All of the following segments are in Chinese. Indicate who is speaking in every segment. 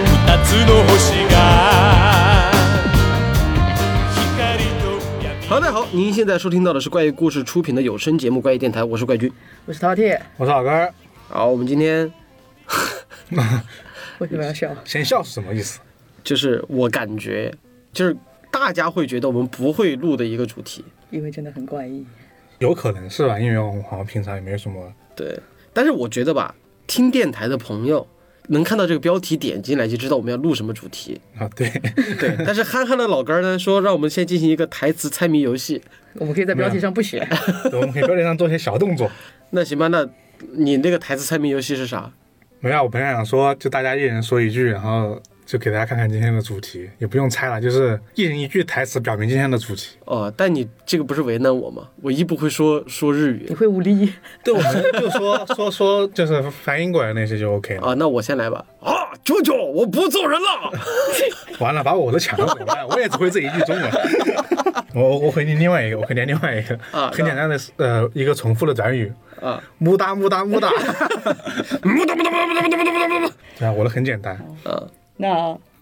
Speaker 1: の星が光と闇
Speaker 2: 好，大家好，您现在收听到的是怪异故事出品的有声节目《怪异电台》，我是怪君。
Speaker 3: 我是饕餮，
Speaker 4: 我是老根儿，
Speaker 2: 好，我们今天
Speaker 3: 为什么要笑？
Speaker 4: 先笑是什么意思？
Speaker 2: 就是我感觉，就是大家会觉得我们不会录的一个主题，
Speaker 3: 因为真的很怪异。
Speaker 4: 有可能是吧，因为我们好像平常也没有什么，
Speaker 2: 对。但是我觉得吧，听电台的朋友能看到这个标题点进来就知道我们要录什么主题，
Speaker 4: 啊，对，
Speaker 2: 对。但是憨憨的老根儿呢说，让我们先进行一个台词猜谜游戏。
Speaker 3: 我们可以在标题上不写，
Speaker 4: 我们可以标题上做一些小动作。
Speaker 2: 那行吧，那你那个台词猜谜游戏是啥？
Speaker 4: 没啊有，我本来想说，就大家一人说一句，然后就给大家看看今天的主题，也不用猜了，就是一人一句台词表明今天的主题。
Speaker 2: 哦，但你这个不是为难我吗？我一不会说说日
Speaker 3: 你
Speaker 2: 语
Speaker 3: 会无力。
Speaker 4: 对，我们就说说说，就是翻英过来那些就 OK 了。
Speaker 2: 啊，那我先来吧。啊，舅舅，我不做人了。
Speaker 4: 完了，把我都抢了怎么办？我也只会这一句中文。我我我回你另外一个，我回你另外一个，
Speaker 2: 啊
Speaker 4: 很简单的呃一个重复的短语，
Speaker 2: 啊，
Speaker 4: 木哒木哒 木哒，
Speaker 2: 木哒木哒木哒木哒木哒木哒木哒。
Speaker 4: 对啊，我的很简
Speaker 2: 哦
Speaker 4: 单，
Speaker 3: 那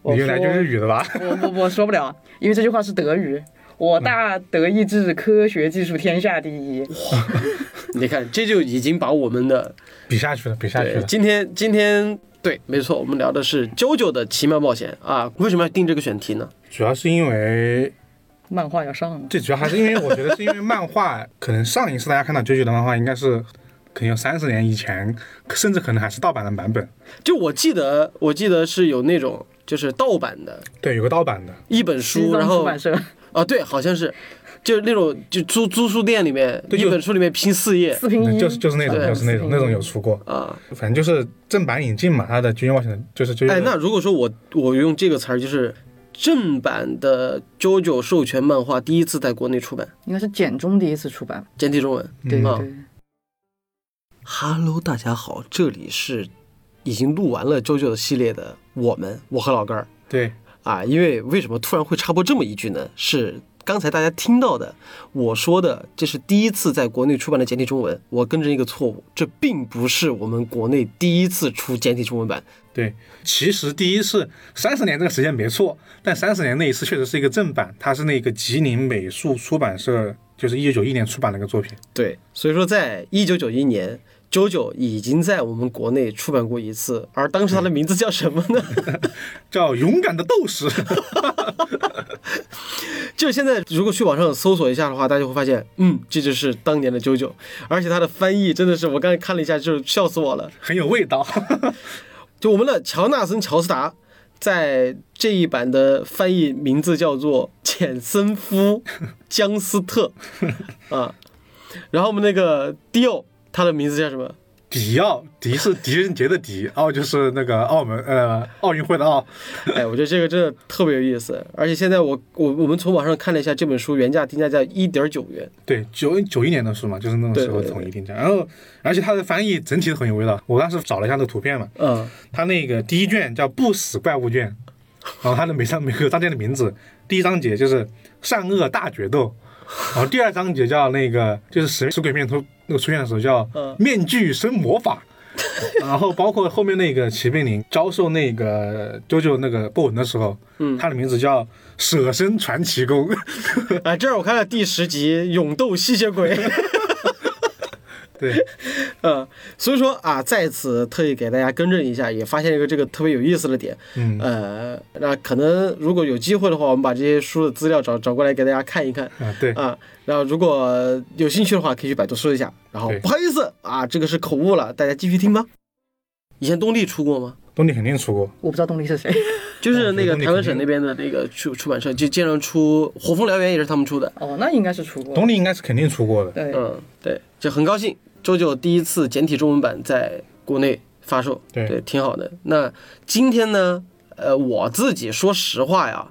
Speaker 3: 我
Speaker 4: 你
Speaker 3: 说
Speaker 4: 原来就日语的吧？
Speaker 3: 我我我说不了，因为这句话是德语。我大德意志科学技术天下第一，
Speaker 2: 你看，这就已经把我们的
Speaker 4: 比下去了，比下去
Speaker 2: 对
Speaker 4: 了。
Speaker 2: 今天今天对，没错，我们聊的是《JoJo 的奇妙冒险》啊。为什么要定这个选题呢？
Speaker 4: 主要是因为，
Speaker 3: 漫画要上了。
Speaker 4: 最主要还是因为，我觉得是因为漫画，可能上一次大家看到九九的漫画应该是，可能有三十年以前，甚至可能还是盗版的版本。
Speaker 2: 就我记得，我记得是有那种就是盗版的
Speaker 4: 对，有个盗版的，
Speaker 2: 一本
Speaker 3: 西
Speaker 2: 书，
Speaker 3: 藏
Speaker 2: 然
Speaker 3: 出
Speaker 2: 后
Speaker 3: 版社
Speaker 4: 呃
Speaker 2: 啊，对，好像是，就是那种就租租书店里面
Speaker 4: 对
Speaker 2: 一
Speaker 4: 就
Speaker 2: 本书里面拼四页
Speaker 3: 四平一，
Speaker 4: 就是就是那种，
Speaker 2: 对
Speaker 4: 嗯就是嗯那种，那种有出过。
Speaker 2: 啊。
Speaker 4: 反正就是正版引进嘛，它的《军冒险》就是就是。
Speaker 2: 哎，那如果说我我用这个词儿，就是正版的 JoJo 授权漫画第一次在国内出版，
Speaker 3: 应该是简中第一次出版。
Speaker 2: 简体中文。
Speaker 4: 嗯
Speaker 3: 对对
Speaker 4: 哦
Speaker 2: 啊
Speaker 3: 对，
Speaker 2: Hello，大家好，这里是已经录完了 JoJo 的系列的我们，我和老根儿
Speaker 4: 对，
Speaker 2: 啊。因为为什么突然会插播这么一句呢？是刚才大家听到的，我说的这是第一次在国内出版的简体中文，我更正一个错误，这并不是我们国内第一次出简体中文版。
Speaker 4: 对，其实第一是三十年这个时间没错，但三十年那一次确实是一个正版，它是那个吉林美术出版社，就是一九九一年出版的一个作品。
Speaker 2: 对，所以说在一九九一年。JoJo 已经在我们国内出版过一次，而当时它的名字叫什么呢？
Speaker 4: 叫勇敢的斗士，
Speaker 2: 就现在，如果去网上搜索一下的话，大家会发现，嗯，这就是当年的九九，而且它的翻译真的是，我刚才看了一下，就是笑死我了。
Speaker 4: 很有味道。
Speaker 2: 就我们的乔纳森·乔斯达，在这一版的翻译名字叫做简森夫· 江斯特啊，然后我们那个迪奥，他的名字叫什么？
Speaker 4: 迪奥，迪是狄仁杰的迪，奥就是那个澳门呃奥运会的奥。
Speaker 2: 哎，我觉得这个真的特别有意思，而且现在我我我们从网上看了一下，这本书原价定价在一点九元，
Speaker 4: 对，九九一年的书嘛，就是那种时
Speaker 2: 对对
Speaker 4: 候
Speaker 2: 对
Speaker 4: 统一定价。然后，而且它的翻译整体都很有味道。我当时找了一下那个图片嘛，
Speaker 2: 嗯，
Speaker 4: 它那个第一卷叫《不死怪物卷》，然后它的每章每个章节的名字，第一章节就是善恶大决斗，然后第二章节叫那个就是使使鬼面出那个出现的时候叫
Speaker 2: 嗯
Speaker 4: 面具生魔法，然后包括后面那个齐贝林遭受那个啾啾那个波纹的时候，
Speaker 2: 嗯
Speaker 4: 他的名字叫舍身传奇功，
Speaker 2: 啊，这儿我看了第十集《勇斗吸血鬼》。
Speaker 4: 对，
Speaker 2: 呃，所以说啊，在此特意给大家更正一下，也发现一个这个特别有意思的点。
Speaker 4: 嗯
Speaker 2: 呃，那可能如果有机会的话，我们把这些书的资料找找过来给大家看一看。
Speaker 4: 啊对，
Speaker 2: 啊，然后如果有兴趣的话，可以去百度搜一下。然后
Speaker 4: 对
Speaker 2: 不好意思啊，这个是口误了，大家继续听吧。以前东立出过吗？
Speaker 4: 东尼肯定出过，
Speaker 3: 我不知道动力是谁。
Speaker 2: 就是
Speaker 4: 嗯
Speaker 2: 那个
Speaker 4: 东立
Speaker 2: 台湾
Speaker 4: 肯定
Speaker 2: 省那边的那个出出版社，就经常出《火风燎原》也是他们出的。
Speaker 3: 哦，那应该是出过。
Speaker 4: 东尼应该是肯定出过的。
Speaker 3: 对，
Speaker 2: 嗯，对，就很高兴，周九第一次简体中文版在国内发售，
Speaker 4: 对
Speaker 2: 挺好的。那今天呢，呃，我自己说实话呀，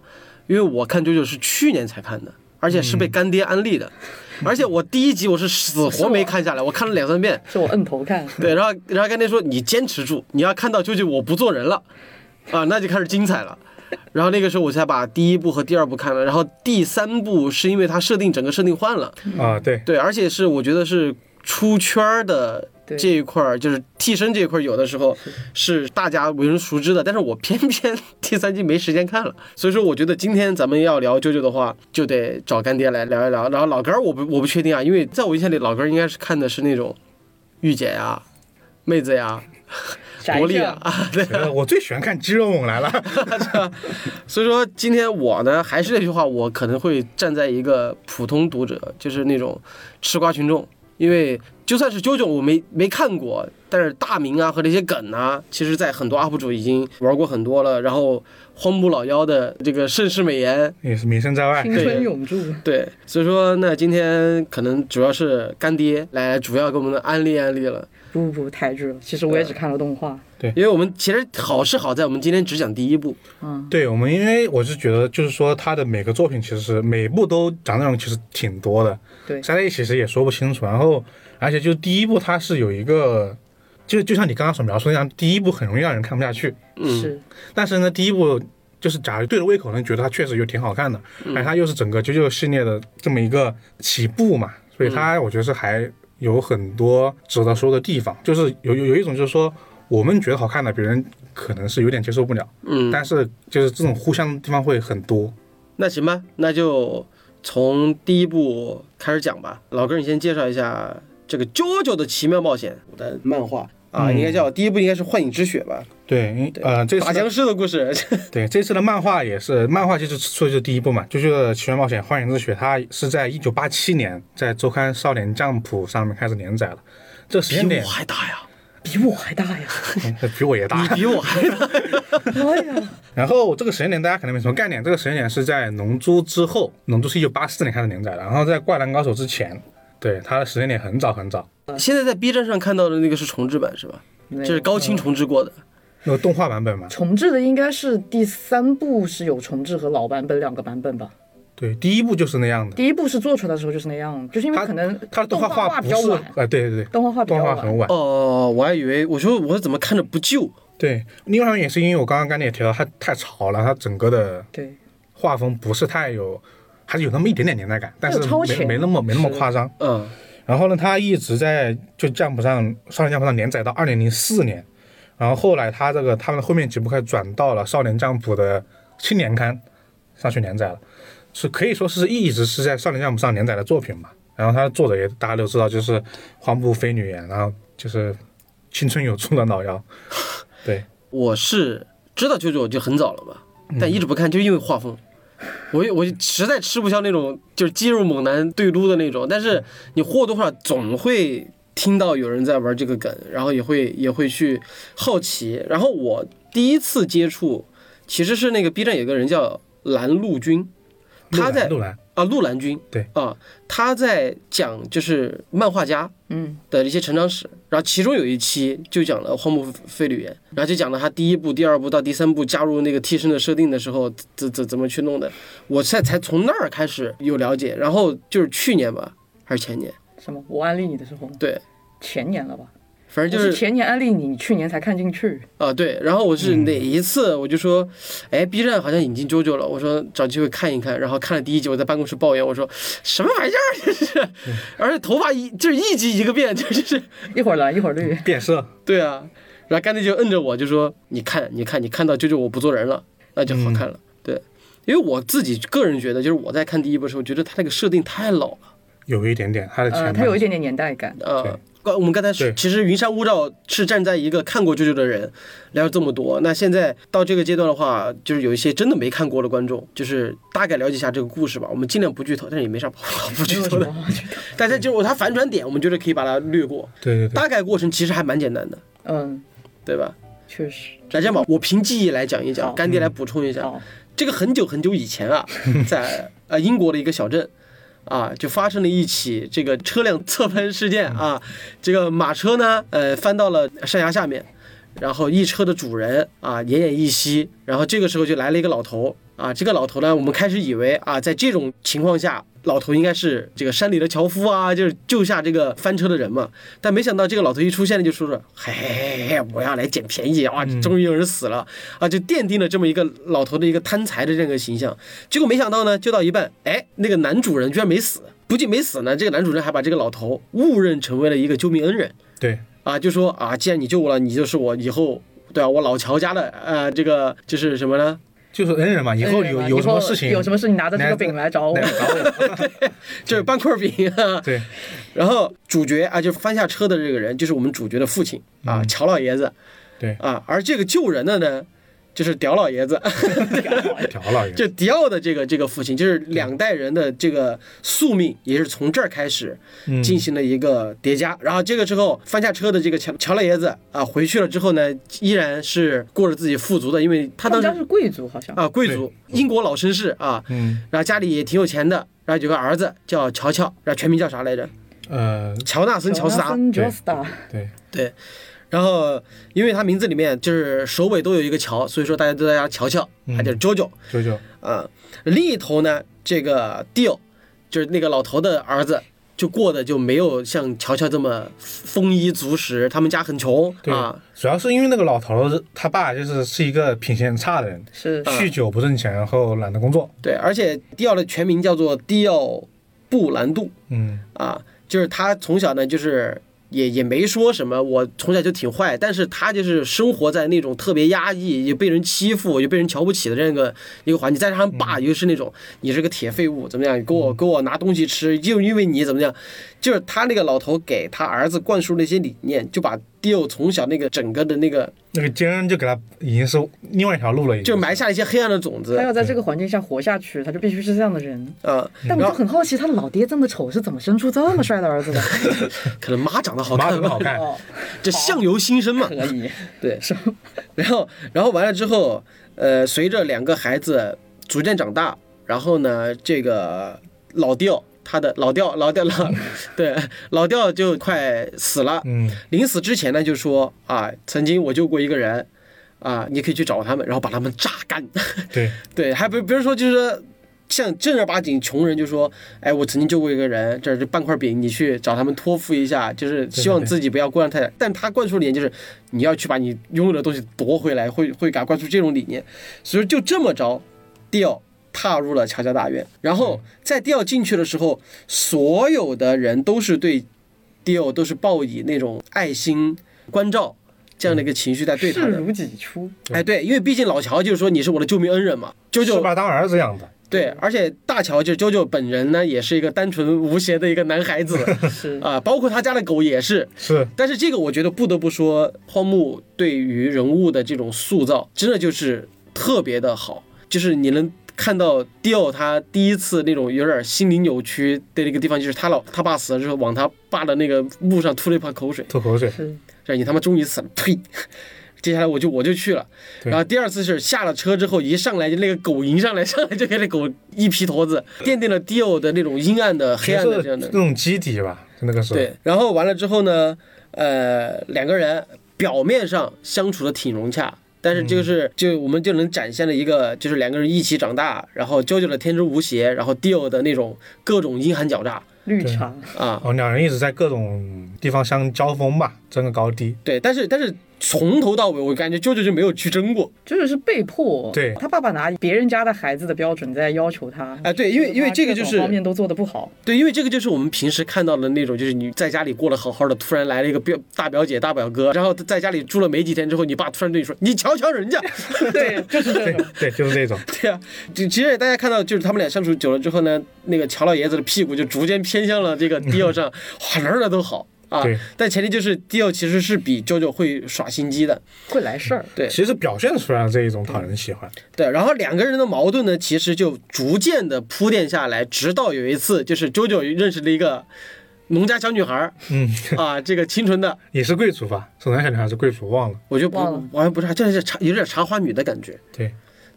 Speaker 2: 因为我看周九是去年才看的，而且是
Speaker 3: 嗯
Speaker 2: 被干爹安 利的，而且我第一集我是死活没看下来，我看了两三遍，
Speaker 3: 是我摁头 看。
Speaker 2: 对，然后然后干爹说你坚持住，你要看到究竟我不做人了，啊，那就开始精彩了。然后那个时候我才把第一部和第二部看了，然后第三部是 因为它设定整个设定换了，
Speaker 4: 啊，对，
Speaker 2: 对，而且是我觉得是出圈儿的
Speaker 3: 对
Speaker 2: 这一块儿，就是替身这一块儿，有的时候是大家为人熟知的，但是我偏偏 第三季没时间看了，所以说我觉得今天咱们要聊啾啾的话，就得找干爹来聊一聊。然后老根儿，我不我不确定啊，因为在我印象里，老根儿应该是看的是那种御姐呀、妹子呀、
Speaker 3: 啥
Speaker 2: 萝莉
Speaker 3: 象
Speaker 2: 啊，啊 对。
Speaker 4: 呃我最喜欢看肌肉猛男了，
Speaker 2: 所以说今天我呢，还是那句话，我可能会站在一个普通读者，就是那种吃瓜群众，因为就算是啾啾我没没看过，但是大名啊和那些梗啊，其实在很多 UP 主已经玩过很多了。然后荒木老妖的这个盛世美颜，
Speaker 4: 也是名声在外
Speaker 3: 青。春永驻。
Speaker 2: 对，所以说那今天可能主要是干爹来主要给我们安利安利了。
Speaker 3: 不不不，太剧了。其实我也
Speaker 4: 嗯
Speaker 3: 只看了动画。
Speaker 2: 因为我们其实好是好在我们今天只讲第一部，
Speaker 3: 嗯，
Speaker 4: 对我们，因为我是觉得，就是说他的每个作品其实是每部都讲内容其实挺多的，
Speaker 3: 对
Speaker 4: 塞在一起其实也说不清楚。然后，而且就是第一部它是有一个，就就像你刚刚所描述那样，第一部很容易让人看不下去。
Speaker 2: 嗯，
Speaker 3: 是
Speaker 4: 但是呢，第一部就是假如对了胃口呢，觉得它确实又挺好看的，而它又是整个啾啾系列的这么一个起步嘛，所以它我觉得是还有很多值得说的地方。就是有有有一种就是说我们觉得好看的，别人可能是有点接受不了，
Speaker 2: 嗯，
Speaker 4: 但是就是这种互相的地方会很多。
Speaker 2: 那行吧，那就从第一部开始讲吧。老哥，你先介绍一下这个《JoJo 的奇妙冒险》的漫画啊，
Speaker 4: 嗯
Speaker 2: 应该叫第一部应该是《幻影之血》吧？
Speaker 4: 对，因呃，这
Speaker 2: 打
Speaker 4: 次
Speaker 2: 僵尸的故事。
Speaker 4: 对这次的漫画也是，漫画就是出的就是第一部嘛，就是《奇幻冒险：幻影之血》，它是在一九八七年在周刊《少年 Jump》上面开始连载了。这个时
Speaker 2: 比
Speaker 4: 间点
Speaker 2: 我还大呀！
Speaker 3: 比我还大呀！
Speaker 4: 嗯 比我也大，
Speaker 2: 你比我还大，
Speaker 3: 哎呀，
Speaker 4: 然后这个时间点大家可能没什么概念，这个时间点是在《龙珠》之后，《龙珠》是一九八四年开始连载的，然后在《灌篮高手》之前，对它的时间点很早很早，
Speaker 2: 现在在 B 站上看到的那个是重制版是吧？
Speaker 3: 这
Speaker 2: 这是高清重制过的。
Speaker 4: 那个动画版本嘛。
Speaker 3: 重置的，应该是第三部是有重置和老版本两个版本吧。
Speaker 4: 对，第一部就是那样的，
Speaker 3: 第一部是做出来的时候就是那样，就是因为
Speaker 4: 它
Speaker 3: 可能
Speaker 4: 它的动画
Speaker 3: 画
Speaker 4: 画
Speaker 3: 比
Speaker 4: 不
Speaker 3: 较
Speaker 4: 是，
Speaker 3: 晚，
Speaker 4: 呃，对对对，
Speaker 3: 动画画比
Speaker 4: 动
Speaker 3: 较
Speaker 4: 画很
Speaker 3: 晚。
Speaker 4: 晚。
Speaker 2: 哦，我还以为我说我怎么看着不旧？
Speaker 4: 对，另外一方面也是因为我刚刚刚才也提到，它太潮了，它整个的
Speaker 3: 对，
Speaker 4: 画风不是太有，还是有那么一点点年代感，但是
Speaker 3: 有超
Speaker 4: 没
Speaker 3: 前
Speaker 4: 没那么没那么
Speaker 3: 是
Speaker 4: 夸张。
Speaker 2: 嗯
Speaker 4: 然后呢，他一直在就 Jump 上少年 Jump 上连载到二零零四年，然后后来他这个他们后面几部开始转到了少年 Jump 的青年刊上去连载了，是可以说是一直是在少年 Jump 上连载的作品嘛。然后他的作者也大家都知道，就是荒木飞吕彦，然后就是青春有出的老 妖，对，
Speaker 2: 我是知道《啾啾就很早了吧，
Speaker 4: 嗯
Speaker 2: 但一直不看，就因为画风。我我实在吃不消那种就是肌肉猛男对撸的那种，但是你或多或少总会听到有人在玩这个梗，然后也会也会去好奇。然后我第一次接触其实是那个 B 站有个人叫蓝陆军，他在
Speaker 4: 陆兰，
Speaker 2: 啊陆蓝军
Speaker 4: 对
Speaker 2: 啊他在讲就是漫画家，
Speaker 3: 嗯，
Speaker 2: 的一些成长史，然后其中有一期就讲了荒木飞吕彦，然后就讲了他第一部、第二部到第三部加入那个替身的设定的时候，怎怎怎么去弄的，我现在才从那儿开始有了解，然后就是去年吧，还是前年，
Speaker 3: 什么？我安利你的时候吗？
Speaker 2: 对，
Speaker 3: 前年了吧？
Speaker 2: 反正就
Speaker 3: 我
Speaker 2: 是
Speaker 3: 前年安利你，哦你去年才看进去。
Speaker 2: 啊，对，然后我是哪一次我就说，哎，B 站好像引进 JoJo 了，我说找机会看一看，然后看了第一集，我在办公室抱怨，我说什么玩意儿，这是，而且头发一就是一集一个变，就是就是
Speaker 3: 一会儿蓝，一 会儿绿。
Speaker 4: 变色，
Speaker 2: 对啊，然后干脆就摁着我就说：“你看，你看，你看到啾啾我不做人了，那就好看了。对，因为我自己个人觉得，就是我在看第一部的时候，觉得它那个设定太老了
Speaker 4: 有一点点，他的前
Speaker 3: 呃，
Speaker 4: 半
Speaker 3: 它有一
Speaker 4: 段
Speaker 3: 点点年代 感。
Speaker 2: 啊。
Speaker 4: 对
Speaker 2: 刚我们刚才是
Speaker 4: 对
Speaker 2: 其实云山雾罩是站在一个看过啾啾的人聊这么多，那现在到这个阶段的话，就是有一些真的没看过的观众，就是大概了解一下这个故事吧。我们尽量不剧透，但是也没啥不不剧透
Speaker 4: 嗯
Speaker 2: 的。但是就是它反转点，我们觉得可以把它略过，
Speaker 4: 对对对，
Speaker 2: 大概过程其实还蛮简单的，
Speaker 3: 嗯，
Speaker 2: 对吧？
Speaker 3: 确实。哦
Speaker 2: 来这样吧，我凭记忆来讲一讲，
Speaker 3: 好
Speaker 2: 干爹
Speaker 4: 嗯
Speaker 2: 来补充一下。
Speaker 3: 好，
Speaker 2: 这个很久很久以前啊，在呃英国的一个小镇啊，就发生了一起这个车辆侧翻事件啊。这个马车呢，呃，翻到了山崖下面，然后一车的主人啊奄奄一息，然后这个时候就来了一个老头啊。这个老头呢，我们开始以为啊，在这种情况下，老头应该是这个山里的樵夫啊，就是救下这个翻车的人嘛。但没想到这个老头一出现呢，就说说，嘿嘿嘿，我要来捡便宜啊！终于有人死了啊，就奠定了这么一个老头的一个贪财的这样一个形象。结果没想到呢，就到一半，哎，那个男主人居然没死。不仅没死呢，这个男主人还把这个老头误认成为了一个救命恩人，
Speaker 4: 对
Speaker 2: 啊，就说啊，既然你救我了，你就是我以后对啊，我老乔家的呃，这个就是什么呢？
Speaker 4: 就是恩人嘛，以后有
Speaker 3: 对
Speaker 4: 有什么
Speaker 3: 以后
Speaker 4: 事情，
Speaker 3: 有什么事你拿着这
Speaker 4: 来
Speaker 3: 个饼来找我
Speaker 4: 来。 找我。
Speaker 2: 就是半块饼、啊。
Speaker 4: 对，
Speaker 2: 然后主角啊，就翻下车的这个人，就是我们主角的父亲啊，乔老爷子。
Speaker 4: 嗯对
Speaker 2: 啊，而这个救人的呢，就是屌老爷子，
Speaker 4: 屌老爷，
Speaker 2: 就迪奥的这个这个父亲，就是两代人的这个宿命，也是从这儿开始
Speaker 4: 嗯
Speaker 2: 进行了一个叠加。然后这个之后翻下车的这个乔乔老爷子啊，回去了之后呢，依然是过着自己富足的，因为他
Speaker 3: 他
Speaker 2: 当
Speaker 3: 们
Speaker 2: 时
Speaker 3: 家是贵族，好像
Speaker 2: 啊贵族，英国老绅士啊，
Speaker 4: 嗯
Speaker 2: 然后家里也挺有钱的，然后有个儿子叫乔乔，然后全名叫啥来着？
Speaker 4: 呃，
Speaker 2: 乔纳森·乔斯达。
Speaker 3: 乔纳森乔斯达，
Speaker 4: 对，
Speaker 2: 对，然后因为他名字里面就是首尾都有一个乔，所以说大家都叫他乔乔，
Speaker 4: 嗯
Speaker 2: 他就是 JoJo
Speaker 4: 九九，
Speaker 2: 啊。另一头呢，这个 Deal 就是那个老头的儿子。就过得就没有像乔乔这么丰衣足食，他们家很穷
Speaker 4: 对
Speaker 2: 啊，，
Speaker 4: 主要是因为那个老头儿他爸就是是一个品行很差的人，
Speaker 2: 嗯
Speaker 3: 是
Speaker 4: 酗酒不挣钱，然后懒得工作。
Speaker 2: 对，而且迪奥的全名叫做迪奥布兰度
Speaker 4: 嗯，
Speaker 2: 啊，就是他从小呢就是也也没说什么，我从小就挺坏，但是他就是生活在那种特别压抑，也被人欺负，也被人瞧不起的这样一个一个环境。再加上
Speaker 4: 嗯
Speaker 2: 爸又是那种、你是个铁废物，怎么样，给我给我拿东西吃，就因为你怎么样，就是他那个老头给他儿子灌输那些理念，就把迪奥从小那个整个的那个
Speaker 4: 那个奸人就给他已经是另外一条路了，已经
Speaker 2: 就是埋下了一些黑暗的种子
Speaker 3: 他要在这个环境下活下去，他就必须是这样的人。
Speaker 2: 啊，
Speaker 3: 但我
Speaker 2: 然
Speaker 3: 就
Speaker 2: 后
Speaker 3: 很好奇，他老爹这么丑是怎么生出这么帅的 儿子的？
Speaker 2: 可能妈长得好
Speaker 4: 妈
Speaker 2: 看
Speaker 4: 很好
Speaker 2: 吧，
Speaker 4: 看，
Speaker 3: 哦，
Speaker 2: 这相由心生嘛，
Speaker 3: 可以，
Speaker 2: 对，
Speaker 3: 是
Speaker 2: 然后，然后完了之后，呃，随着两个孩子逐渐长大，然后呢，这个老调他的老调老调老，对老调就快死了。
Speaker 4: 嗯，
Speaker 2: 临死之前呢，就说啊，曾经我救过一个人，啊，你可以去找他们，然后把他们榨干。
Speaker 4: 对，
Speaker 2: 对，还不不是说就是像正儿八经穷人就说，哎，我曾经救过一个人，这是半块饼，你去找他们托付一下，就是希望
Speaker 4: 对对
Speaker 2: 自己不要过上太惨。但他灌输理念就是你要去把你拥有的东西夺回来，会会给他灌输这种理念，所以就这么着，迪奥踏入了乔家大院，然后
Speaker 4: 嗯
Speaker 2: 在迪奥进去的时候，所有的人都是对迪奥都是抱以那种爱心关照这样
Speaker 4: 嗯
Speaker 2: 的一个情绪在对他
Speaker 3: 视
Speaker 2: 的。
Speaker 3: 如己出。
Speaker 2: 哎，对，因为毕竟老乔就是说你是我的救命恩人嘛，啾
Speaker 4: 是
Speaker 2: 啾
Speaker 4: 把他当儿子养的。
Speaker 2: 对，而且大乔就是 JoJo 本人呢，也是一个单纯无邪的一个男孩子
Speaker 3: 是
Speaker 2: 啊、包括他家的狗也是。
Speaker 4: 是，
Speaker 2: 但是这个我觉得不得不说，荒木对于人物的这种塑造，真的就是特别的好，就是你能。看到迪奥他第一次那种有点心理扭曲的那个地方，就是他老他爸死了之后，往他爸的那个墓上吐了一盆口水，
Speaker 4: 吐口水，
Speaker 3: 是，
Speaker 2: 说你他妈终于死了，呸！ 接下来我就我就去了，
Speaker 4: 对
Speaker 2: 然后第二次是下了车之后，一上来就那个狗迎上来，上来就给那狗一皮坨子，奠定了 Dio 的那种阴暗的、黑
Speaker 4: 角
Speaker 2: 暗
Speaker 4: 色
Speaker 2: 的这样的
Speaker 4: 那种基底吧，就那个时候。
Speaker 2: 对。然后完了之后呢，呃，两个人表面上相处的挺融洽，但是
Speaker 4: 嗯
Speaker 2: 就是就我们就能展现了一个就是两个人一起长大，然后交就了天真无邪，然后 Dio 的那种各种阴寒狡诈
Speaker 3: 绿茶，
Speaker 2: 啊，
Speaker 4: 哦，两人一直在各种地方相交锋吧，争个高低。
Speaker 2: 对。但是但是从头到尾，我感觉 JoJo 就没有去争过。
Speaker 3: 就是是被迫。
Speaker 4: 对
Speaker 3: 他爸爸拿别人家的孩子的标准在要求他。
Speaker 2: 哎对因为因为这个就是
Speaker 3: 各种方面都做得不好。
Speaker 2: 对，因为这个就是我们平时看到的那种，就是你在家里过得好好的，突然来了一个表大表姐、大表哥，然后在家里住了没几天之后，你爸突然对你说：“你瞧瞧人家。
Speaker 3: 对， 就是这
Speaker 4: 对
Speaker 3: 种。
Speaker 4: 对，就是这种。”
Speaker 2: 对啊，就其实大家看到，就是他们俩相处久了之后呢，那个乔老爷子的屁股就逐渐偏向了这个迪奥上，哇，哪儿哪儿都好啊
Speaker 4: 对。
Speaker 2: 但前提就是迪奥其实是比 JoJo 会耍心机的，
Speaker 3: 会来事儿。
Speaker 2: 对
Speaker 4: 其实表现出来了这一种讨人喜欢。
Speaker 2: 对。然后两个人的矛盾呢，其实就逐渐的铺垫下来，直到有一次，就是 JoJo 认识了一个农家小女孩儿
Speaker 4: 嗯，
Speaker 2: 啊，这个清纯的。
Speaker 4: 也是贵族吧？是男小女还是贵族？忘了。
Speaker 2: 我就不
Speaker 3: 忘了
Speaker 2: 好像不是，就是茶有点茶花女的感觉。
Speaker 4: 对，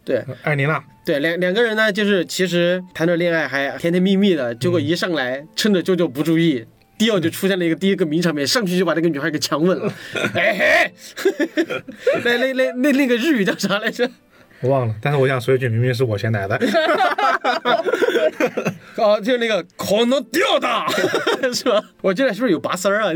Speaker 2: 对
Speaker 4: 艾琳娜，
Speaker 2: 对，两两个人呢，就是其实谈着恋爱还甜甜蜜蜜的，结果一上来趁着舅舅不注意，迪奥就出现了一个第一个名场面，上去就把这个女孩给强吻 了。哎嘿，那那那那那个日语叫啥来着？
Speaker 4: 我忘了。但是我想说一句，明明是我先来 的。
Speaker 2: 哦，就是那个 “kono 掉的”， 是吧？我这是不是有拔丝儿啊？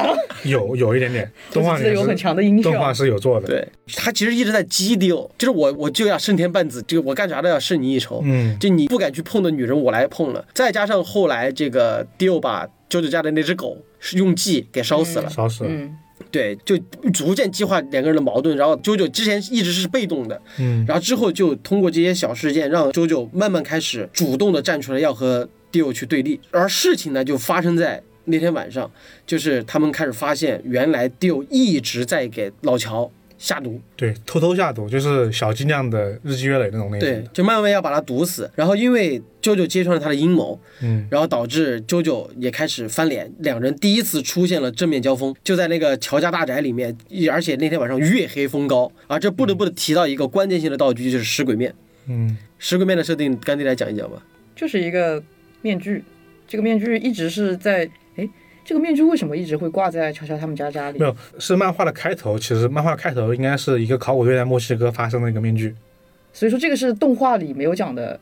Speaker 4: 有有一 点点，动画里
Speaker 3: 这
Speaker 4: 面
Speaker 3: 有
Speaker 4: 是
Speaker 3: 很强的音
Speaker 4: 动画
Speaker 3: 效。
Speaker 4: 是有做的。
Speaker 2: 对他其实一直在激迪奥，就是我我就要胜天半子，就我干啥都要胜你一筹。
Speaker 4: 嗯
Speaker 2: 就你不敢去碰的女人，我来碰了。再加上后来这个迪欧把九九家的那只狗是用计给烧死了，
Speaker 4: 烧死了。
Speaker 3: 嗯，
Speaker 2: 对，就逐渐激化两个人的矛盾。然后啾啾之前一直是被动的，
Speaker 4: 嗯，
Speaker 2: 然后之后就通过这些小事件，让啾啾慢慢开始主动的站出来要和 Dio 去对立。而事情呢，就发生在那天晚上，就是他们开始发现，原来 Dio 一直在给老乔下毒，
Speaker 4: 对，偷偷下毒就是小剂量的日积月累那种类型
Speaker 2: 对
Speaker 4: 的，，
Speaker 2: 就慢慢要把他毒死。然后因为啾啾揭穿了他的阴谋，
Speaker 4: 嗯，
Speaker 2: 然后导致啾啾也开始翻脸，两人第一次出现了正面交锋，就在那个乔家大宅里面，一而且那天晚上月黑风高啊，这不得不提到一个关键性的道具，就是食鬼面。
Speaker 4: 嗯，
Speaker 2: 食鬼面的设定，干爹来讲一讲吧。
Speaker 3: 就是一个面具，这个面具一直是在，哎，这个面具为什么一直会挂在乔乔他们家家里
Speaker 4: 没？有，是漫画的开头，其实漫画开头应该是一个考古队在墨西哥发生的一个面具，
Speaker 3: 所以说这个是动画里没有讲的，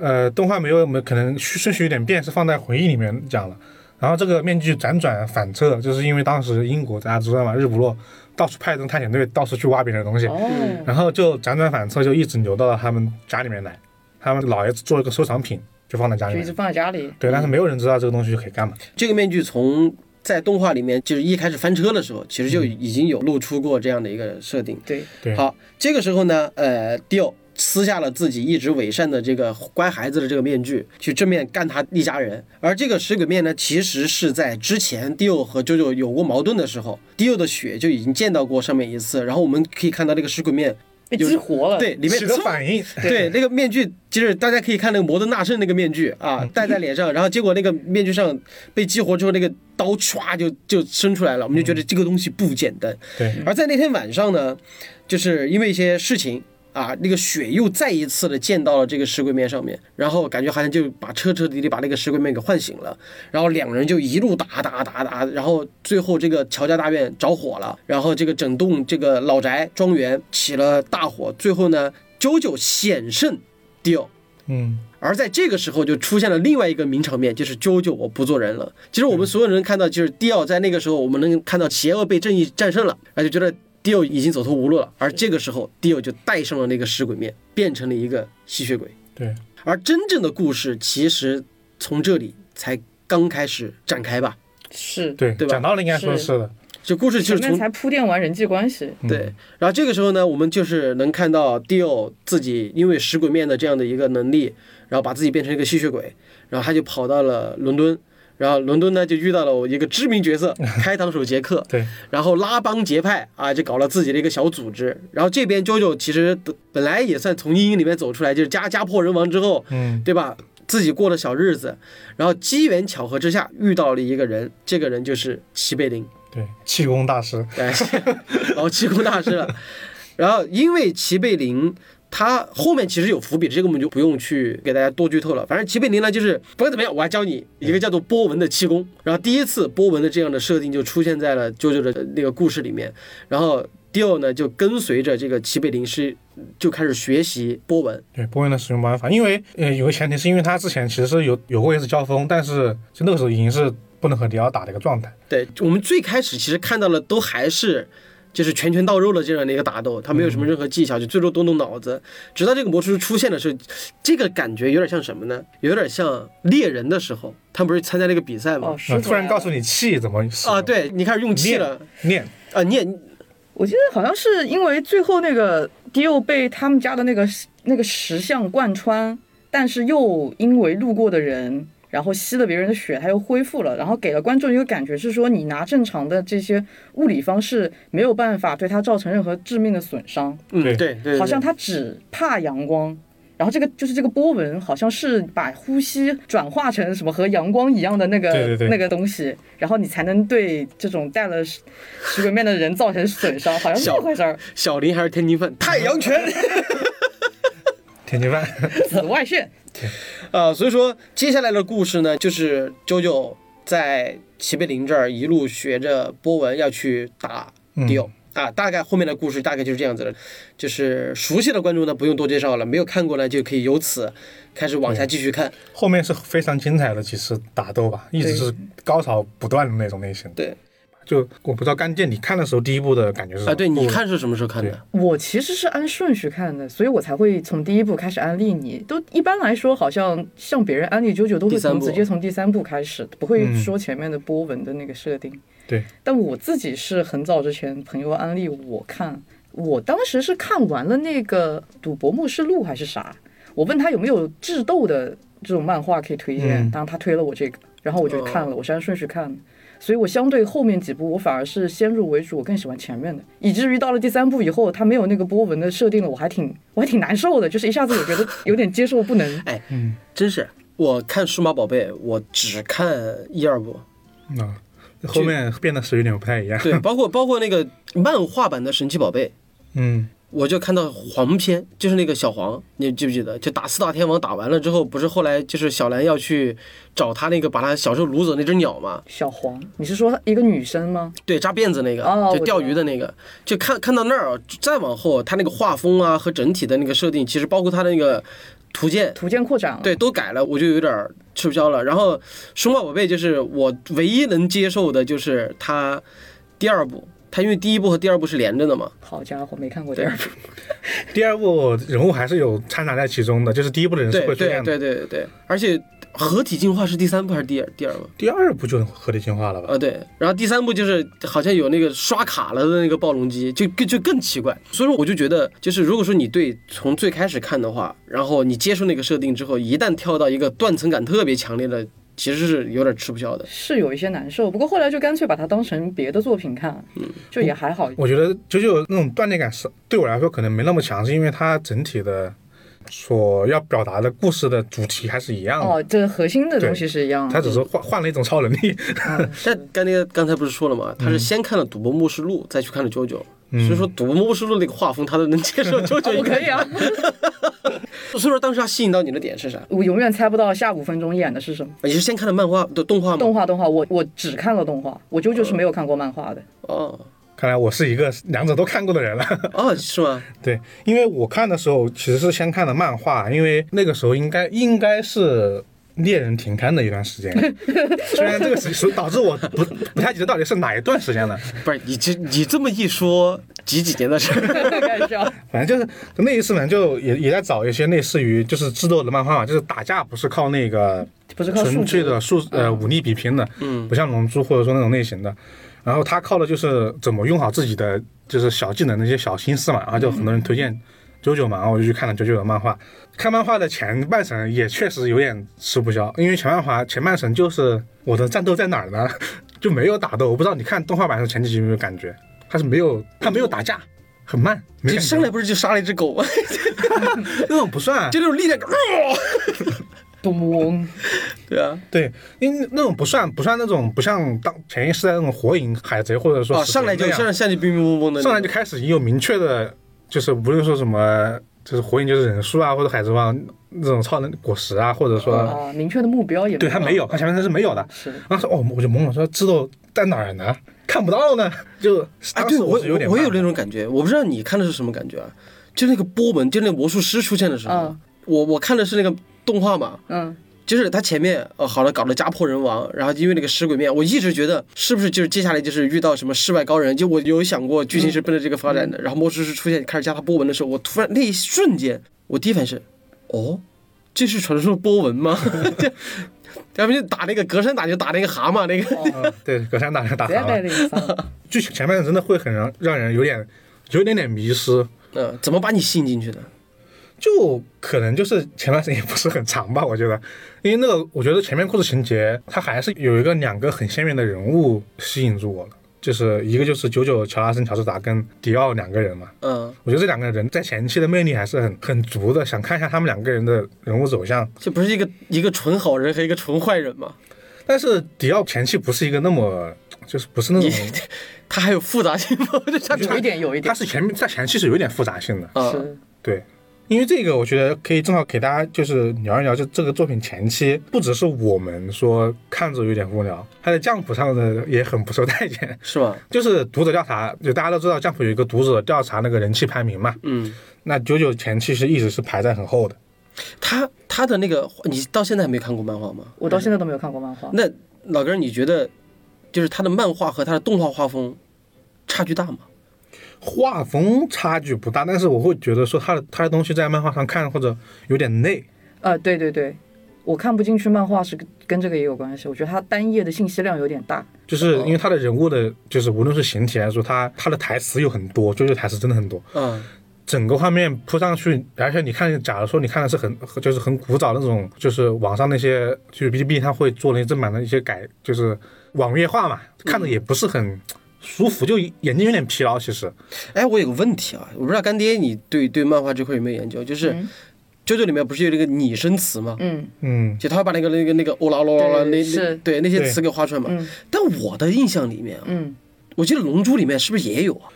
Speaker 4: 呃，动画没有，我们可能序顺序有点变，是放在回忆里面讲了。然后这个面具辗转反侧，就是因为当时英国大家知道嘛，日不落到处派这种探险队，到处去挖别人的东西，
Speaker 3: 哦，
Speaker 4: 然后就辗转反侧，就一直流到了他们家里面来。他们老爷子做一个收藏品，就放在家里
Speaker 3: 就一直
Speaker 4: 面。
Speaker 3: 放在家里。
Speaker 4: 对，但是没有人知道这个东西可以干嘛。
Speaker 2: 这个面具从在动画里面就是一开始翻车的时候，其实就已经有露出过这样的一个设定。
Speaker 3: 对，
Speaker 4: 对，
Speaker 2: 好，这个时候呢，呃，迪奥撕下了自己一直伪善的这个乖孩子的这个面具，去正面干他一家人。而这个食鬼面呢，其实是在之前迪奥和啾啾有过矛盾的时候，迪奥的血就已经见到过上面一次。然后我们可以看到这个食鬼面，
Speaker 3: 被
Speaker 2: 有
Speaker 3: 激活了。
Speaker 2: 对，里面
Speaker 4: 起的
Speaker 2: 嗖
Speaker 4: 反应，
Speaker 2: 对，那个面具就是大家可以看那个摩登纳胜那个面具
Speaker 4: 嗯
Speaker 2: 啊，戴在脸上，然后结果那个面具上被激活之后，那个刀歘就就伸出来了，我们就觉得这个东西不简单。
Speaker 4: 嗯对，
Speaker 2: 而在那天晚上呢，就是因为一些事情啊，那个血又再一次的溅到了这个石龟面上面，然后感觉好像就把彻彻底底把那个石龟面给唤醒了，然后两人就一路打打打打，然后最后这个乔家大院着火了，然后这个整栋这个老宅庄园起了大火，最后呢，九九险胜迪奥。
Speaker 4: 嗯，
Speaker 2: 而在这个时候，就出现了另外一个名场面，就是啾啾我不做人了。其实我
Speaker 3: 嗯
Speaker 2: 们所有人看到，就是迪奥在那个时候，我们能看到邪恶被正义战胜了，而且觉得迪奥已经走投无路了。而这个时候，迪奥就戴上了那个食鬼面，变成了一个吸血鬼。
Speaker 4: 对，
Speaker 2: 而真正的故事其实从这里才刚开始展开吧，
Speaker 3: 是，
Speaker 4: 对，
Speaker 2: 对吧
Speaker 4: 讲道理应该说
Speaker 3: 是
Speaker 4: 是的，
Speaker 2: 就故事就
Speaker 3: 前
Speaker 2: 是
Speaker 3: 面
Speaker 2: 从
Speaker 3: 才铺垫完人际关系。
Speaker 2: 对，然后这个时候呢，我们就是能看到 Dio 自己因为食鬼面的这样的一个能力，然后把自己变成一个吸血鬼，然后他就跑到了伦敦，然后伦敦呢就遇到了我一个知名角色开膛手杰克，
Speaker 4: 对，
Speaker 2: 然后拉帮结派啊，就搞了自己的一个小组织。然后这边 JoJo 其实得本来也算从阴影里面走出来，就是家家破人亡之后，
Speaker 4: 嗯，
Speaker 2: 对吧？自己过了小日子，然后机缘巧合之下遇到了一个人，这个人就是齐贝林。
Speaker 4: 对，气功大师，
Speaker 2: 哎，然后气功大师了。然后因为齐贝林。他后面其实有伏笔，这个我们就不用去给大家多剧透了。反正齐贝林呢，就是不管怎么样，我还教你一个叫做波纹的气功。然后第一次波纹的这样的设定就出现在了啾啾的那个故事里面。然后迪奥呢就跟随着这个齐贝林是就开始学习波纹。
Speaker 4: 对波恩的使用办法，因为呃有个前提是因为他之前其实是有有过一次交锋，但是就那个时候已经是不能和迪奥打的一个状态，
Speaker 2: 对我们最开始其实看到的都还是就是拳拳到肉的这样的一个打斗，他没有什么任何技巧，就最多动动脑子。直到这个魔术师出现的时候，这个感觉有点像什么呢？有点像猎人的时候，他们不是参加那个比赛
Speaker 3: 哦，
Speaker 2: 吗？
Speaker 3: 是
Speaker 4: 呃。突然告诉你气怎么使
Speaker 3: 哦
Speaker 4: 用
Speaker 2: 啊，，对你开始用气
Speaker 4: 练
Speaker 2: 了
Speaker 4: 练，
Speaker 2: 啊，你也
Speaker 3: 我记得好像是因为最后那个迪奥被他们家的那个那个石像贯穿，但是又因为路过的人，然后吸了别人的血，他又恢复了，然后给了观众一个感觉是说，你拿正常的这些物理方式没有办法对他造成任何致命的损伤，
Speaker 2: 嗯，对
Speaker 4: 对
Speaker 2: 对，对
Speaker 3: 好像他只怕阳光。然后这个就是这个波纹，好像是把呼吸转化成什么和阳光一样的那个
Speaker 4: 对对对
Speaker 3: 那个东西，然后你才能对这种带了石石鬼面的人造成损伤，好像是这
Speaker 2: 小
Speaker 3: 么回事儿。
Speaker 2: 小林还是天津饭太阳拳。
Speaker 4: 田鸡饭，
Speaker 3: 紫外线。
Speaker 2: 啊，所以说接下来的故事呢，就是啾啾在齐贝林这儿一路学着波纹要去打丢、啊，大概后面的故事大概就是这样子的，就是熟悉的观众呢不用多介绍了，没有看过呢就可以由此开始往下继续看。
Speaker 4: 后面是非常精彩的几次打斗吧，一直是高潮不断的那种类型。
Speaker 2: 对，
Speaker 4: 就我不知道干见你看的时候第一部的感觉是什么
Speaker 2: 啊，对，你
Speaker 4: 我
Speaker 2: 看是什么时候看的？
Speaker 3: 我其实是按顺序看的，所以我才会从第一部开始安利你。都一般来说，好像像别人安利九九都
Speaker 2: 第
Speaker 3: 会
Speaker 2: 三啊
Speaker 3: 从
Speaker 2: 部
Speaker 3: 直接从第三部开始，不会
Speaker 4: 嗯
Speaker 3: 说前面的波纹的那个设定。
Speaker 4: 对，
Speaker 3: 但我自己是很早之前朋友安利我看，我当时是看完了那个《赌博默示录》还是啥，我问他有没有智斗的这种漫画可以推荐，
Speaker 4: 嗯
Speaker 3: 当然他推了我这个，然后我就
Speaker 2: 哦
Speaker 3: 看了，我是按顺序看的。所以我相对后面几部，我反而是先入为主，我更喜欢前面的，以至于到了第三部以后，它没有那个波纹的设定了，我还挺我还挺难受的，就是一下子我觉得有点接受不能。
Speaker 2: 哎，真是我看数码宝贝，我只看一二部，
Speaker 4: 啊，后面变得是有点不太一样。
Speaker 2: 对，包括包括那个漫画版的神奇宝贝，
Speaker 4: 嗯，
Speaker 2: 我就看到黄片，就是那个小黄，你记不记得？就打四大天王打完了之后，不是后来就是小兰要去找他那个把他小时候掳走那只鸟嘛？
Speaker 3: 小黄，你是说一个女生吗？
Speaker 2: 对，扎辫子那个，
Speaker 3: 哦我
Speaker 2: 就
Speaker 3: 知道
Speaker 2: 钓鱼的那个，就看看到那儿，再往后他那个画风啊和整体的那个设定，其实包括他那个图鉴，
Speaker 3: 图鉴扩展了。
Speaker 2: 对，都改了，我就有点儿吃不消了。然后《数码宝贝》就是我唯一能接受的，就是它第二部，它因为第一部和第二部是连着的嘛，
Speaker 3: 好家伙，没看过第二部。
Speaker 4: 第二部人物还是有掺杂在其中的，就是第一部的人是
Speaker 2: 对
Speaker 4: 会出
Speaker 2: 对
Speaker 4: 现的，
Speaker 2: 对对对对，而且合体进化是第三部还是第二第二部？
Speaker 4: 第二部就合理进化了吧？
Speaker 2: 呃，对，然后第三部就是好像有那个刷卡了的那个暴龙机，就更就更奇怪。所以说，我就觉得，就是如果说你对从最开始看的话，然后你接受那个设定之后，一旦跳到一个断层感特别强烈的，其实是有点吃不消的。
Speaker 3: 是有一些难受，不过后来就干脆把它当成别的作品看，就也还好。
Speaker 4: 我觉得九九那种断裂感是对我来说可能没那么强，是因为它整体的所要表达的故事的主题还是一样的，
Speaker 3: 哦，这核心的东西是一样
Speaker 4: 它
Speaker 3: 的。
Speaker 4: 只是换换了一种超能力。
Speaker 3: 嗯
Speaker 2: 但刚才刚才不是说了吗？他
Speaker 4: 嗯
Speaker 2: 是先看了《赌博默示录》，再去看了《JoJo》，所以说《赌博默示录》那个画风他都能接 受 JoJo
Speaker 3: 我可以啊，
Speaker 2: 所以说当时他吸引到你的点是啥？
Speaker 3: 我永远猜不到下五分钟演的是什么
Speaker 2: 你是先看的漫画的动画吗？
Speaker 3: 动画。动画，我我只看了动画，我舅舅是没有看过漫画的。
Speaker 2: 哦
Speaker 4: 看来我是一个两者都看过的人了。
Speaker 2: 哦，是吗？
Speaker 4: 对，因为我看的时候其实是先看的漫画，因为那个时候应该应该是猎人停刊的一段时间，虽然这个是导致我不不太记得到底是哪一段时间了，
Speaker 2: 不是你这你这么一说，几几年的事儿？
Speaker 3: 开玩笑，
Speaker 4: 反正就是那一次，反正就也也在找一些类似于就是智斗的漫画嘛，就是打架不是靠那个
Speaker 3: 不是靠数
Speaker 4: 纯粹
Speaker 3: 据
Speaker 4: 的数呃武力比拼的，嗯，不像龙珠呃或者说那种类型的。然后他靠的就是怎么用好自己的就是小技能那些小心思嘛，然后就很多人推荐九九嘛，然后我就去看了九九的漫画。看漫画的前半程也确实有点吃不消，因为前漫画前半程就是我的战斗在哪儿呢？ 就没有打斗，我不知道你看动画版的时候前几集有没有感觉，它是没有它没有打架，很慢，没
Speaker 2: 就
Speaker 4: 感觉
Speaker 2: 上来不是就杀了一只狗吗？
Speaker 4: 那种不算，
Speaker 2: 就那种力量感，
Speaker 3: 咚，
Speaker 2: 对啊，
Speaker 4: 对，因为那种不算不算那种不像当前一世代那种火影、海贼或者说
Speaker 2: 哦，
Speaker 4: 死
Speaker 2: 上来
Speaker 4: 神
Speaker 2: 就
Speaker 4: 那样
Speaker 2: 上来下去冰冰嘣嘣的那种，
Speaker 4: 上来就开始已有明确的，就是无论说什么，就是火影就是忍术啊，或者海贼王那种超能果实啊，或者说、
Speaker 2: 哦
Speaker 3: 啊，明确的目标也
Speaker 4: 对他没
Speaker 3: 有。
Speaker 4: 有，他前面他是没有的。
Speaker 3: 是
Speaker 4: 然后说哦，我就懵了，说知道在哪儿呢？看不到呢，就
Speaker 2: 哎，
Speaker 4: 当
Speaker 2: 对
Speaker 4: 时
Speaker 2: 我
Speaker 4: 是有点
Speaker 2: 我
Speaker 4: 慢
Speaker 2: 有那种感觉，我不知道你看的是什么感觉啊？就那个波纹，就那个魔术师出现的时候，
Speaker 3: 嗯
Speaker 2: 我我看的是那个动画嘛，
Speaker 3: 嗯，
Speaker 2: 就是他前面呃好了搞了家破人亡，然后因为那个食鬼面，我一直觉得是不是就是接下来就是遇到什么世外高人，就我有想过剧情是奔着这个发展的。然后魔术师出现开始加他波纹的时候，我突然那一瞬间，我第一反应是，哦，这是传说的波纹吗？ 这要不就打那个隔山打就打那个蛤蟆那个，
Speaker 4: 嗯对，隔山打打
Speaker 3: 不要
Speaker 4: 蛤
Speaker 3: 带
Speaker 4: 蟆，
Speaker 3: 零三，
Speaker 4: 剧情前面真的会很让让人有点有一点点迷失。
Speaker 2: 嗯、怎么把你吸引进去的？
Speaker 4: 就可能就是前段时间也不是很长吧，我觉得，因为那个我觉得前面故事情节它还是有一个两个很鲜明的人物吸引住我了，就是一个就是九九乔拉森乔治达跟迪奥两个人嘛，
Speaker 2: 嗯，
Speaker 4: 我觉得这两个人在前期的魅力还是很很足的，想看一下他们两个人的人物走向。
Speaker 2: 这不是一个一个纯好人和一个纯坏人吗？
Speaker 4: 但是迪奥前期不是一个那么就是不是那种，
Speaker 2: 他还有复杂性吗？这他
Speaker 3: 有一点有一
Speaker 4: 他
Speaker 3: 点
Speaker 4: 是前面在前期是有一点复杂性的，
Speaker 2: 啊，
Speaker 3: 是
Speaker 4: 对，因为这个，我觉得可以正好给大家就是聊一聊，就这个作品前期，不只是我们说看着有点无聊，它在降谱上的也很不受待见。
Speaker 2: 是吗？
Speaker 4: 就是读者调查，就大家都知道降谱有一个读者调查那个人气排名嘛，
Speaker 2: 嗯，
Speaker 4: 那九九前期是一直是排在很后的。
Speaker 2: 他他的那个你到现在还没看过漫画吗？
Speaker 3: 我到现在都没有看过漫画。
Speaker 4: 嗯
Speaker 2: 那老根儿，你觉得就是他的漫画和他的动画画风差距大吗？
Speaker 4: 画风差距不大，但是我会觉得说他的他的东西在漫画上看或者有点累，
Speaker 3: 呃啊，对对对，我看不进去漫画是跟跟这个也有关系。我觉得它单页的信息量有点大，
Speaker 4: 就是因为他的人物的，就是无论是形体来说，他他的台词有很多，就是台词真的很多，
Speaker 2: 嗯，
Speaker 4: 整个画面铺上去，而且你看，假如说你看的是很就是很古早那种，就是网上那些就是 B T B 它会做了正版的一些改，就是网页化嘛，看着也不是很舒服，就眼睛有点疲劳。其实
Speaker 2: 哎，我有个问题啊，我不知道干爹你对对漫画这块有没有研究？就是《JoJo 里面不是有那个拟声词吗？
Speaker 3: 嗯，
Speaker 4: 嗯，
Speaker 2: 就他会把那个那个那个哦欧啦欧啦欧啦
Speaker 3: 对
Speaker 2: 那那
Speaker 3: 是
Speaker 2: 对那些
Speaker 4: 对
Speaker 2: 词给画出来嘛。但我的印象里面啊，
Speaker 3: 嗯
Speaker 2: 我记得《龙珠》里面是不是也有啊？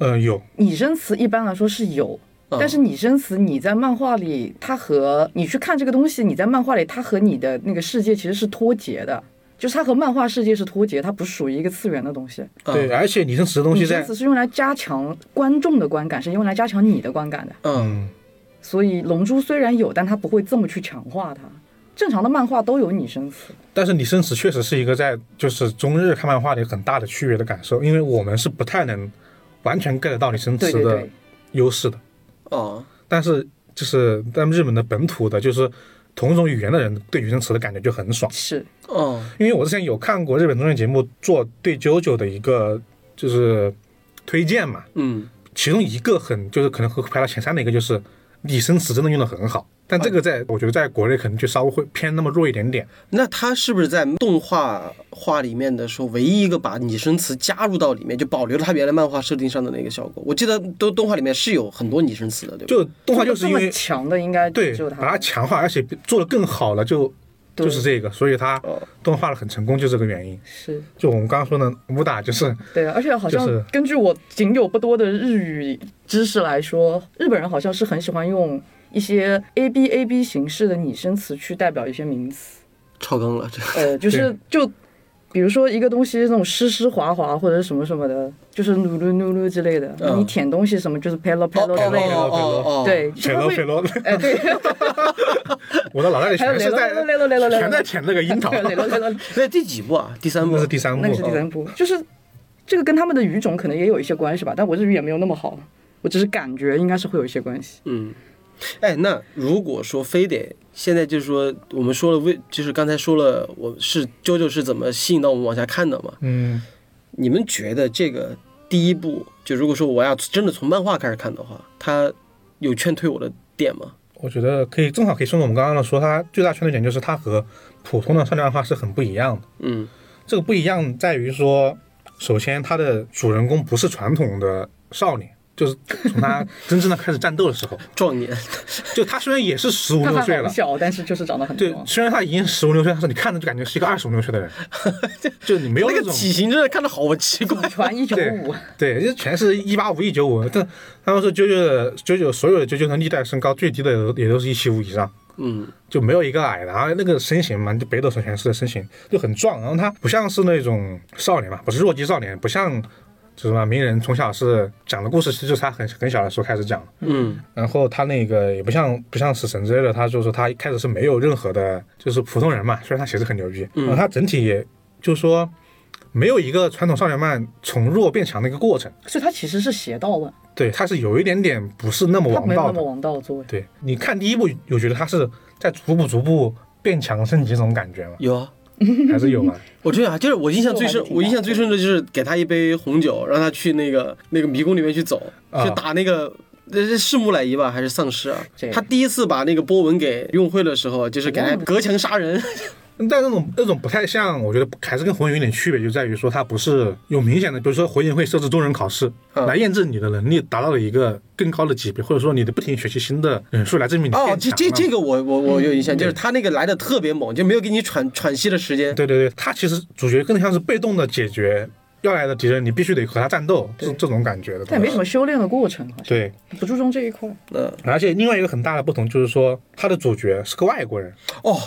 Speaker 4: 呃，有
Speaker 3: 拟声词一般来说是有，
Speaker 4: 嗯
Speaker 3: 但是拟声词你在漫画里，它和你去看这个东西，你在漫画里它和你的那个世界其实是脱节的，就是它和漫画世界是脱节，它不属于一个次元的东西。
Speaker 4: 对，而且拟声词的东
Speaker 3: 拟
Speaker 4: 西
Speaker 3: 声
Speaker 4: 在
Speaker 3: 词是用来加强观众的观感，是用来加强你的观感的。
Speaker 2: 嗯，
Speaker 3: 所以《龙珠》虽然有，但它不会这么去强化它。正常的漫画都有拟声词，
Speaker 4: 但是拟声词确实是一个在就是中日看漫画里很大的区别的感受，因为我们是不太能完全 get 到拟声
Speaker 3: 对
Speaker 4: 词
Speaker 3: 对
Speaker 4: 的
Speaker 3: 对，
Speaker 4: 优势的。
Speaker 2: 哦，
Speaker 4: 但是就是在日本的本土的，就是同一种语言的人对拟声词的感觉就很爽。
Speaker 3: 是
Speaker 2: 哦，
Speaker 4: 因为我之前有看过日本综艺节目做对 JoJo 的一个就是推荐嘛，
Speaker 2: 嗯，
Speaker 4: 其中一个很就是可能会排到前三的一个就是拟声词真的用的很好，但这个在我觉得在国内可能就稍微会偏那么弱一点点。
Speaker 2: 那他是不是在动画画里面的时候，唯一一个把拟声词加入到里面，就保留了他原来漫画设定上的那个效果？我记得都动画里面是有很多拟声词的，对吧？
Speaker 4: 就动画就是
Speaker 3: 这
Speaker 4: 因
Speaker 3: 么
Speaker 4: 为
Speaker 3: 强的应该
Speaker 4: 对
Speaker 3: 就
Speaker 4: 把它
Speaker 3: 它，
Speaker 4: 强化，而且做得更好了，就
Speaker 3: 对
Speaker 4: 就是这个，所以它
Speaker 2: 哦
Speaker 4: 动画的很成功，就这个原因。
Speaker 3: 是
Speaker 4: 就我们刚刚说的武打就是
Speaker 3: 对啊，而且好像
Speaker 4: 就是
Speaker 3: 根据我仅有不多的日语知识来说，日本人好像是很喜欢用一些 A B A B 形式的拟声词去代表一些名词，
Speaker 2: 超纲了，这个
Speaker 3: 呃，就是就比如说一个东西那种湿湿滑滑或者什么什么的，就是努噜努噜之类的，
Speaker 2: 嗯
Speaker 3: 你舔东西什么就是 pelo pelo 之类的，
Speaker 4: 哦
Speaker 2: 哦
Speaker 3: 对，，
Speaker 4: 水
Speaker 3: 就它
Speaker 4: 罗
Speaker 3: 会
Speaker 4: 水罗，
Speaker 3: 哎对，
Speaker 4: 我的脑袋里
Speaker 3: 还有
Speaker 4: 全是在
Speaker 3: 雷罗雷罗雷罗雷罗
Speaker 4: 全在舔那个樱桃，
Speaker 3: 雷罗雷罗。
Speaker 2: 那第几部啊？第三部
Speaker 4: 那是第三部
Speaker 3: 那个是第三部，
Speaker 4: 哦
Speaker 3: 就是这个跟他们的语种可能也有一些关系吧，但我日语也没有那么好，我只是感觉应该是会有一些关系。
Speaker 2: 嗯，哎，那如果说非得现在就是说，我们说了为就是刚才说了，我是 JoJo 是怎么吸引到我们往下看的嘛？
Speaker 4: 嗯。
Speaker 2: 你们觉得这个第一部，就如果说我要真的从漫画开始看的话，它有劝退我的点吗？
Speaker 4: 我觉得可以，正好可以顺着我们刚刚的说，它最大圈的点就是它和普通的少年漫画是很不一样的。
Speaker 2: 嗯
Speaker 4: 这个不一样在于说，首先它的主人公不是传统的少年，就是从他真正的开始战斗的时候，，
Speaker 2: 壮年，
Speaker 4: 就他虽然也是十五
Speaker 3: 他
Speaker 4: 六
Speaker 3: 还
Speaker 4: 岁
Speaker 3: 好
Speaker 4: 了，
Speaker 3: 小，但是就是长得很
Speaker 4: 对，
Speaker 3: 壮。
Speaker 4: 虽然他已经十五六岁，但是你看着就感觉是一个二十五六岁的人，就 你没有
Speaker 2: 那个
Speaker 4: 种
Speaker 2: 体型真的看着好奇怪。
Speaker 3: 传一九五，
Speaker 4: 对，就全是一八五一九五，但他们说九九的九九所有的九九的历代身高最低的也都也都是一七五以上。
Speaker 2: 嗯
Speaker 4: 就没有一个矮的，然后那个身形嘛，就北斗神拳式的身形就很壮，然后他不像是那种少年嘛，不是弱鸡少年，不像就是什么鸣人从小是讲的故事，其实就是他很很小的时候开始讲，
Speaker 2: 嗯
Speaker 4: 然后他那个也不像不像死神之类的，他就是他一开始是没有任何的，就是普通人嘛，虽然他写的很牛逼，然后他整体也就是说没有一个传统少年漫从弱变强的一个过程，
Speaker 3: 所以他其实是邪道的，
Speaker 4: 对，他是有一点点不是那么
Speaker 3: 他
Speaker 4: 王
Speaker 3: 没有
Speaker 4: 道
Speaker 3: 那
Speaker 4: 的
Speaker 3: 么，王道作为。
Speaker 4: 对，你看第一部有觉得他是在逐步逐步变强升级这种感觉 吗？
Speaker 2: 有啊，
Speaker 4: 还是有吗？
Speaker 2: 我这啊，就是我印象最深，我印象最深的就是给他一杯红酒，让他去那个那个迷宫里面去走，
Speaker 4: 啊
Speaker 2: 去打那个。那是是木乃伊吧，还是丧尸啊
Speaker 3: 这？
Speaker 2: 他第一次把那个哦波纹给用会的时候，就是给他隔墙杀人。
Speaker 4: 但那种那种不太像，我觉得还是跟火影有点区别，就在于说它不是有明显的，比如说火影会设置中忍考试、
Speaker 2: 嗯
Speaker 4: 来验证你的能力达到了一个更高的级别，或者说你的不停学习新的忍术来证明 你
Speaker 2: 哦
Speaker 4: 变，
Speaker 2: 这
Speaker 4: 强
Speaker 2: 这
Speaker 4: 了
Speaker 2: 这个我我我有印象，就是他那个来的特别猛，就没有给你喘喘息的时间。
Speaker 4: 对对对，他其实主角更像是被动的解决要来的敌人，你必须得和他战斗，这这种感觉的东西。
Speaker 3: 但也没什么修炼的过程，好像
Speaker 4: 对，
Speaker 3: 不注重这一块。
Speaker 2: 嗯，
Speaker 4: 而且另外一个很大的不同就是说，他的主角是个外国人，
Speaker 2: 哦，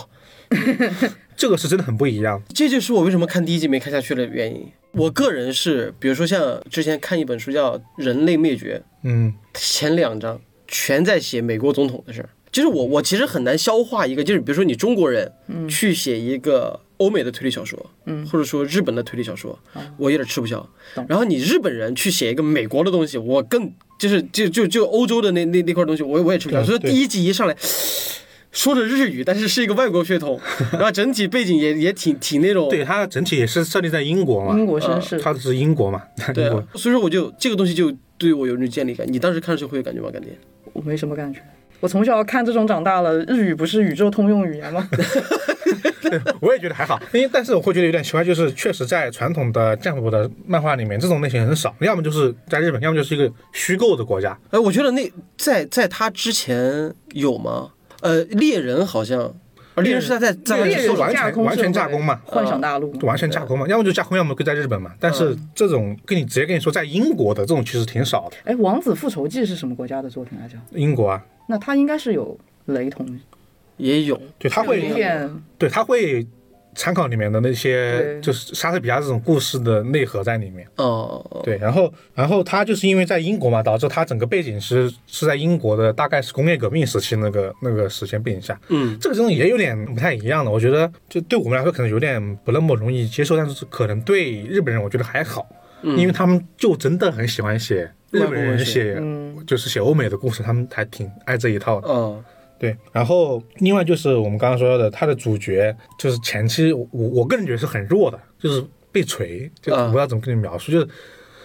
Speaker 4: 这个是真的很不一样。
Speaker 2: 这就是我为什么看第一季没看下去的原因。我个人是，比如说像之前看一本书叫《人类灭绝》，
Speaker 4: 嗯，
Speaker 2: 前两章全在写美国总统的事儿。就是我我其实很难消化一个，就是比如说你中国人
Speaker 4: 嗯
Speaker 2: 去写一个欧美的推理小说，嗯，或者说日本的推理小说，
Speaker 4: 哦
Speaker 2: 我有点吃不消。然后你日本人去写一个美国的东西，我更就是就就就欧洲的那那那块东西，我我也吃不消。
Speaker 4: 对
Speaker 2: 所以第一集一上来，说着日语，但是是一个外国血 统，然后整体背景也也挺挺那种
Speaker 4: 对，它整体也是设立在英国嘛，
Speaker 3: 英国绅士，
Speaker 4: 它是英国嘛，
Speaker 2: 对
Speaker 4: 英
Speaker 2: 啊
Speaker 4: 国。
Speaker 2: 所以说我就这个东西就对我有那种建立感。你当时看的时候会有感觉吗？感觉？
Speaker 3: 我没什么感觉。我从小看这种长大了，日语不是宇宙通用语言吗？
Speaker 4: 我也觉得还好，因为但是我会觉得有点奇怪，就是确实在传统的战斧的漫画里面，这种类型很少，要么就是在日本，要么就是一个虚构的国家。
Speaker 2: 哎，我觉得那在在他之前有吗？呃，猎人好像，
Speaker 3: 哦
Speaker 2: 啊猎人是他在在
Speaker 3: 猎
Speaker 4: 是
Speaker 3: 人
Speaker 4: 完
Speaker 3: 架
Speaker 4: 全
Speaker 3: 空
Speaker 4: 完全
Speaker 3: 社
Speaker 4: 架
Speaker 3: 会
Speaker 4: 空嘛，嗯
Speaker 3: 幻想大陆嘛，
Speaker 4: 完全架空嘛，要么就架空，要么就在日本嘛。但是这种跟你直接跟你说在英国的这种其实挺少的，
Speaker 3: 哎，《王子复仇记》是什么国家的作品来着？
Speaker 4: 英国啊，
Speaker 3: 那它应该是有雷同，
Speaker 2: 也有，
Speaker 4: 对，他
Speaker 3: 有一
Speaker 4: 会
Speaker 3: 点
Speaker 4: 对他会参考里面的那些
Speaker 3: 对
Speaker 4: 就是莎士比亚这种故事的内核在里面。
Speaker 2: 哦、
Speaker 4: 对，然后然后他就是因为在英国嘛，导致他整个背景是是在英国的，大概是工业革命时期那个那个时间背景下，
Speaker 2: 嗯，
Speaker 4: 这个东西也有点不太一样了。我觉得就对我们来说可能有点不那么容易接受，但是可能对日本人我觉得还好，因为他们就真的很喜欢写日本人写，就是写欧美的故事，他们还挺爱这一套的。
Speaker 2: 哦、
Speaker 4: 对，然后另外就是我们刚刚说到的，他的主角就是前期我我我个人觉得是很弱的，就是被锤，就
Speaker 2: 啊
Speaker 4: 我不知道怎么跟你描述，就是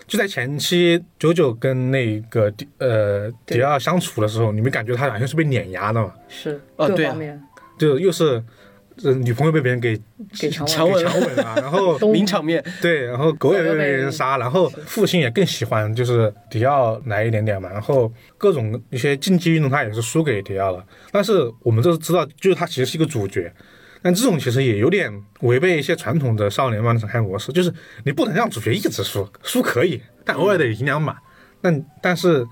Speaker 4: 就在前期九九跟那个迪呃
Speaker 3: 对
Speaker 4: 迪奥相处的时候，你们感觉他好像是被碾压的嘛，
Speaker 3: 是
Speaker 4: 哦
Speaker 2: 啊
Speaker 3: 各
Speaker 2: 对啊
Speaker 3: 方面
Speaker 4: 就又是。呃，女朋友被别人给
Speaker 3: 给强
Speaker 2: 强
Speaker 4: 给
Speaker 2: 吻
Speaker 4: 强吻 了，然后
Speaker 3: 东
Speaker 2: 名场面，
Speaker 4: 对，然后狗也被
Speaker 3: 狗也被
Speaker 4: 人杀，然后父亲也更喜欢就是迪奥来一点点嘛，然后各种一些竞技运动他也是输给迪奥了，但是我们这是知道，就是他其实是一个主角。但这种其实也有点违背一些传统的少年漫的展开模式，就是你不能让主角一直输，输可以，但偶尔得赢两把。但但是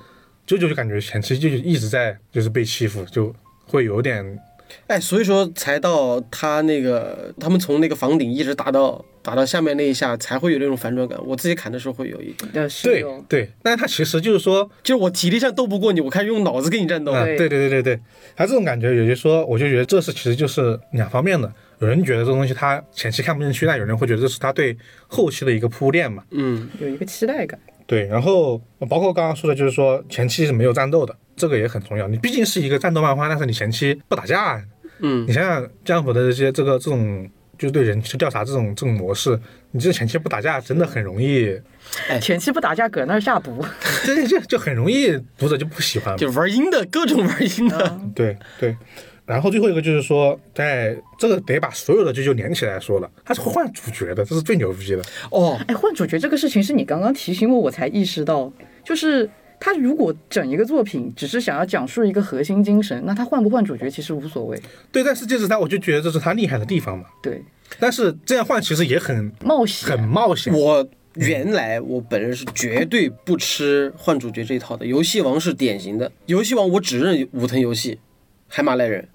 Speaker 4: 九九就感觉前期就一直在就是被欺负，就会有点
Speaker 2: 哎，所以说才到他那个，他们从那个房顶一直打到打到下面那一下，才会有那种反转感。我自己砍的时候会有一点，
Speaker 3: 的是
Speaker 4: 对
Speaker 3: 有
Speaker 4: 对。但是他其实就是说，
Speaker 2: 就是我体力上斗不过你，我开始用脑子跟你战斗。
Speaker 4: 嗯，
Speaker 3: 对
Speaker 4: 对对对对对，他这种感觉，也就是说，我就觉得这是其实就是两方面的。有人觉得这东西他前期看不进去，但有人会觉得这是他对后期的一个铺垫嘛。
Speaker 2: 嗯，
Speaker 3: 有一个期待感，
Speaker 4: 对，然后包括刚刚说的，就是说前期是没有战斗的，这个也很重要。你毕竟是一个战斗漫画，但是你前期不打架，啊
Speaker 2: 嗯，
Speaker 4: 你想想江湖的这些这个这种。就是对人去调查这种这种模式，你这前期不打架真的很容易，
Speaker 2: 哎
Speaker 3: 前期不打架搁那儿下毒，
Speaker 4: 这就就很容易读者就不喜欢嘛。
Speaker 2: 就玩阴的各种玩阴的。
Speaker 3: 啊
Speaker 4: 对对，然后最后一个就是说，在这个得把所有的就就连起来说了，他是换主角的，这是最牛逼的。
Speaker 2: 哦，
Speaker 3: 哎，换主角这个事情是你刚刚提醒我，我才意识到，就是他如果整一个作品只是想要讲述一个核心精神，那他换不换主角其实无所谓。
Speaker 4: 对，但是这是他，我就觉得这是他厉害的地方嘛。
Speaker 3: 对，
Speaker 4: 但是这样换其实也很
Speaker 3: 冒险
Speaker 4: 很冒险。
Speaker 2: 我原来我本人是绝对不吃换主角这一套的，游戏王是典型的。游戏王我只认武藤游戏，海马赖人。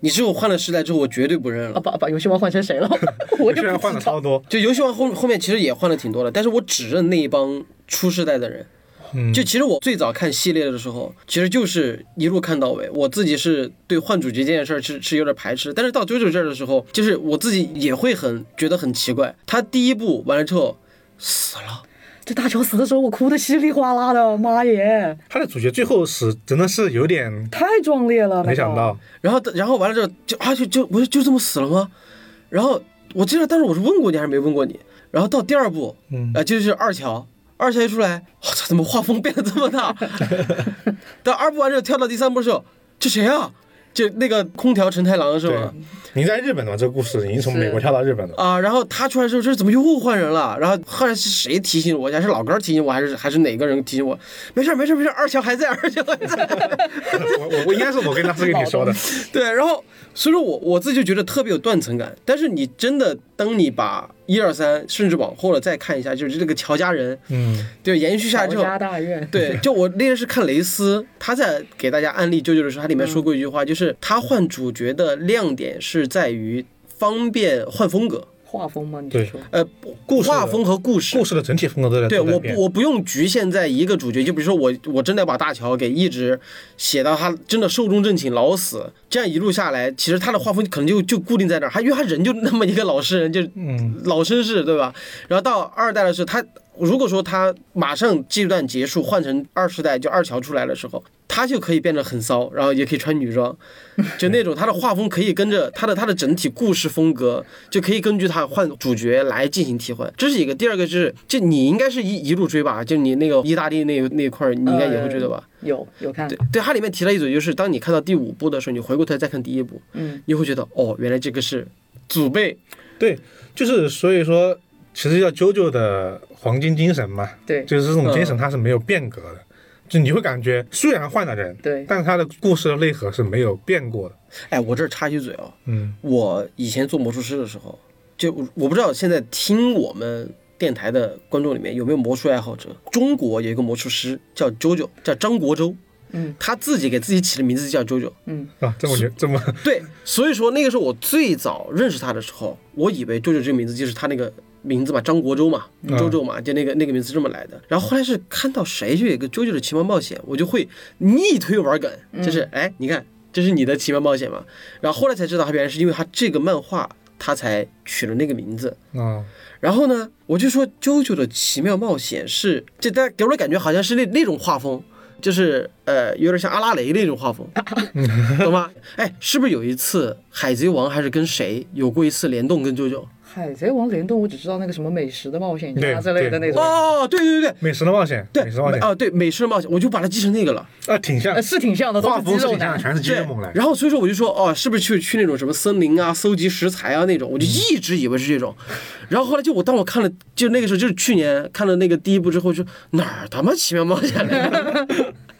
Speaker 2: 你只有换了时代之后，我绝对不认
Speaker 3: 啊，
Speaker 2: 了。
Speaker 3: 把把游戏王换成谁 了？ 我
Speaker 4: 我
Speaker 3: 就
Speaker 4: 居
Speaker 3: 不
Speaker 4: 然
Speaker 3: 知
Speaker 4: 换了
Speaker 3: 道
Speaker 4: 超多，
Speaker 2: 就游戏王后后面其实也换了挺多的，但是我只认那一帮初世代的人。
Speaker 4: 嗯，
Speaker 2: 就其实我最早看系列的时候，其实就是一路看到尾。我自己是对换主角这件事儿是是有点排斥，但是到九九这儿的时候，就是我自己也会很觉得很奇怪。他第一部完了之后死了，
Speaker 3: 这大乔死的时候，我哭的稀里哗啦的，妈耶，
Speaker 4: 他的主角最后死真的是有点
Speaker 3: 太壮烈了！
Speaker 4: 没想
Speaker 3: 那
Speaker 4: 到
Speaker 3: 个，，
Speaker 2: 然后然后完了之后就啊就就我就就这么死了吗？然后我记得当时我是问过你还是没问过你？然后到第二部，
Speaker 4: 嗯
Speaker 2: 啊、就是二乔，二乔一出来，我操，怎么画风变得这么 大？到二部完之后跳到第三部的时候，这谁啊？就那个空调陈太郎是
Speaker 4: 对
Speaker 2: 吧？，
Speaker 4: 您在日本的嘛，这个故事已经从
Speaker 3: 是
Speaker 4: 美国跳到日本 了。
Speaker 2: 啊，然后他出来之后，这怎么又换人了？然后后来是谁提醒我？还是老根儿提醒我，还是还是哪个人提醒我？没事儿没事儿没事儿，二乔还在，二乔还在。
Speaker 4: 我我我应该是我跟他是跟你说的，
Speaker 2: 对，然后所以说我我自己就觉得特别有断层感。但是你真的，当你把一二三，甚至往后了再看一下，就是这个乔家人，
Speaker 4: 嗯，
Speaker 2: 对，延续下来之
Speaker 3: 乔
Speaker 2: 后，
Speaker 3: 家大院，
Speaker 2: 对，就我那天是看雷斯，他在给大家案例舅舅的时候，他里面说过一句话，就是他换主角的亮点是在于方便换风格，
Speaker 3: 画风吗？你
Speaker 4: 对
Speaker 3: 是说
Speaker 2: 呃，
Speaker 4: 故事的
Speaker 2: 画风和故事
Speaker 4: 故。事的整体风格都在
Speaker 2: 对，
Speaker 4: 都在
Speaker 2: 我
Speaker 4: 变
Speaker 2: 不我不用局限在一个主角，就比如说我我真的要把大乔给一直写到他真的寿终正寝老死，这样一路下来，其实他的画风可能就就固定在那儿，他因为他人就那么一个老实人，就
Speaker 4: 嗯
Speaker 2: 老绅士对吧？然后到二代的时候，他如果说他马上这段结束换成二世代就二乔出来的时候，他就可以变得很骚，然后也可以穿女装，就那种他的画风可以跟着他的他的整体故事风格，就可以根据他换主角来进行替换。这是一个，第二个就是，就你应该是一一路追吧，就你那个意大利那那一块儿，你应该也会追的吧？
Speaker 3: 有有看，
Speaker 2: 对，它里面提了一嘴，就是当你看到第五部的时候，你回过头再看第一部，
Speaker 3: 嗯，
Speaker 2: 你会觉得哦，原来这个是祖辈，
Speaker 4: 对，就是所以说，其实叫 JoJo 的黄金精神嘛，
Speaker 3: 对嗯
Speaker 4: 就是这种精神它是没有变革的，就你会感觉虽然换了人，
Speaker 3: 对
Speaker 4: 但是它的故事的内核是没有变过的。
Speaker 2: 哎，我这儿插一句嘴哦，
Speaker 4: 嗯，
Speaker 2: 我以前做魔术师的时候，就我我不知道现在听我们电台的观众里面有没有魔术爱好者。中国有一个魔术师叫 JoJo，叫张国周，
Speaker 3: 嗯，
Speaker 2: 他自己给自己起的名字叫 JoJo。
Speaker 3: 嗯，
Speaker 4: 啊，这么觉 这么
Speaker 2: 对，所以说那个时候我最早认识他的时候，我以为 JoJo 这个名字就是他那个名字嘛，张国周嘛，JoJo 嘛，就那个那个名字这么来的。然后后来是看到谁就有一个 JoJo 的奇妙冒险，我就会逆推玩梗，就是哎，你看这是你的奇妙冒险嘛。然后后来才知道，他原来是因为他这个漫画，他才取了那个名字。
Speaker 4: 啊，
Speaker 2: 然后呢，我就说《JoJo 的奇妙冒险》是，这大家给我的感觉好像是那那种画风，就是呃，有点像阿拉蕾那种画风， 懂吗？哎，是不是有一次《海贼王》还是跟谁有过一次联动跟 JoJo？
Speaker 3: 海贼王联动我只知道那个什么美食的冒险
Speaker 4: 对
Speaker 3: 家之类的那种，
Speaker 2: 哦，对对对
Speaker 4: 美食的冒险，
Speaker 2: 对
Speaker 4: 美
Speaker 2: 对，
Speaker 4: 食的冒
Speaker 2: 美
Speaker 4: 险
Speaker 2: 啊，对美式的冒险，我就把它记成那个了。
Speaker 4: 啊，挺像
Speaker 3: 哦呃，，是挺像的，都
Speaker 4: 画
Speaker 3: 是肌
Speaker 4: 风是
Speaker 3: 肉
Speaker 4: 挺像，
Speaker 3: 男，
Speaker 4: 全是肌
Speaker 2: 对
Speaker 4: 肉猛，男。
Speaker 2: 然后所以说我就说，哦，是不是去去那种什么森林啊，搜集食材啊那种？我就一直以为是这种。 然后后来就我当我看了，就那个时候就是去年看了那个第一部之后，就哪儿他妈奇妙冒险来了？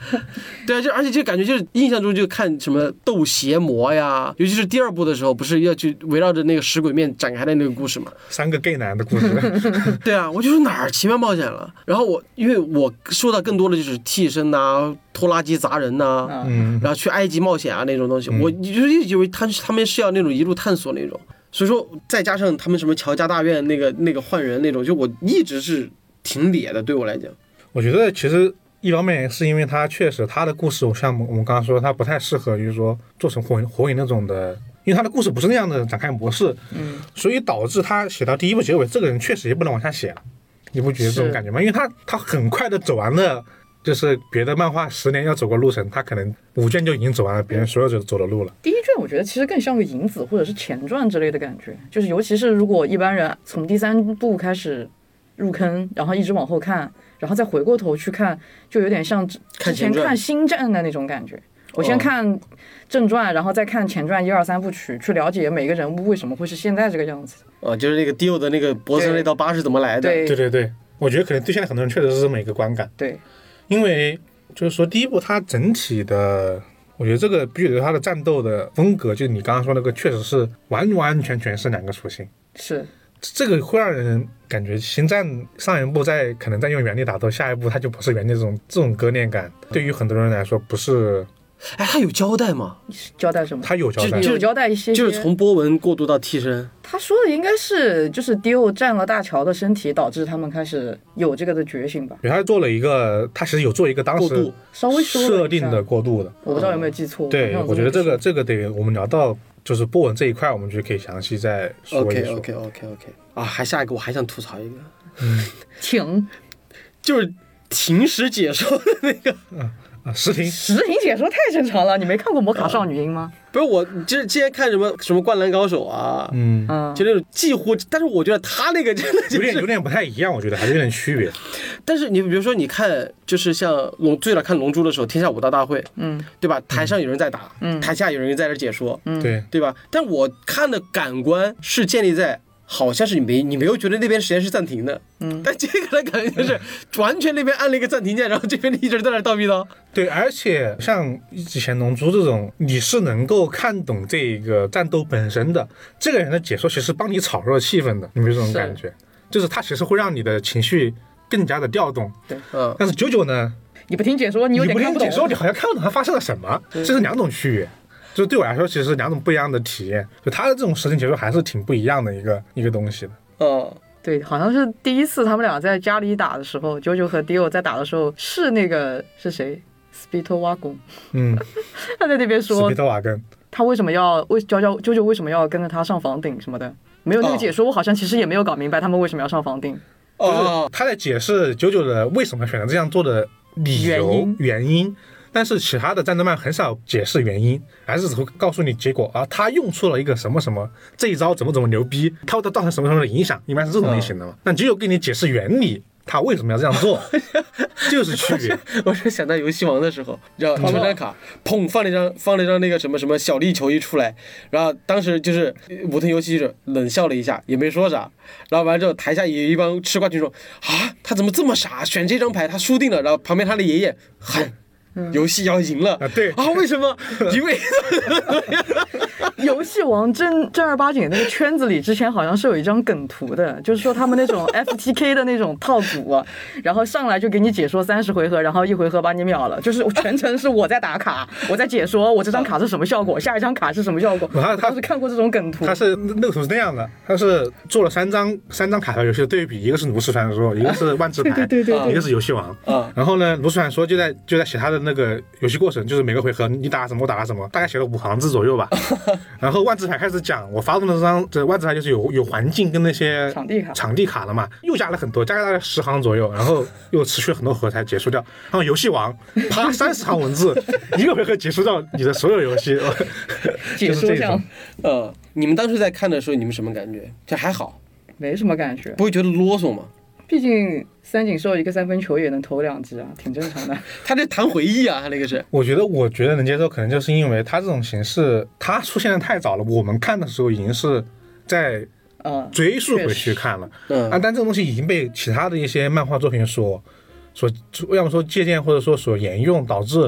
Speaker 2: 对啊，就而且就感觉就是印象中就看什么斗邪魔呀，尤其是第二部的时候，不是要去围绕着那个食鬼面展开的那个故事嘛？
Speaker 4: 三个 gay 男 的故事，
Speaker 2: 对啊，我就说哪儿奇妙冒险了。然后我因为我受到更多的就是替身呐、拖拉机砸人呐、
Speaker 4: 嗯，
Speaker 2: 然后去埃及冒险啊那种东西，我就是一直以为他他们是要那种一路探索那种，所以说再加上他们什么乔家大院那个那个换人那种，就我一直是挺瘪的，对我来讲，
Speaker 4: 我觉得其实一方面是因为它确实它的故事，我像我们刚刚说，它不太适合于说做成火影火影那种的，因为它的故事不是那样的展开模式，嗯，所以导致他写到第一部结尾，这个人确实也不能往下写了，你不觉得这种
Speaker 3: 是
Speaker 4: 感觉吗？因为他他很快的走完了。就是别的漫画十年要走过路程，他可能五卷就已经走完了别人所有走走的路了。
Speaker 3: 第一卷我觉得其实更像个引子或者是前传之类的感觉，就是尤其是如果一般人从第三部开始入坑，然后一直往后看，然后再回过头去看，就有点像之
Speaker 2: 看
Speaker 3: 之
Speaker 2: 前
Speaker 3: 前
Speaker 2: 传
Speaker 3: 看星战的那种感觉。我先看正传，然后再看前传一二三部曲，去了解每个人物为什么会是现在这个样子。
Speaker 2: 啊，就是那个 Dio 的那个脖子上那道疤是怎么来的？
Speaker 3: 对
Speaker 4: 对对对，我觉得可能对现在很多人确实是这么一个观感。
Speaker 3: 对，
Speaker 4: 因为就是说，第一部它整体的，我觉得这个必须得说它的战斗的风格，就是你刚刚说那个，确实是完完全全是两个属性。
Speaker 3: 是
Speaker 4: 这个会让人感觉星战上一部在可能在用原力打斗，下一步它就不是原力这种这种割裂感。对于很多人来说，不是
Speaker 2: 哎，他有交代吗？
Speaker 3: 交代什么？
Speaker 4: 它有交代
Speaker 2: 就，
Speaker 3: 有交代一些些，
Speaker 2: 就是从波纹过渡到替身，
Speaker 3: 他说的应该是就是 Dio 占了大乔的身体，导致他们开始有这个的觉醒吧，
Speaker 4: 比如它做了一个，它其实有做一个当
Speaker 2: 过
Speaker 4: 时
Speaker 2: 渡
Speaker 3: 稍微说了一下
Speaker 4: 设定的，过渡的。
Speaker 3: 我不知道有没有记错。
Speaker 4: 对，
Speaker 3: 好像有
Speaker 4: 我觉得这
Speaker 3: 么
Speaker 4: 个这个得我们聊到就是波纹这一块，我们就可以详细再说一
Speaker 2: OK
Speaker 4: 说。
Speaker 2: OK OK OK 啊，还下一个我还想吐槽一个，
Speaker 3: 停
Speaker 2: 就是停食解说的那个。
Speaker 4: 啊，石婷，
Speaker 3: 石婷解说太正常了，你没看过《
Speaker 4: 嗯
Speaker 3: 魔卡少女樱》吗？
Speaker 2: 不是我，就是之前看什么什么《灌篮高手》啊，
Speaker 4: 嗯，
Speaker 3: 嗯
Speaker 2: 就，那种几乎，但是我觉得他那个真的
Speaker 4: 有
Speaker 2: 就
Speaker 4: 点
Speaker 2: 是
Speaker 4: 有点不太一样，我觉得还是有点区别。
Speaker 2: 但是你比如说，你看，就是像龙最早看《龙珠》的时候，天下武道大会，
Speaker 3: 嗯，
Speaker 2: 对吧？台上有人在打，台下有人在那解说，
Speaker 4: 对，
Speaker 2: 对吧？但我看的感官是建立在。好像是你没你没有觉得那边时间是暂停的，嗯，但这个的感觉就是完全那边按了一个暂停键，然后这边一直在那儿叨逼叨，
Speaker 4: 对，而且像以前龙珠这种，你是能够看懂这个战斗本身的，这个人的解说其实帮你炒热气氛的，有没有这种
Speaker 3: 是
Speaker 4: 感觉？就是他其实会让你的情绪更加的调动。
Speaker 2: 嗯，
Speaker 4: 但是九九呢，
Speaker 3: 你不听解说，你有
Speaker 4: 你
Speaker 3: 点
Speaker 4: 不
Speaker 3: 看
Speaker 4: 听
Speaker 3: 懂。
Speaker 4: 解说，你好像看不懂它发生了什么，这是两种区别。就是对我来说，其实是两种不一样的体验。就他的这种实景解说还是挺不一样的一个一个东西的。
Speaker 2: 哦，
Speaker 3: 对，好像是第一次他们俩在家里打的时候，九九和 Dio 在打的时候是那个是谁 s p i t o w a g o n
Speaker 4: 嗯，
Speaker 3: 他在那边
Speaker 4: 斯
Speaker 3: 说
Speaker 4: 皮特瓦根，
Speaker 3: 他为什么要为娇娇啾啾为什么要跟着他上房顶什么的，没有那
Speaker 2: 哦
Speaker 3: 个解说，我好像其实也没有搞明白他们为什么要上房顶。
Speaker 2: 哦
Speaker 3: 哦
Speaker 4: 就是他在解释九九的为什么选择这样做的理由
Speaker 3: 原因
Speaker 4: 原因。但是其他的战斗漫很少解释原因，而是只会告诉你结果啊，他用出了一个什么什么，这一招怎么怎么牛逼，他会造成什么什么的影响，一般是这种类型
Speaker 3: 嗯
Speaker 4: 的嘛。但只有给你解释原理，他为什么要这样做， 就是区别。
Speaker 2: 我是想到游戏王的时候，你知道存档卡，砰放了一张放了一张那个什么什么小丽球衣出来，然后当时就是呃武藤游戏者冷笑了一下，也没说啥，然后完了之后台下有一帮吃瓜群众啊，他怎么这么傻，选这张牌他输定了，然后旁边他的爷爷 喊。游戏要赢了
Speaker 4: 啊对
Speaker 2: 嗯啊，为什 么？因为
Speaker 3: 游戏王正正儿八经那个圈子里，之前好像是有一张梗图的，就是说他们那种 FTK 的那种套组啊，然后上来就给你解说三十回合，然后一回合把你秒了，就是全程是我在打卡，我在解说我这张卡是什么效果，下一张卡是什么效果。
Speaker 4: 然后
Speaker 3: 我
Speaker 4: 他
Speaker 3: 当时看过这种梗图
Speaker 4: 他，是那个图是那样的，他是做了三张三张卡牌游戏的对比，一个是炉石传说，一个是万智牌，
Speaker 3: 对对对对对嗯
Speaker 4: 一个是游戏王。
Speaker 2: 啊
Speaker 4: 然后呢，炉石传说就在就在写他的那个游戏过程，就是每个回合你打什么我打什么，大概写了五行字左 右吧。然后万智牌开始讲我发动的这张这万智牌就是有有环境跟那些
Speaker 3: 场地卡
Speaker 4: 场地卡了嘛，又加了很多，加了大概十行左右，然后又持续了很多回合才结束掉。然后游戏王 啪三十行文字，一个回合结束掉你的所有游戏，
Speaker 3: 解
Speaker 4: 就是
Speaker 3: 说
Speaker 4: 这
Speaker 3: 这样
Speaker 4: 种
Speaker 2: 呃，你们当时在看的时候，你们什么感觉？就还好，
Speaker 3: 没什么感觉，
Speaker 2: 不会觉得啰嗦吗？
Speaker 3: 毕竟三井寿一个三分球也能投两支啊，挺正 常的。
Speaker 2: 他这谈回忆啊，他那个是
Speaker 4: 我觉得，我觉得能接受，可能就是因为它这种形式，它出现的太早了。我们看的时候已经是在
Speaker 3: 嗯，
Speaker 4: 追溯
Speaker 3: 确
Speaker 4: 回
Speaker 3: 实
Speaker 4: 去看了，
Speaker 2: 嗯
Speaker 4: 啊，但这个东西已经被其他的一些漫画作品所所，要么说借鉴，或者说所沿用，导致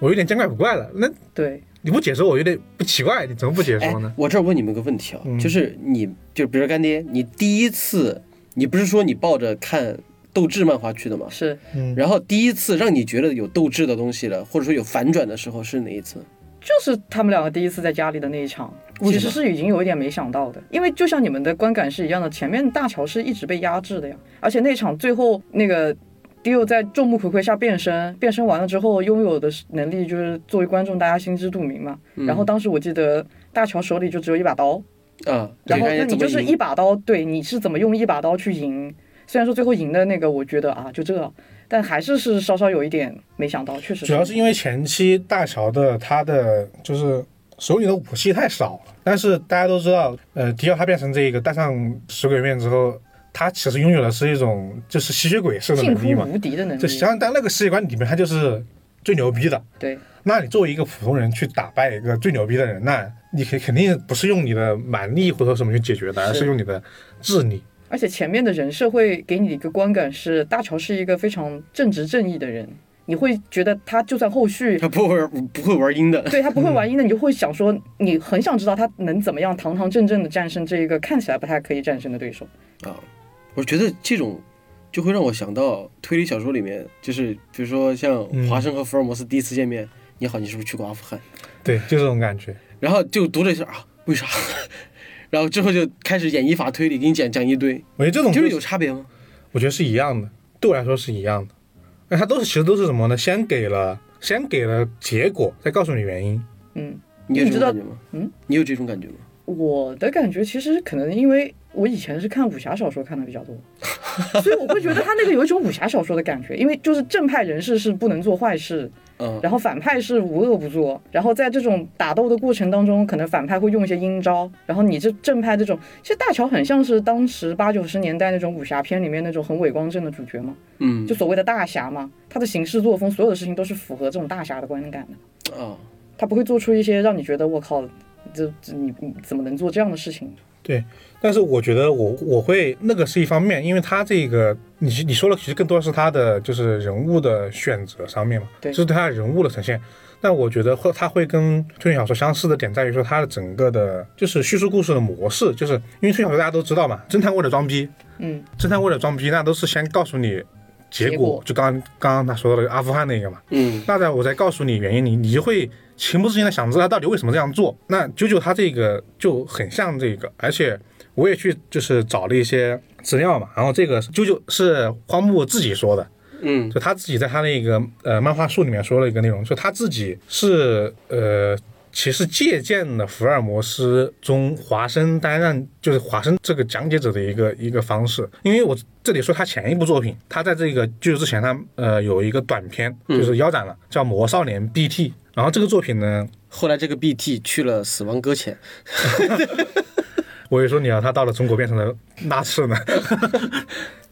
Speaker 4: 我有点见怪不怪了。那
Speaker 3: 对，
Speaker 4: 你不解说，我有点不奇怪，你怎么不解
Speaker 2: 哎
Speaker 4: 说呢？，
Speaker 2: 我这儿问你们个问题啊，
Speaker 3: 嗯
Speaker 2: 就是你，就比如说干爹，你第一次，你不是说你抱着看斗志漫画去的吗？
Speaker 3: 是
Speaker 2: 然后第一次让你觉得有斗志的东西了，或者说有反转的时候是哪一次？
Speaker 3: 就是他们两个第一次在家里的那一场，
Speaker 2: 为什么
Speaker 3: 其实是已经有一点没想到的，因为就像你们的观感是一样的，前面大乔是一直被压制的呀，而且那场最后那个。迪欧在众目睽睽下变身，变身完了之后拥有的能力就是作为观众大家心知肚明嘛。然后当时我记得大乔手里就只有一把刀，
Speaker 2: 啊，
Speaker 3: 然后
Speaker 2: 对
Speaker 3: 那
Speaker 2: 看
Speaker 3: 你就是
Speaker 2: 怎么
Speaker 3: 一
Speaker 2: 赢
Speaker 3: 把刀，对，你是怎么用一把刀去赢？虽然说最后赢的那个，我觉得啊，就这，但还是是稍稍有一点没想到，确实
Speaker 4: 主要是因为前期大乔的他的就是手里的武器太少了，但是大家都知道，呃，迪奥他变成这个戴上石鬼面之后，他其实拥有的是一种就是吸血鬼式的
Speaker 3: 近
Speaker 4: 能
Speaker 3: 乎
Speaker 4: 力嘛，
Speaker 3: 无敌的能
Speaker 4: 就
Speaker 3: 力
Speaker 4: 想，想在那个世界观里面，他就是最牛逼的。
Speaker 3: 对，
Speaker 4: 那你作为一个普通人去打败一个最牛逼的人，那你肯肯定不是用你的蛮力或者什么去解决的，而是用你的智力。
Speaker 3: 而且前面的人设会给你一个观感是，大乔是一个非常正直正义的人，你会觉得他就算后续
Speaker 2: 他 不会玩不会玩阴的，
Speaker 3: 对他不会玩阴的，你就会想说，你很想知道他能怎么样堂堂正正的战胜这一个看起来不太可以战胜的对手。
Speaker 2: 啊，我觉得这种就会让我想到推理小说里面，就是比如说像
Speaker 3: 嗯
Speaker 2: 华生和福尔摩斯第一次见面，你好，你是不是去过阿富汗？
Speaker 4: 对，就这种感觉。
Speaker 2: 然后就读了一下啊，为啥？ 然后之后就开始演绎法推理，给你讲讲一堆，
Speaker 4: 我觉得这种
Speaker 2: 你觉
Speaker 4: 就
Speaker 2: 得
Speaker 4: 是
Speaker 2: 有差别吗？
Speaker 4: 我觉得是一样的，对我来说是一样的。哎那它都是其实都是什么呢？先给了先给了结果，再告诉你原因。
Speaker 3: 嗯，
Speaker 2: 你有
Speaker 3: 你
Speaker 2: 这种
Speaker 3: 知道
Speaker 2: 感觉吗？
Speaker 3: 嗯，
Speaker 2: 你有这种感觉吗？
Speaker 3: 我的感觉其实可能因为我以前是看武侠小说看的比较多， 所以我会觉得他那个有一种武侠小说的感觉，因为就是正派人士是不能做坏事，
Speaker 2: 嗯
Speaker 3: 然后反派是无恶不作，然后在这种打斗的过程当中，可能反派会用一些阴招，然后你这正派这种，其实大乔很像是当时八九十年代那种武侠片里面那种很伪光正的主角嘛，
Speaker 2: 嗯
Speaker 3: 就所谓的大侠嘛，他的行事作风，所有的事情都是符合这种大侠的观感的，
Speaker 5: 哦
Speaker 2: 啊，
Speaker 3: 他不会做出一些让你觉得我靠，这这你你怎么能做这样的事情？
Speaker 4: 对，但是我觉得我我会那个是一方面，因为他这个你你说的其实更多是他的就是人物的选择上面嘛，
Speaker 3: 对
Speaker 4: 就是对他人物的呈现。但我觉得会他会跟推理小说相似的点在于说他的整个的就是叙述故事的模式，就是因为推理小说大家都知道嘛，侦探为了装逼，
Speaker 3: 嗯，
Speaker 4: 侦探为了装逼，那都是先告诉你结果，
Speaker 3: 结果
Speaker 4: 就刚刚刚他说到的阿富汗那个嘛，
Speaker 2: 嗯
Speaker 4: 那在我再告诉你原因，你你就会情不自禁的想知道他到底为什么这样做。那九九他这个就很像这个，而且我也去就是找了一些资料嘛，然后这个九九是荒木自己说的，
Speaker 2: 嗯
Speaker 4: 就他自己在他那个呃漫画书里面说了一个内容，就他自己是呃其实借鉴了福尔摩斯中华生担任就是华生这个讲解者的一个一个方式，因为我这里说他前一部作品，他在这个剧之前他呃有一个短片就是腰斩了，叫《魔少年 BT》，然后这个作品呢，
Speaker 5: 后来这个 BT 去了死亡搁浅，
Speaker 4: 我也说你啊，他到了中国变成了纳粹呢。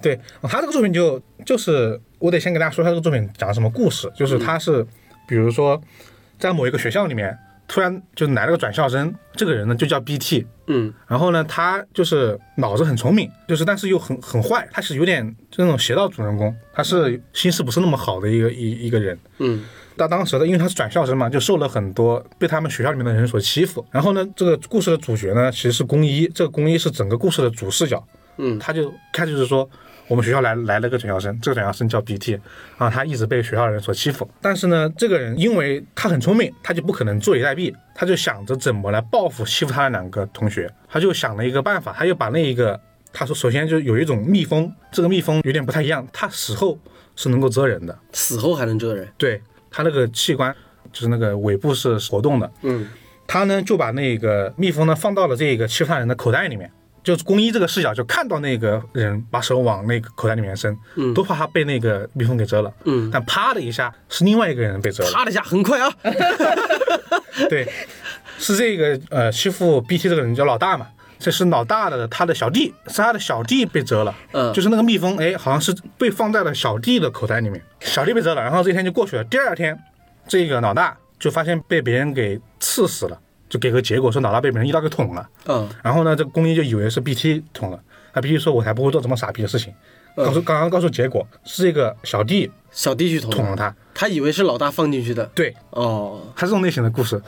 Speaker 4: 对他这个作品就就是我得先给大家说一下这个作品讲什么故事，就是他是比如说在某一个学校里面，突然就来了个转校生，这个人呢就叫 BT，
Speaker 5: 嗯，
Speaker 4: 然后呢他就是脑子很聪明，就是但是又很很坏，他是有点就那种邪道主人公，他是心思不是那么好的一个一一个人，
Speaker 5: 嗯，
Speaker 4: 到当时的，因为他是转校生嘛，就受了很多被他们学校里面的人所欺负。然后呢，这个故事的主角呢，其实是宫一，这个宫一是整个故事的主视角。
Speaker 5: 嗯
Speaker 4: 他就他就是说，我们学校来来了个转校生，这个转校生叫 BT，啊，他一直被学校人所欺负。但是呢，这个人因为他很聪明，他就不可能坐以待毙，他就想着怎么来报复欺负他的两个同学，他就想了一个办法，他就把那一个。他说：“首先就有一种蜜蜂，这个蜜蜂有点不太一样，它死后是能够蜇人的，
Speaker 5: 死后还能蜇人，
Speaker 4: 对，它那个器官就是那个尾部是活动的。
Speaker 5: 嗯，
Speaker 4: 他呢就把那个蜜蜂呢放到了这个欺负他人的口袋里面，就是宫一这个视角就看到那个人把手往那个口袋里面伸，都怕他被那个蜜蜂给蛰了。
Speaker 5: 嗯
Speaker 4: 但啪的一下是另外一个人被蛰了。
Speaker 5: 啪的一下，很 快啊，
Speaker 4: 对，是这个呃欺负 BT 这个人叫老大嘛。这是老大的他的小弟，是他的小弟被蛰了，
Speaker 5: 嗯
Speaker 4: 就是那个蜜蜂，哎，好像是被放在了小弟的口袋里面，小弟被蛰了，然后这一天就过去了。第二天，这个老大就发现被别人给刺死了，就给个结果说老大被别人一刀给捅了。
Speaker 5: 嗯，
Speaker 4: 然后呢，这个公一就以为是 BT 捅了，他 BT 说我才不会做这么傻逼的事情，
Speaker 5: 嗯
Speaker 4: 告诉刚刚告诉结果是这个小弟
Speaker 5: 小弟去捅
Speaker 4: 捅了他，
Speaker 5: 他以为是老大放进去的，
Speaker 4: 对，
Speaker 5: 哦，
Speaker 4: 他这种类型的故事，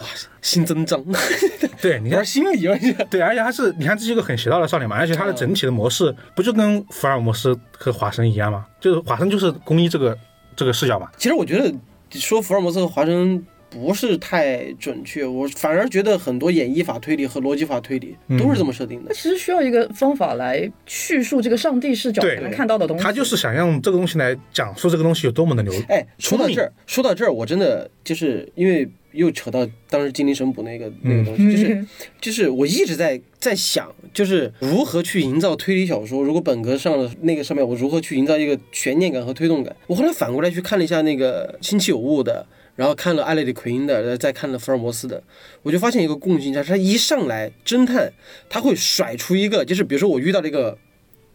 Speaker 5: 新增长，
Speaker 4: 对，你看
Speaker 5: 玩心理玩
Speaker 2: 啊
Speaker 5: 家，
Speaker 4: 对，而且他是你看这是一个很邪道的少年嘛，而且他的整体的模式不就跟福尔摩斯和华生一样吗？就是华生就是公一这个这个视角嘛，
Speaker 2: 其实我觉得说福尔摩斯和华生不是太准确，我反而觉得很多演绎法推理和逻辑法推理
Speaker 4: 嗯
Speaker 2: 都是这么设定的
Speaker 3: 那。其实需要一个方法来叙述这个上帝视角
Speaker 4: 对
Speaker 3: 才能看到的东西。
Speaker 4: 他就是想用这个东西来讲述这个东西有多么的牛。
Speaker 2: 哎，说到
Speaker 4: 聪明
Speaker 2: 这儿，说到这儿，我真的就是因为又扯到当时精灵神捕那个那个东西，就是就是我一直在在想，就是如何去营造推理小说。如果本格上的那个上面，我如何去营造一个悬念感和推动感？我后来反过来去看了一下那个《星期有物》的，然后看了艾略里奎因的，然后再看了福尔摩斯的，我就发现一个共性，就是他一上来侦探他会甩出一个，就是比如说我遇到了一个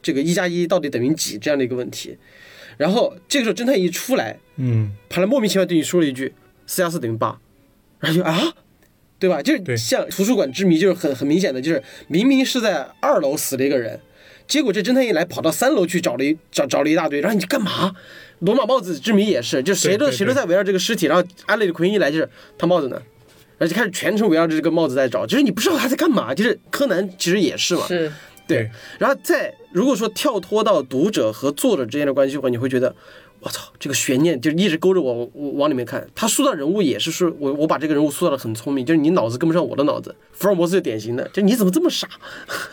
Speaker 2: 这个一加一到底等于几这样的一个问题，然后这个时候侦探一出来，
Speaker 4: 嗯，
Speaker 5: 后来莫名其妙对你说了一句四加四等于八，
Speaker 2: 然后就啊，对吧？就
Speaker 4: 对
Speaker 2: 是像图书馆之谜，就是很很明显的，就是明明是在二楼死了一个人，结果这侦探一来跑到三楼去找了一找找了一大堆，然后你干嘛？罗马帽子之谜也是，就谁
Speaker 4: 对
Speaker 2: 都
Speaker 4: 对
Speaker 2: 谁都
Speaker 4: 对
Speaker 2: 在围绕这个尸体，然后安利的奎因一来就是他帽子呢，然后就开始全程围绕着这个帽子在找，就是你不知道他在干嘛。就是柯南其实也是嘛，
Speaker 3: 是
Speaker 2: 对，然后再如果说跳脱到读者和作者之间的关系的话，你会觉得，我操，这个悬念就一直勾着我，我往里面看。他塑造人物也是说，我我把这个人物塑造的很聪明，就是你脑子跟不上我的脑子。福尔摩斯是典型的，就你怎么这么傻？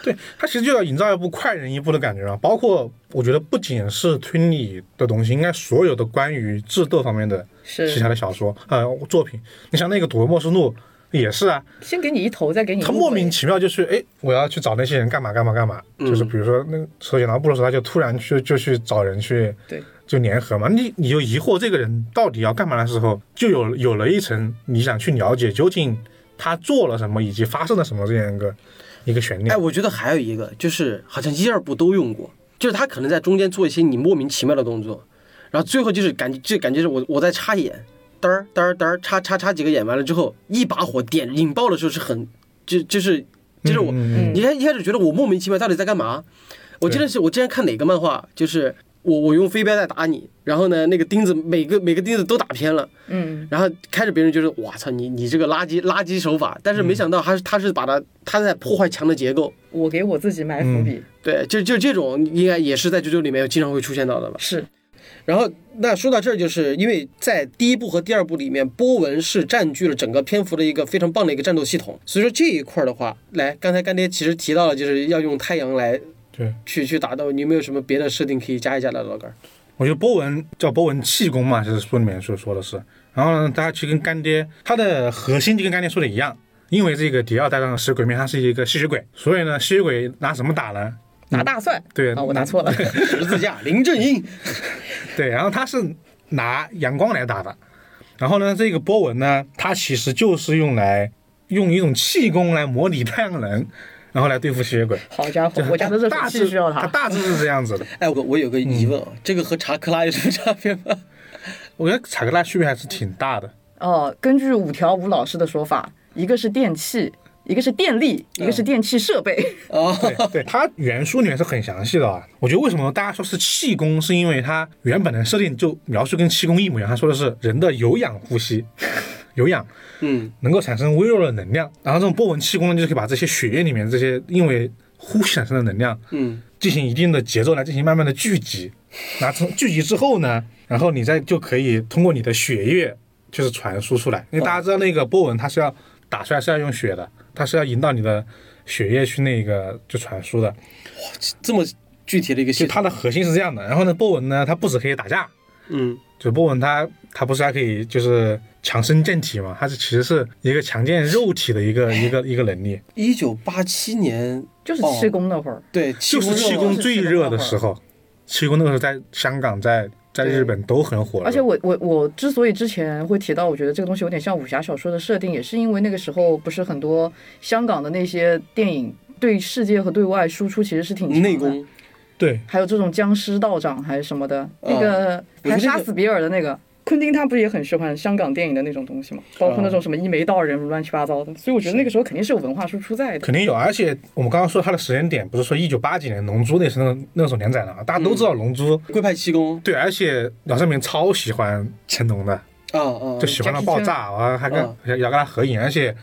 Speaker 4: 对他其实就要营造一部快人一步的感觉啊，包括我觉得不仅是推理的东西，应该所有的关于智斗方面的其
Speaker 3: 是，
Speaker 4: 他的小说呃作品，你像那个《赌博默示录》也是啊，
Speaker 3: 先给你一头，再给你
Speaker 4: 他
Speaker 3: 一尾
Speaker 4: 莫名其妙就去哎，我要去找那些人干嘛干嘛干嘛，
Speaker 2: 嗯
Speaker 4: 就是比如说那个手写狼部落的时候，他就突然去就去找人去
Speaker 3: 对
Speaker 4: 就联合嘛，你你就疑惑这个人到底要干嘛的时候，就有有了一层你想去了解究竟他做了什么以及发生了什么这样一个一个悬念。
Speaker 2: 哎，我觉得还有一个就是，好像一二部都用过，就是他可能在中间做一些你莫名其妙的动作，然后最后就是感觉就感觉是我我在插眼，嘚儿嘚儿嘚儿插插插几个眼，完了之后一把火点引爆的时候是很就就是就是我。
Speaker 4: 嗯嗯
Speaker 2: 你看一开始觉得我莫名其妙到底在干嘛？我记得是我之前看哪个漫画，就是我我用飞镖在打你，然后呢那个钉子每个每个钉子都打偏了，
Speaker 3: 嗯，
Speaker 2: 然后开始别人就说哇操你你这个垃圾垃圾手法，但是没想到他是他是把它他在破坏墙的结构。
Speaker 3: 我给我自己埋伏
Speaker 4: 嗯
Speaker 3: 笔，
Speaker 2: 对，就就这种应该也是在九九里面经常会出现到的吧。
Speaker 3: 是
Speaker 4: 嗯
Speaker 2: 然后那说到这儿，就是因为在第一部和第二部里面，波纹是占据了整个篇幅的一个非常棒的一个战斗系统，所以说这一块儿的话，来刚才干爹其实提到了，就是要用太阳来
Speaker 4: 对，
Speaker 2: 去去打斗，你有没有什么别的设定可以加一加的，老杆儿？
Speaker 4: 我觉得波纹叫波纹气功嘛，就是书里面所说的是，然然后呢，他去跟干爹，他的核心就跟干爹说的一样，因为这个迪奥带上的食鬼面，他是一个吸血鬼，所以呢，吸血鬼拿什么打呢？
Speaker 3: 拿大蒜。
Speaker 4: 对
Speaker 3: 啊，我
Speaker 4: 拿
Speaker 3: 拿错了。
Speaker 6: 十字架，林正英，
Speaker 4: 对，然后他是拿阳光来打的，然后呢，这个波纹呢，它其实就是用来用一种气功来模拟太阳能，然后来对付吸血鬼。
Speaker 3: 好家伙，我家的热
Speaker 4: 大
Speaker 3: 水
Speaker 4: 致
Speaker 3: 器需要
Speaker 4: 它
Speaker 3: 它。
Speaker 4: 大致是这样子的。
Speaker 6: 哎，我我有个疑
Speaker 4: 嗯
Speaker 6: 问啊，这个和查克拉有 什么差别吗？
Speaker 4: 我觉得查克拉区别还是挺大的。
Speaker 3: 哦，根据五条悟老师的说法，一个是电器，一个是电力，一
Speaker 4: 嗯
Speaker 3: 个是电器设备。
Speaker 6: 哦，
Speaker 4: 对，对，它原书里面是很详细的啊。我觉得为什么大家说是气功，是因为它原本的设定就描述跟气功一模一样。它说的是人的有氧呼吸，有氧
Speaker 6: 嗯，
Speaker 4: 能够产生微弱的能量，然后这种波纹气功呢，就是可以把这些血液里面这些因为呼吸产生的能量，
Speaker 6: 嗯，
Speaker 4: 进行一定的节奏来进行慢慢的聚集，那从聚集之后呢，然后你再就可以通过你的血液就是传输出来，因为大家知道那个波纹它是要打出来是要用血的，它是要引导你的血液去那个就传输的，
Speaker 6: 这么具体的一个
Speaker 4: 就
Speaker 6: 系统，
Speaker 4: 它的核心是这样的。然后呢，波纹呢，它不止可以打架，
Speaker 6: 嗯，
Speaker 4: 就波纹它它不是还可以就是强身健体嘛，它是其实是一个强健肉体的一个一个一个能力，
Speaker 6: 一九八七年，
Speaker 3: 就是
Speaker 6: 哦
Speaker 3: 气功那会儿，
Speaker 6: 对，
Speaker 4: 就是
Speaker 6: 热
Speaker 4: 气
Speaker 6: 嘛
Speaker 4: 功最热的时候，气功那个时候在香港在在日本都很火热，
Speaker 6: 嗯
Speaker 3: 而且我我我之所以之前会提到，我觉得这个东西有点像武侠小说的设定，也是因为那个时候不是很多香港的那些电影对世界和对外输出其实是挺强的
Speaker 6: 内功，
Speaker 4: 对。
Speaker 3: 还有这种僵尸道长还是什么的，那个
Speaker 6: 嗯我觉得
Speaker 3: 还
Speaker 6: 这个
Speaker 3: 杀死比尔的那个。昆汀他不是也很喜欢香港电影的那种东西嘛，包括那
Speaker 6: 嗯
Speaker 3: 种什么一眉道人乱七八糟的，所以我觉得那个时候肯定是有文化输出在的。
Speaker 4: 肯定有，而且我们刚刚说它的时间点，不是说一九八几年《龙珠》那是那种那种连载的啊，大家都知道《龙珠》
Speaker 6: 龟派气功
Speaker 4: 对，而且姚胜明超喜欢成龙的，
Speaker 6: 啊啊
Speaker 4: 就，
Speaker 2: 嗯
Speaker 4: 喜欢到爆炸啊，还跟
Speaker 6: 嗯
Speaker 4: 要跟他合影，而且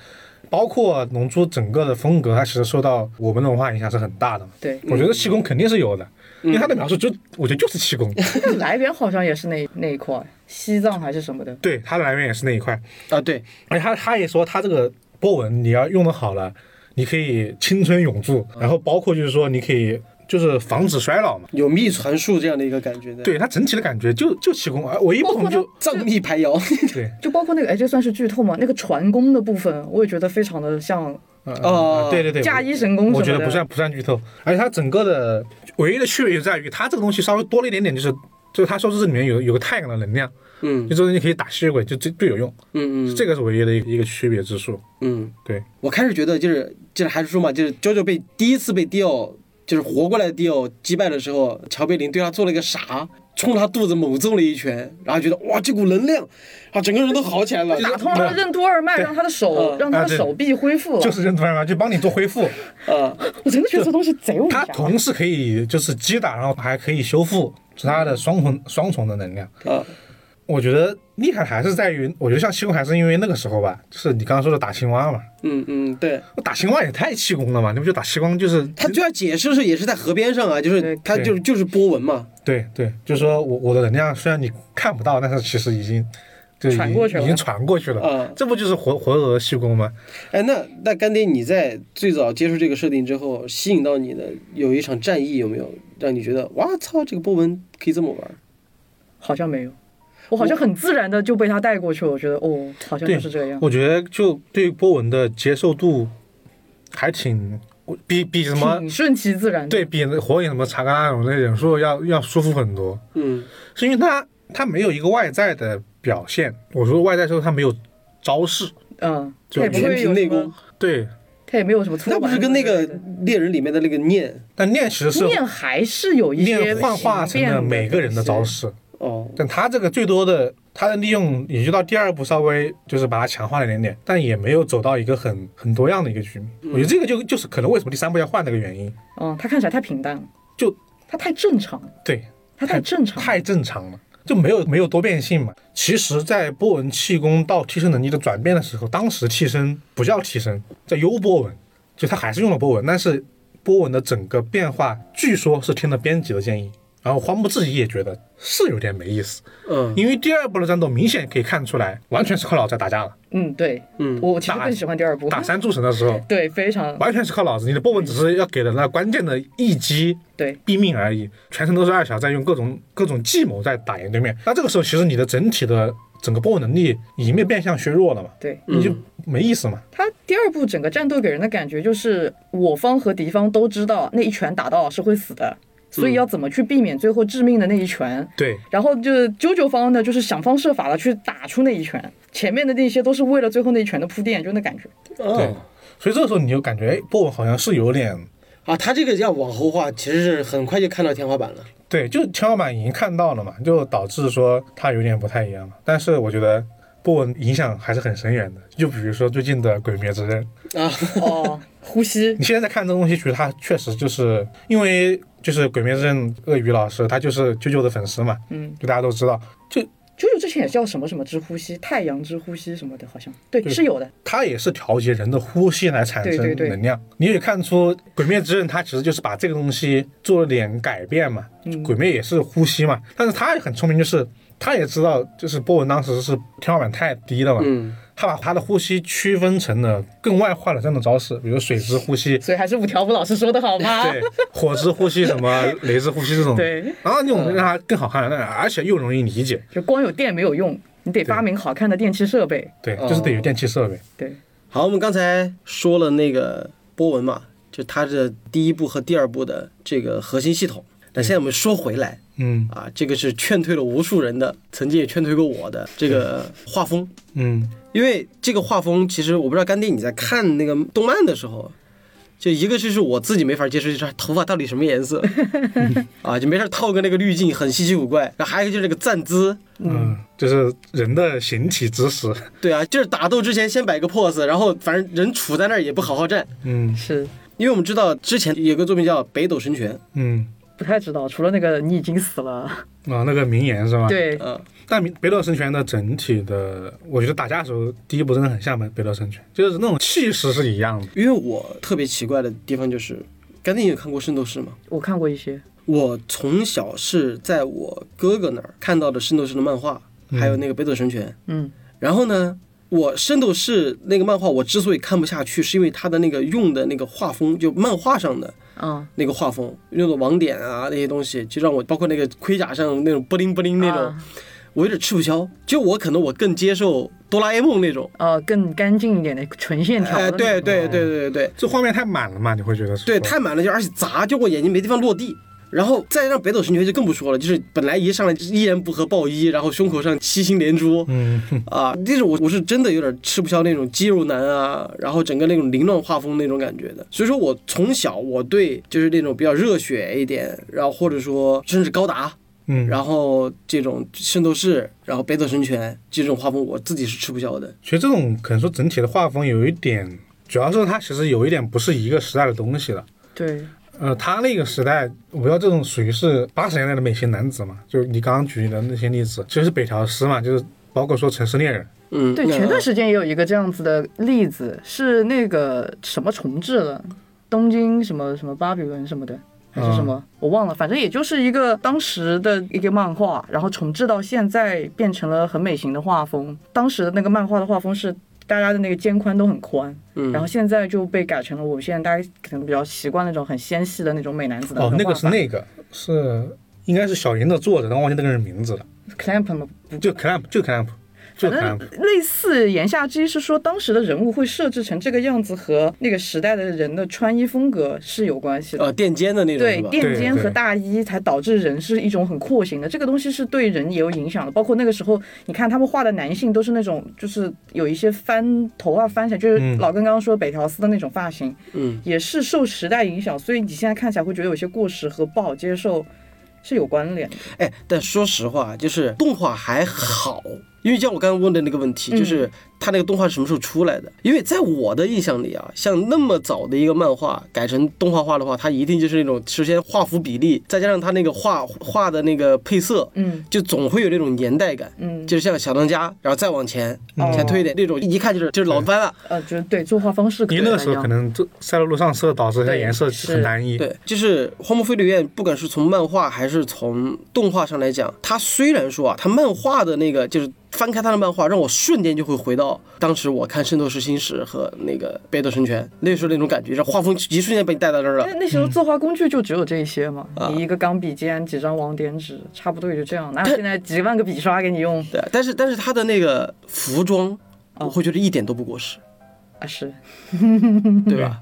Speaker 4: 包括《龙珠》整个的风格，它其实受到我们的文化影响是很大的嘛。
Speaker 3: 对，
Speaker 4: 我觉得气功肯定是有的，因为他的描述就我觉得就是气功，
Speaker 3: 那个来源好像也是那那一块，西藏还是什么的。
Speaker 4: 对，它的来源也是那一块。
Speaker 6: 啊，对，
Speaker 4: 而且他他也说，他这个波纹你要用的好了，你可以青春永驻，然后包括就是说你可以就是防止衰老嘛。
Speaker 6: 有秘传术这样的一个感觉的，，
Speaker 4: 对它整体的感觉就就气功，啊唯一不同就
Speaker 6: 藏秘排谣，
Speaker 4: 对
Speaker 3: 就包括那个，哎，这算是剧透吗？那个传功的部分，我也觉得非常的像
Speaker 4: 啊
Speaker 6: 哦
Speaker 4: 对对对，
Speaker 3: 嫁
Speaker 4: 我
Speaker 3: 衣神功什么的。
Speaker 4: 我觉得不啊算不算剧透，而且它整个的唯一的区别就在于它这个东西稍微多了一点点，就是就是它说是这里面有有个太阳的能量，
Speaker 6: 嗯
Speaker 4: 就这东西可以打吸血鬼，就最最有用，
Speaker 6: 嗯嗯
Speaker 4: 这个是唯一的一个一个区别之处。
Speaker 6: 嗯，
Speaker 4: 对，
Speaker 6: 我开始觉得就是就是还是说嘛，就是 JoJo 被第一次被 Dio 就是活过来的 Dio 击败的时候，乔贝林对他做了一个啥？冲他肚子猛揍了一拳，然后觉得哇这股能量，啊整个人都好起来了。啊
Speaker 3: 打通了他的任督二脉，
Speaker 4: 对
Speaker 3: 让他的手，
Speaker 6: 嗯
Speaker 3: 让他
Speaker 4: 啊
Speaker 3: 的
Speaker 4: 对
Speaker 3: 手臂恢复了。
Speaker 4: 就是认出来嘛，就帮你做恢复，
Speaker 6: 啊，
Speaker 3: 我真的觉得这东西贼武
Speaker 4: 它
Speaker 3: 侠。
Speaker 4: 同时可以就是击打，然后还可以修复，是它的双重双重的能量。
Speaker 6: 啊，
Speaker 4: 我觉得厉害还是在于，我觉得像气功还是因为那个时候吧，就是你刚刚说的打青蛙嘛，
Speaker 6: 嗯嗯，对，
Speaker 4: 我打青蛙也太气功了嘛，你不觉得打气功就是
Speaker 6: 他最要解释的时候也是在河边上啊，就是
Speaker 3: 对
Speaker 6: 他就是就是波纹嘛，
Speaker 4: 对对，就是说我我的能量虽然你看不到，但是其实已经就已经
Speaker 3: 传过去了嗯
Speaker 4: 已经传过去了。
Speaker 6: 啊
Speaker 4: 这不就是活活鹅气功吗？
Speaker 6: 哎，那那干爹，你在最早接触这个设定之后，吸引到你的有一场战役，有没有让你觉得哇操，这个波纹可以这么玩儿？
Speaker 3: 好像没有，我好像很自然的就被他带过去了。我觉得哦，好像就是这样。
Speaker 4: 我觉得就对波纹的接受度还挺比比什么
Speaker 3: 挺顺其自然的。
Speaker 4: 对比火影什么查干那种的忍术要要舒服很多，
Speaker 6: 嗯
Speaker 4: 是因为它它没有一个外在的表现。我说外在说它没有招式，
Speaker 3: 嗯，
Speaker 4: 就
Speaker 3: 他也不
Speaker 6: 全
Speaker 3: 会
Speaker 6: 凭
Speaker 3: 有
Speaker 6: 内
Speaker 3: 什
Speaker 6: 功
Speaker 3: 么，，
Speaker 4: 对，
Speaker 3: 他也没有什么错。
Speaker 6: 那不是跟那个猎人里面的那个念
Speaker 4: 但练其实是
Speaker 3: 念还是有一些
Speaker 4: 练幻化成
Speaker 3: 形变
Speaker 4: 了
Speaker 3: 的
Speaker 4: 每个人的招
Speaker 3: 东西。
Speaker 4: 式。
Speaker 6: 哦，
Speaker 4: 但他这个最多的，他的利用也就到第二步稍微就是把它强化了一点点，但也没有走到一个很很多样的一个局面。我觉得这个就就是可能为什么第三步要换那个原因，
Speaker 3: 嗯，他看起来太平淡了，
Speaker 4: 就
Speaker 3: 他太正常，
Speaker 4: 对，
Speaker 3: 他太正常了。
Speaker 4: 太正常了，就没有没有多变性嘛。其实，在波纹气功到替身能力的转变的时候，当时替身不叫替身，叫优波纹，就他还是用了波纹，但是波纹的整个变化，据说是听了编辑的建议。然后荒木自己也觉得是有点没意思，
Speaker 6: 嗯
Speaker 4: 因为第二波的战斗明显可以看出来，完全是靠脑在打架了。
Speaker 3: 嗯，对，
Speaker 6: 嗯
Speaker 3: 我我其实
Speaker 4: 打
Speaker 3: 更喜欢第二部。
Speaker 4: 打三柱神的时候，
Speaker 3: 对，非常
Speaker 4: 完全是靠脑子，你的波纹只是要给了那关键的一击
Speaker 3: 对，
Speaker 4: 毙命而已，全程都是二小在用各种各种计谋在打赢对面。那这个时候，其实你的整体的整个 BO 能力已经被变相削弱了嘛，
Speaker 3: 对
Speaker 4: 你就没意思嘛。
Speaker 3: 他第二部整个战斗给人的感觉就是，我方和敌方都知道那一拳打到是会死的，所以要怎么去避免最后致命的那一拳。
Speaker 4: 对，
Speaker 3: 然后就是啾啾方呢，就是想方设法的去打出那一拳，前面的那些都是为了最后那一拳的铺垫，就那感觉。
Speaker 4: 对
Speaker 6: 哦，
Speaker 4: 嗯所以这个时候你就感觉，哎，BO 好像是有点，
Speaker 6: 啊，他这个要往后画，其实是很快就看到天花板了。
Speaker 4: 对，就天花板已经看到了嘛，就导致说它有点不太一样嘛。但是我觉得 BO 影响还是很深远的，就比如说最近的《鬼灭之刃》，
Speaker 6: 啊，
Speaker 3: 哦， 呼吸
Speaker 4: 你现在在看这个东西，觉得他确实就是因为就是《鬼灭之刃》鳄鱼老师，他就是啾啾的粉丝嘛，
Speaker 3: 嗯，
Speaker 4: 就大家都知道，就
Speaker 3: 啾啾之前也叫什么什么之呼吸、太阳之呼吸什么的，好像对
Speaker 4: 对
Speaker 3: 是有的。
Speaker 4: 它也是调节人的呼吸来产生能
Speaker 3: 对
Speaker 4: 量。
Speaker 3: 对对。
Speaker 4: 你也看出《鬼灭之刃》它其实就是把这个东西做了点改变嘛。就鬼灭也是呼吸嘛，但是他也很聪明，就是他也知道，就是波纹当时是天花板太低了嘛，
Speaker 6: 嗯，
Speaker 4: 他把他的呼吸区分成了更外化的这种招式，比如水之呼吸
Speaker 3: 所以还是五条悟老师说的好吗？
Speaker 4: 对，火之呼吸什么雷之呼吸这种，
Speaker 3: 啊对
Speaker 4: 然后那种让它更好看，那而且又容易理解，
Speaker 3: 就光有电没有用，你得发明好看的电器设备。
Speaker 4: 对，就是得有电器设备。
Speaker 3: 对，
Speaker 6: 好，我们刚才
Speaker 2: 说了那个波纹嘛，就它的第一部和第二部的这个核心系统。那现在我们说回来
Speaker 4: 嗯
Speaker 2: 啊，这个是劝退了无数人的，曾经也劝退过我的这个画风，
Speaker 4: 嗯，
Speaker 2: 因为这个画风其实我不知道干爹你在看那个动漫的时候。就一个就是我自己没法接受，就是头发到底什么颜色啊，就没事套个那个滤镜，很稀奇古怪。然后还有一个就是这个站姿，
Speaker 4: 嗯，就是人的形体之时，
Speaker 2: 对啊，就是打斗之前先摆个 pose，然后反正人杵在那儿也不好好站，
Speaker 4: 嗯
Speaker 3: 是
Speaker 2: 因为我们知道之前有个作品叫《北斗神拳》，
Speaker 4: 嗯，
Speaker 3: 不太知道，除了那个你已经死了，
Speaker 4: 啊，那个名言是吧？。
Speaker 3: 对，
Speaker 2: 嗯，
Speaker 4: 但《北斗神拳》的整体的，我觉得打架的时候，第一部真的很像《北斗神拳》，就是那种气势是一样的。
Speaker 2: 因为我特别奇怪的地方就是，甘定有看过《圣斗士》吗？
Speaker 3: 我看过一些，
Speaker 2: 我从小是在我哥哥那儿看到的《圣斗士》的漫画，还有那个《北斗神拳》。
Speaker 3: 嗯，
Speaker 2: 然后呢，我《圣斗士》那个漫画我之所以看不下去，是因为它的那个用的那个画风，就漫画上的
Speaker 3: 啊、
Speaker 2: 那个画风，用的网点啊那些东西，就让我包括那个盔甲上那种布灵布灵那种，
Speaker 3: 啊
Speaker 2: 我有点吃不消。就我可能我更接受哆啦 A 梦那种。
Speaker 3: 呃，更干净一点的纯线条
Speaker 2: 哎，
Speaker 3: 的那种、啊
Speaker 2: 对对对对对对，
Speaker 4: 这画面太满了嘛，你会觉得是
Speaker 2: 对，太满了，就而且砸，就我眼睛没地方落地。然后再让北斗神拳就更不说了，就是本来一上来就是一言不合爆衣，然后胸口上七星连珠，
Speaker 4: 嗯，
Speaker 2: 啊，这是我我是真的有点吃不消那种肌肉男啊，然后整个那种凌乱画风那种感觉的。所以说我从小我对就是那种比较热血一点，然后或者说甚至高达，
Speaker 4: 嗯，
Speaker 2: 然后这种圣斗士，然后北斗神拳这种画风我自己是吃不消的。
Speaker 4: 其实这种可能说整体的画风有一点，主要是它其实有一点不是一个时代的东西了。
Speaker 3: 对
Speaker 4: 呃，他那个时代，我不知道这种属于是八十年代的美型男子嘛，就是你刚刚举的那些例子，其实是北条司嘛，就是包括说《城市猎人》，
Speaker 2: 嗯，
Speaker 3: 对，
Speaker 2: 那
Speaker 3: 前段时间也有一个这样子的例子，是那个什么重置了，东京什么什么巴比伦什么的。还是什么，我忘了，反正也就是一个当时的一个漫画，然后重置到现在变成了很美型的画风。当时的那个漫画的画风是大家的那个肩宽都很宽，
Speaker 2: 嗯
Speaker 3: 然后现在就被改成了我现在大家可能比较习惯那种很纤细的那种美男子的
Speaker 4: 哦，那
Speaker 3: 种
Speaker 4: 个
Speaker 3: 画
Speaker 4: 是
Speaker 3: 法。
Speaker 4: 那个是应该是小樱的作者，但我忘记那个人名字了，
Speaker 3: clamp 吗？
Speaker 4: 就 clamp 就 clamp 就
Speaker 3: 反
Speaker 4: clamp
Speaker 3: 正。类似言下之意是说，当时的人物会设置成这个样子，和那个时代的人的穿衣风格是有关系的。
Speaker 2: 呃垫肩的那种
Speaker 3: 对
Speaker 2: 是，吧？
Speaker 3: 垫肩
Speaker 4: 对
Speaker 3: 和大衣才导致人是一种很廓形的，这个东西是对人也有影响的。包括那个时候，你看他们画的男性都是那种，就是有一些翻头发翻起来，就是
Speaker 4: 嗯
Speaker 3: 老根刚刚说北条司的那种发型，
Speaker 2: 嗯，
Speaker 3: 也是受时代影响，所以你现在看起来会觉得有些过时和不好接受是有关联的。
Speaker 2: 哎，但说实话，啊就是动画还好，因为像我刚刚问的那个问题，
Speaker 3: 嗯
Speaker 2: 就是它那个动画是什么时候出来的？因为在我的印象里啊，像那么早的一个漫画改成动画化的话，它一定就是那种首先画幅比例，再加上它那个画画的那个配色，
Speaker 3: 嗯
Speaker 2: 就总会有那种年代感。
Speaker 3: 嗯，
Speaker 2: 就是像小当家，然后再往前往前推一点，那种一看就是就是老番了。
Speaker 3: 呃，就是对作画方式可
Speaker 4: 因
Speaker 3: 能
Speaker 4: 为那个时候可能这赛璐璐上色导致它
Speaker 3: 对
Speaker 4: 颜色
Speaker 3: 是
Speaker 4: 很单一，
Speaker 2: 对，就是《荒木飞吕彦》，不管是从漫画还是从动画上来讲，它虽然说啊，它漫画的那个就是翻开它的漫画，让我瞬间就会回到到当时我看《圣斗士星矢》和那个《北斗神拳》那时候那种感觉，这画风一瞬间把你带到这儿了
Speaker 3: 那。那时候作画工具就只有这一些嘛，你一个钢笔尖，几张网点纸，差不多也就这样。哪有现在几万个笔刷给你用
Speaker 2: 对，但是但是他的那个服装，我会觉得一点都不过时，
Speaker 3: 啊？是，
Speaker 2: 对吧？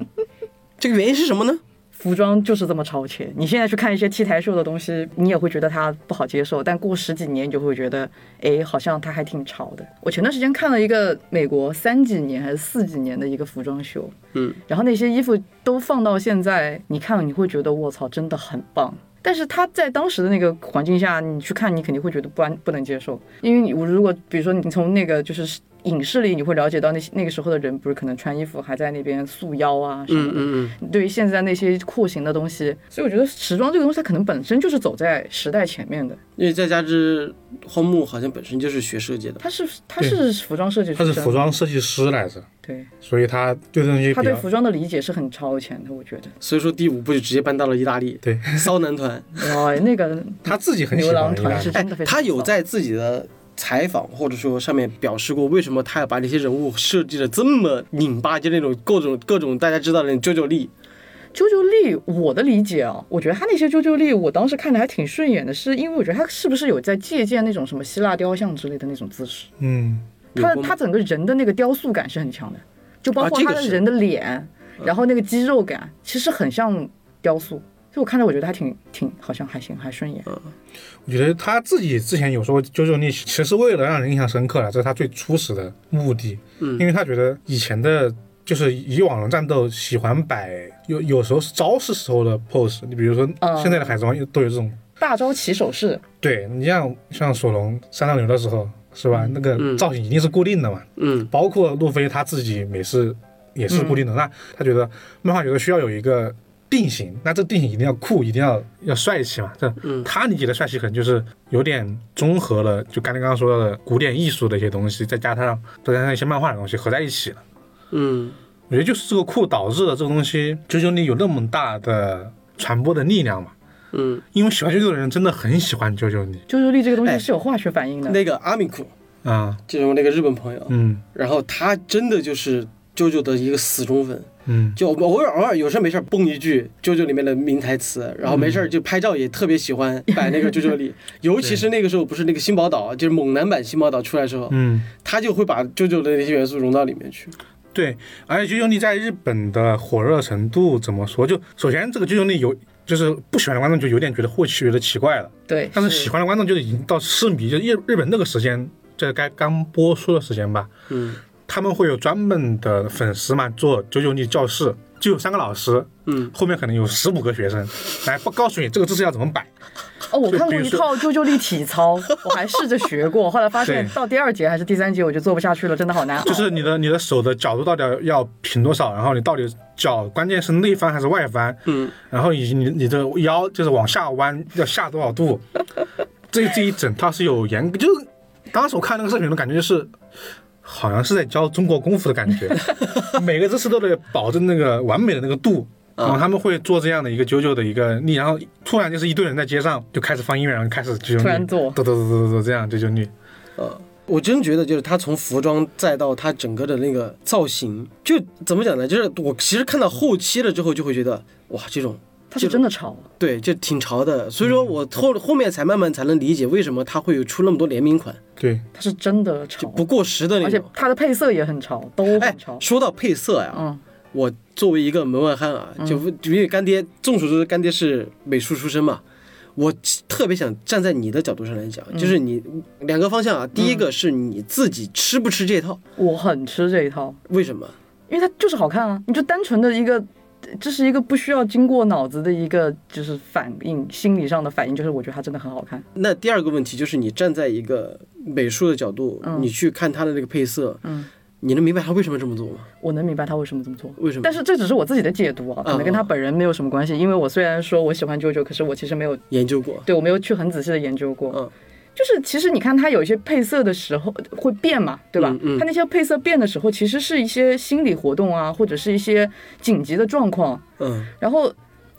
Speaker 2: 这个原因是什么呢？
Speaker 3: 服装就是这么超前。你现在去看一些 T 台秀的东西，你也会觉得它不好接受，但过十几年你就会觉得，哎，好像它还挺潮的。我前段时间看了一个美国三几年还是四几年的一个服装秀，
Speaker 2: 嗯，
Speaker 3: 然后那些衣服都放到现在，你看了你会觉得卧槽，真的很棒。但是它在当时的那个环境下，你去看，你肯定会觉得不安、不能接受，因为你我如果比如说你从那个就是影视里，你会了解到那些那个时候的人，不是可能穿衣服还在那边束腰啊什么的，
Speaker 2: 嗯
Speaker 3: 对于现在那些酷刑的东西，所以我觉得时装这个东西，它可能本身就是走在时代前面的。
Speaker 2: 因为再加之荒木好像本身就是学设计的，
Speaker 3: 它是它是服装设计出
Speaker 4: 他
Speaker 3: 身
Speaker 4: 是
Speaker 3: 的，
Speaker 4: 服装设计师来着，
Speaker 3: 对，
Speaker 4: 所以他对这东西
Speaker 3: 他
Speaker 4: 比
Speaker 3: 对
Speaker 4: 较
Speaker 3: 服装的理解是很超前的，我觉得。
Speaker 2: 所以说第五部就直接搬到了意大 利，
Speaker 4: 对
Speaker 2: 骚男团，
Speaker 3: 哇，那个
Speaker 4: 他自己很喜
Speaker 3: 牛郎
Speaker 4: 欢应
Speaker 3: 团
Speaker 4: 该
Speaker 3: 是
Speaker 4: 是。
Speaker 2: 哎
Speaker 3: 真的非常、
Speaker 2: 他有。在自己的采访或者说上面表示过，为什么他要把这些人物设计的这么拧巴，就那种各种各种大家知道的那种啾啾力，
Speaker 3: 啾啾力，我的理解啊，我觉得他那些啾啾力，我当时看着还挺顺眼的，是因为我觉得他是不是有在借鉴那种什么希腊雕像之类的那种姿势？
Speaker 4: 嗯，
Speaker 3: 他
Speaker 2: 有过吗
Speaker 3: 他整个人的那个雕塑感是很强的，就包
Speaker 2: 啊
Speaker 3: 括
Speaker 2: 这
Speaker 3: 他
Speaker 2: 个
Speaker 3: 的
Speaker 2: 是嗯
Speaker 3: 人的脸，然后那个肌肉感，其实很像雕塑。所以我看着我觉得还挺挺，好像还行，还顺眼。
Speaker 2: 嗯
Speaker 4: 我觉得他自己之前有说九九力，其实是为了让人印象深刻了，这是他最初始的目的。
Speaker 2: 嗯
Speaker 4: 因为他觉得以前的，就是以往的战斗喜欢摆有有时候是招式时候的 pose，你比如说
Speaker 3: 嗯
Speaker 4: 现在的海贼王都有这种。
Speaker 3: 大招起手式，
Speaker 4: 对你像像索隆三刀流的时候是吧？那个造型一定是固定的嘛，
Speaker 2: 嗯，
Speaker 4: 包括路飞他自己每次也是固定的。那他觉得漫画觉得需要有一个定型，那这定型一定要酷，一定要要帅气嘛。这、
Speaker 2: 嗯
Speaker 4: 他理解的帅气可能就是有点综合了，就刚才刚刚说到的古典艺术的一些东西，再加上再加上一些漫画的东西合在一起了。
Speaker 2: 嗯，
Speaker 4: 我觉得就是这个酷导致了这个东西啾啾力有那么大的传播的力量嘛。
Speaker 2: 嗯，
Speaker 4: 因为喜欢啾啾的人真的很喜欢啾啾力
Speaker 3: 啾啾力这个东
Speaker 2: 哎
Speaker 3: 西是有化学反应的。
Speaker 2: 那个阿米库
Speaker 4: 啊，
Speaker 2: 就是我那个日本朋友，
Speaker 4: 嗯
Speaker 2: 然后他真的就是啾啾的一个死忠粉，
Speaker 4: 嗯
Speaker 2: 就偶尔偶尔有事儿没事儿蹦一句啾啾里面的名台词，然后没事儿就拍照也特别喜欢摆那个啾啾里，
Speaker 4: 嗯
Speaker 2: 尤其是那个时候不是那个新宝岛，就是猛男版新宝岛出来的时候，
Speaker 4: 嗯，
Speaker 2: 他就会把啾啾的那些元素融到里面去。
Speaker 4: 对，而且啾啾力在日本的火热程度怎么说？就首先这个啾啾力有，就是不喜欢的观众就有点觉得或许有点奇怪了，
Speaker 3: 对，
Speaker 4: 但是喜欢的观众就已经到痴迷，就日日本那个时间，这该刚播出的时间吧，
Speaker 2: 嗯
Speaker 4: 他们会有专门的粉丝嘛做啾啾力教室，就有三个老师，
Speaker 2: 嗯，
Speaker 4: 后面可能有十五个学生来不告诉你这个姿势要怎么摆，
Speaker 3: 哦，我
Speaker 4: 就
Speaker 3: 看
Speaker 4: 比
Speaker 3: 过
Speaker 4: 如
Speaker 3: 一
Speaker 4: 说
Speaker 3: 套啾啾力体操，我还试着学过，后来发现
Speaker 4: 对
Speaker 3: 到第二节还是第三节我就做不下去了，真的 好 难熬。啊
Speaker 4: 就是你的你的手的角度到底要平多少，然后你到底脚关键是内翻还是外翻，
Speaker 2: 嗯，
Speaker 4: 然后以及你你的腰就是往下弯要下多少度， 这这一整套是有严格，就是当时我看那个视频的感觉就是。好像是在教中国功夫的感 觉，每个姿势都得保证那个完美的那个度。
Speaker 3: 啊
Speaker 4: 然后他们会做这样的一个啾啾的一个力，然后突然就是一堆人在街上就开始放音乐，然后开始啾啾力，
Speaker 3: 突然做
Speaker 4: 嘟嘟嘟嘟嘟嘟这样啾啾力。
Speaker 2: 呃，我真觉得就是他从服装再到他整个的那个造型，就怎么讲呢？就是我其实看到后期了之后，就会觉得哇，这种
Speaker 3: 它是真的潮，
Speaker 2: 对，就挺潮的。所以说
Speaker 3: 嗯
Speaker 2: 我后后面才慢慢才能理解为什么他会有出那么多联名款，
Speaker 4: 对，
Speaker 3: 它是真的潮，
Speaker 2: 不过时的那
Speaker 3: 而且
Speaker 2: 种。
Speaker 3: 它的配色也很潮，都
Speaker 2: 哎
Speaker 3: 很潮，。
Speaker 2: 说到配色呀，
Speaker 3: 嗯，
Speaker 2: 我作为一个门外汉啊，就因为干爹，众所周知，干爹是美术出身嘛。我特别想站在你的角度上来讲，
Speaker 3: 嗯
Speaker 2: 就是你两个方向啊。第一个是你自己吃不吃这套，
Speaker 3: 我很吃这一套。
Speaker 2: 为什么？
Speaker 3: 因为它就是好看啊，你就单纯的一个，这是一个不需要经过脑子的一个就是反应，心理上的反应，就是我觉得它真的很好看。
Speaker 2: 那第二个问题就是，你站在一个美术的角度，你去看它的那个配色，
Speaker 3: 嗯
Speaker 2: 你能明白他为什么这么做吗？
Speaker 3: 我能明白他为什么这么做，
Speaker 2: 为什么嗯
Speaker 3: 但是这只是我自己的解读啊，可能跟他本人没有什么关系。因为我虽然说我喜欢啾啾，可是我其实没有
Speaker 2: 研究过，
Speaker 3: 对我没有去很仔细的研究过。
Speaker 2: 嗯
Speaker 3: 就是其实你看它有一些配色的时候会变嘛，对吧？
Speaker 2: 嗯嗯
Speaker 3: 它那些配色变的时候，其实是一些心理活动啊，或者是一些紧急的状况。
Speaker 2: 嗯
Speaker 3: 然后，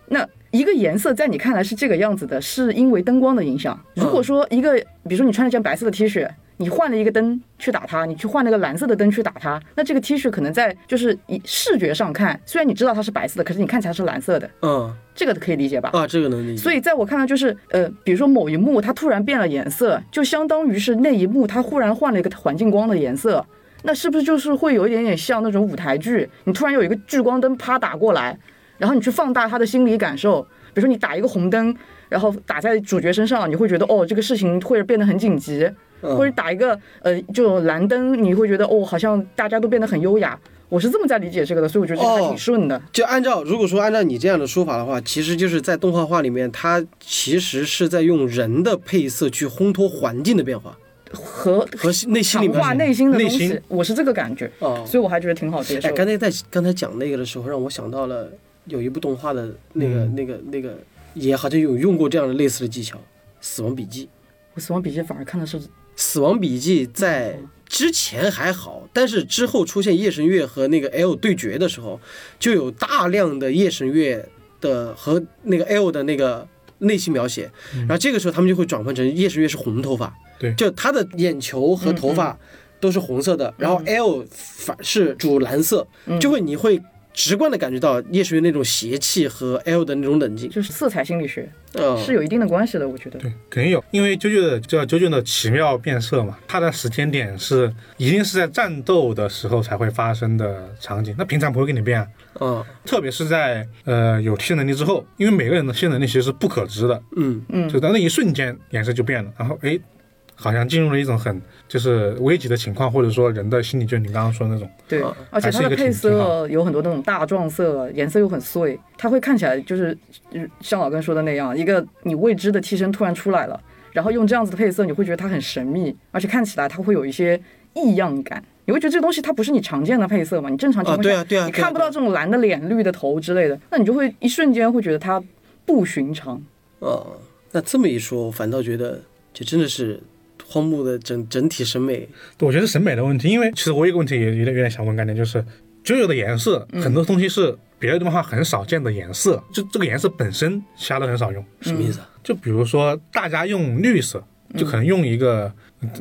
Speaker 3: 那一个颜色在你看来是这个样子的，是因为灯光的影响。如果说一个，比如说你穿了一件白色的 T 恤，你换了一个灯去打它，你去换了个蓝色的灯去打它，那这个 T 恤可能在就是以视觉上看，虽然你知道它是白色的，可是你看起来是蓝色的，
Speaker 2: 嗯
Speaker 3: 这个可以理解吧？
Speaker 2: 啊，这个能理解。
Speaker 3: 所以在我看来，就是呃，比如说某一幕它突然变了颜色，就相当于是那一幕它忽然换了一个环境光的颜色，那是不是就是会有一点点像那种舞台剧？你突然有一个聚光灯啪打过来，然后你去放大他的心理感受，比如说你打一个红灯，然后打在主角身上，你会觉得哦，这个事情会变得很紧急，
Speaker 2: 嗯
Speaker 3: 或者打一个呃这种蓝灯，你会觉得哦，好像大家都变得很优雅。我是这么在理解这个的，所以我觉得这个还
Speaker 2: 哦
Speaker 3: 挺顺的。
Speaker 2: 就按照如果说按照你这样的说法的话，其实就是在动画化里面，它其实是在用人的配色去烘托环境的变化
Speaker 3: 和
Speaker 2: 和心内心里
Speaker 3: 强
Speaker 2: 面
Speaker 3: 化内心的
Speaker 4: 内
Speaker 3: 东西
Speaker 4: 心，
Speaker 3: 我是这个感觉，
Speaker 2: 哦
Speaker 3: 所以我还觉得挺好接受
Speaker 2: 哎，
Speaker 3: 的。
Speaker 2: 刚才在刚才讲那个的时候，让我想到了有一部动画的那个、
Speaker 3: 嗯
Speaker 2: 那个那个，也好像有用过这样的类似的技巧，《死亡笔记》。《
Speaker 3: 我死亡笔记反而看的是
Speaker 2: 死亡笔记》在之前还好，但是之后出现夜神月和那个 L 对决的时候，就有大量的夜神月的和那个 L 的那个内心描写，然后这个时候他们就会转换成夜神月是红头发，
Speaker 4: 对
Speaker 2: 就他的眼球和头发都是红色的，然后 L 反是主蓝色，就会你会直观的感觉到夜神月那种邪气和 L 的那种冷静，
Speaker 3: 就是色彩心理学
Speaker 2: 嗯，
Speaker 3: 是有一定的关系的，我觉得。
Speaker 4: 对，肯定有，因为啾啾的叫啾啾的奇妙变色嘛，它的时间点是一定是在战斗的时候才会发生的场景，那平常不会给你变、啊，
Speaker 2: 嗯
Speaker 4: 特别是在呃有替身能力之后，因为每个人的替身能力其实是不可知的，
Speaker 2: 嗯
Speaker 3: 嗯
Speaker 4: 就在那一瞬间颜色就变了，然后哎，好像进入了一种很就是危急的情况，或者说人的心理，就你刚刚说的那种，
Speaker 3: 对
Speaker 2: 啊，
Speaker 3: 而且
Speaker 4: 还是
Speaker 3: 它
Speaker 4: 一
Speaker 3: 的
Speaker 4: 个
Speaker 3: 配
Speaker 4: 挺挺好
Speaker 3: 色有很多那种大撞色，颜色又很碎，它会看起来就是嗯像老根说的那样，一个你未知的替身突然出来了，然后用这样子的配色，你会觉得它很神秘，而且看起来它会有一些异样感。你会觉得这个东西它不是你常见的配色嘛？你正常情况下、
Speaker 2: 啊对啊对啊
Speaker 3: 你
Speaker 2: 对啊
Speaker 3: 看不到这种蓝的脸、绿的头之类的，那你就会一瞬间会觉得它不寻常。
Speaker 2: 哦，那这么一说，我反倒觉得这真的是荒木的整整体审美
Speaker 4: 我觉得是审美的问题，因为其实我有个问题也有点有点想问概念，就是啾啾的颜色、很多东西是别的动画很少见的颜色，就这个颜色本身其他都很少用。
Speaker 2: 什么意思啊？
Speaker 4: 就比如说大家用绿色，就可能用一个，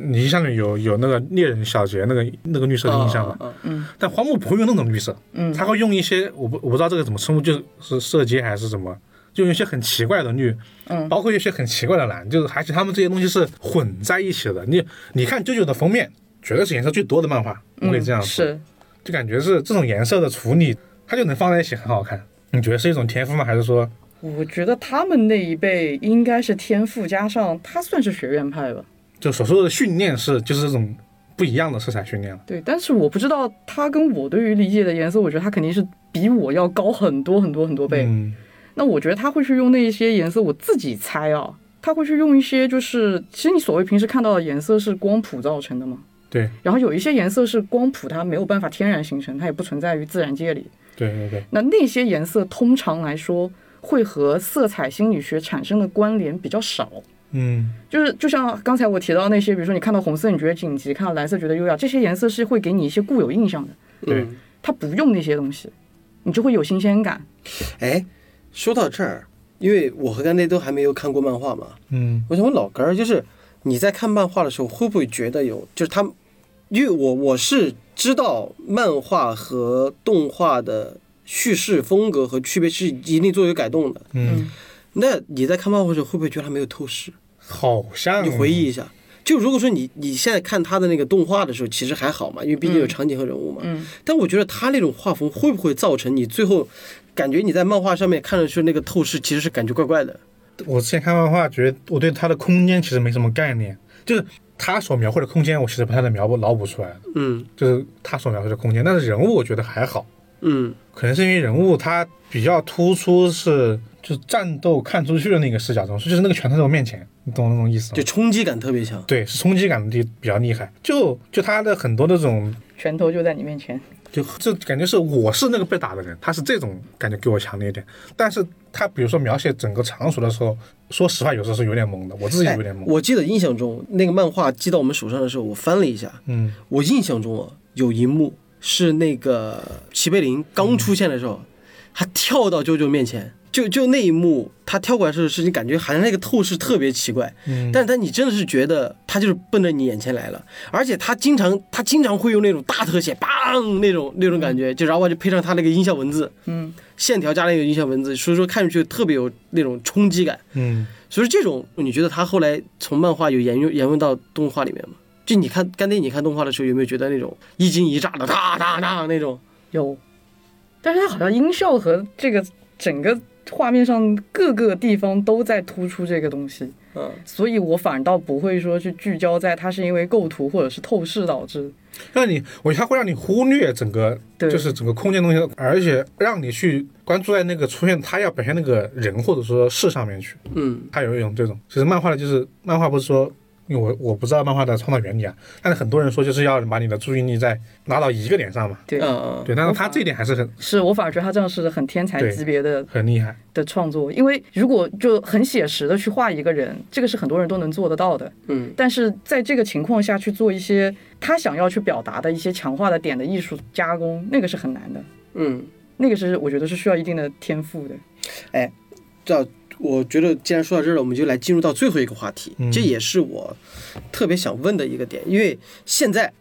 Speaker 4: 你印象里有有那个猎人小杰那个那个绿色的印象嘛？
Speaker 2: 啊啊
Speaker 4: 但荒木不会用那种绿色，
Speaker 3: 嗯
Speaker 4: 他会用一些我不我不知道这个怎么称呼，就是射击还是什么。就用一些很奇怪的绿，
Speaker 3: 嗯
Speaker 4: 包括一些很奇怪的蓝，就是而且他们这些东西是混在一起的。你你看九九的封面，绝对是颜色最多的漫画，我可以这样说，
Speaker 3: 嗯是
Speaker 4: 就感觉是这种颜色的处理，它就能放在一起很好看。你觉得是一种天赋吗？还是说
Speaker 3: 我觉得他们那一辈应该是天赋加上他算是学院派吧，
Speaker 4: 就所说的训练是就是这种不一样的色彩训练了？
Speaker 3: 对。但是我不知道他跟我对于理解的颜色，我觉得他肯定是比我要高很多很多很多倍。
Speaker 4: 嗯，
Speaker 3: 那我觉得他会去用那一些颜色，我自己猜啊，他会去用一些就是，其实你所谓平时看到的颜色是光谱造成的嘛。
Speaker 4: 对
Speaker 3: 然后有一些颜色是光谱它没有办法天然形成，它也不存在于自然界里。
Speaker 4: 对对对，
Speaker 3: 那那些颜色通常来说会和色彩心理学产生的关联比较少。
Speaker 4: 嗯，
Speaker 3: 就是就像刚才我提到那些，比如说你看到红色你觉得紧急，看到蓝色觉得优雅，这些颜色是会给你一些固有印象的。
Speaker 4: 对，
Speaker 3: 它不用那些东西，你就会有新鲜感。
Speaker 2: 哎，说到这儿，因为我和干爹都还没有看过漫画嘛，
Speaker 4: 嗯，
Speaker 2: 我想问老根儿，就是你在看漫画的时候，会不会觉得有，就是他们，因为我我是知道漫画和动画的叙事风格和区别是一定作为改动的。
Speaker 4: 嗯，
Speaker 2: 那你在看漫画的时候，会不会觉得他没有透视？
Speaker 4: 好像
Speaker 2: 你回
Speaker 4: 嗯
Speaker 2: 忆一下。就如果说你你现在看他的那个动画的时候，其实还好嘛，因为毕竟有场景和人物嘛。
Speaker 3: 嗯
Speaker 2: 但我觉得他那种画风会不会造成你最后感觉你在漫画上面看上去那个透视，其实是感觉怪怪的？
Speaker 4: 我之前看漫画，觉得我对它的空间其实没什么概念，就是它所描绘的空间，我其实不太能描补脑补出来，
Speaker 2: 嗯
Speaker 4: 就是它所描绘的空间。但是人物我觉得还好，
Speaker 2: 嗯
Speaker 4: 可能是因为人物他比较突出是就战斗看出去的那个视角中，就是那个拳头在我面前，你懂那种意思吗？
Speaker 2: 就冲击感特别强。
Speaker 4: 对，是冲击感的比较厉害，就就他的很多那种
Speaker 3: 拳头就在你面前，
Speaker 4: 就这感觉是我是那个被打的人，他是这种感觉给我强烈一点。但是他比如说描写整个场所的时候，说实话有时候是有点懵的，我自己
Speaker 2: 哎
Speaker 4: 有点懵。
Speaker 2: 我记得印象中那个漫画寄到我们手上的时候，我翻了一下，
Speaker 4: 嗯，
Speaker 2: 我印象中啊有一幕是那个齐贝林刚出现的时候，他跳到啾啾面前，就就那一幕，他跳过来的时候是你感觉好像那个透视特别奇怪，
Speaker 4: 嗯
Speaker 2: 但是他你真的是觉得他就是奔着你眼前来了，而且他经常他经常会用那种大特写，砰那种那种感
Speaker 4: 嗯
Speaker 2: 觉，就然后就配上他那个音效文字，
Speaker 3: 嗯，
Speaker 2: 线条加那个音效文字，所以说看上去特别有那种冲击感。
Speaker 4: 嗯，
Speaker 2: 所以说这种你觉得他后来从漫画有沿用沿用到动画里面吗？就你看干爹，你看动画的时候有没有觉得那种一惊一乍的哒哒哒那种？
Speaker 3: 有，但是它好像音效和这个整个画面上各个地方都在突出这个东西，
Speaker 2: 嗯，
Speaker 3: 所以我反倒不会说去聚焦在它是因为构图或者是透视导致。
Speaker 4: 让你我它会让你忽略整个
Speaker 3: 对
Speaker 4: 就是整个空间东西，而且让你去关注在那个出现他要表现那个人或者说事上面去。
Speaker 2: 嗯，
Speaker 4: 它有一种这种，其实漫画的就是漫画不是说，因为我我不知道漫画的创造原理啊，但是很多人说就是要把你的注意力再拉到一个点上嘛。
Speaker 3: 对，
Speaker 2: 嗯
Speaker 4: 对，但是他这一点还是很
Speaker 3: 是我反而觉得他这样是很天才
Speaker 4: 对
Speaker 3: 级别的
Speaker 4: 很厉害。
Speaker 3: 的创作，因为如果就很写实的去画一个人，这个是很多人都能做得到的。
Speaker 2: 嗯，
Speaker 3: 但是在这个情况下去做一些他想要去表达的一些强化的点的艺术加工，那个是很难的，
Speaker 2: 嗯，
Speaker 3: 那个是我觉得是需要一定的天赋的。
Speaker 2: 这我觉得既然说到这儿了，我们就来进入到最后一个话题，
Speaker 4: 嗯
Speaker 2: 这也是我特别想问的一个点，因为现在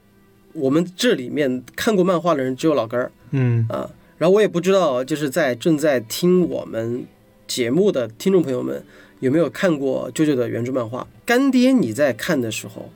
Speaker 2: 我们这里面看过漫画的人只有老根儿，
Speaker 4: 嗯
Speaker 2: 啊，然后我也不知道，就是在正在听我们节目的听众朋友们有没有看过舅舅的原著漫画？干爹，你在看的时候，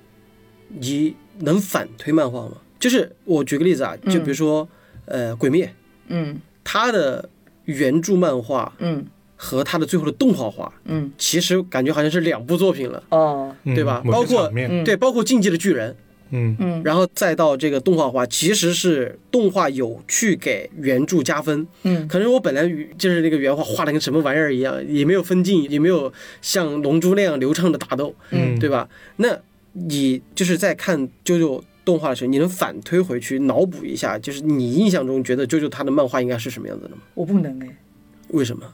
Speaker 2: 你能反推漫画吗？就是我举个例子啊，就比如说，呃，《鬼灭》
Speaker 3: 嗯
Speaker 2: 它的原著漫画
Speaker 3: 嗯
Speaker 2: 和它的最后的动画化，
Speaker 3: 嗯，
Speaker 2: 其实感觉好像是两部作品了。
Speaker 3: 哦，
Speaker 4: 嗯
Speaker 2: 对吧
Speaker 4: 某些
Speaker 2: 包括
Speaker 4: 场面
Speaker 3: 嗯
Speaker 2: 对，包括《进击的巨人》，
Speaker 4: 嗯
Speaker 3: 嗯
Speaker 2: 然后再到这个动画化，其实是动画有去给原著加分，
Speaker 3: 嗯
Speaker 2: 可能我本来就是那个原画画的跟什么玩意儿一样，也没有分镜，也没有像龙珠那样流畅的打斗，
Speaker 3: 嗯
Speaker 2: 对吧？那你就是在看啾啾动画的时候，你能反推回去脑补一下，就是你印象中觉得啾啾他的漫画应该是什么样子的吗？
Speaker 3: 我不能哎，
Speaker 2: 为什么？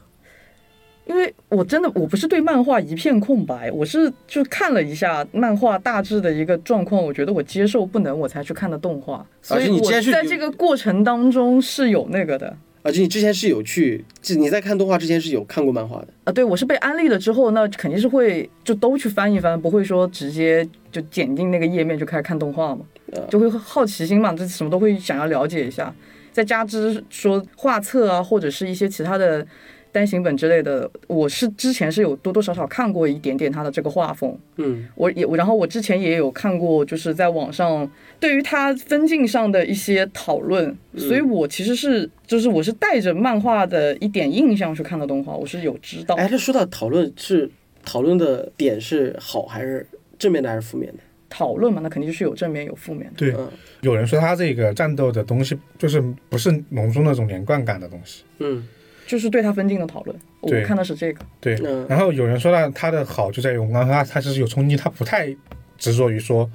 Speaker 3: 因为我真的我不是对漫画一片空白，我是就看了一下漫画大致的一个状况，我觉得我接受不能，我才去看的动画，所
Speaker 2: 而且
Speaker 3: 以
Speaker 2: 你
Speaker 3: 我
Speaker 2: 既然是
Speaker 3: 在
Speaker 2: 有
Speaker 3: 这个过程当中是有那个的。
Speaker 2: 而且你之前是有去，就你在看动画之前是有看过漫画的，
Speaker 3: 啊，对，我是被安利了之后，那肯定是会就都去翻一翻，不会说直接就点进那个页面就开始看动画嘛，就会好奇心嘛，这什么都会想要了解一下。再加之说画册啊，或者是一些其他的单行本之类的，我是之前是有多多少少看过一点点他的这个画风，
Speaker 2: 嗯
Speaker 3: 我也我然后我之前也有看过，就是在网上对于它分镜上的一些讨论，所以我其实是就是我是带着漫画的一点印象去看的动画，我是有知道。
Speaker 2: 哎，这说到讨论是讨论的点是好还是正面的还是负面的？
Speaker 3: 讨论嘛，那肯定是有正面有负面的。
Speaker 4: 对
Speaker 2: 嗯，
Speaker 4: 有人说他这个战斗的东西就是不是龙珠那种连贯感的东西。
Speaker 2: 嗯
Speaker 3: 就是对他分镜的讨论。我
Speaker 4: 对
Speaker 3: 看的是这个，
Speaker 4: 对，
Speaker 2: 嗯
Speaker 4: 然后有人说到他的好就在于我们刚刚说他他就是有冲击，他不太执着于说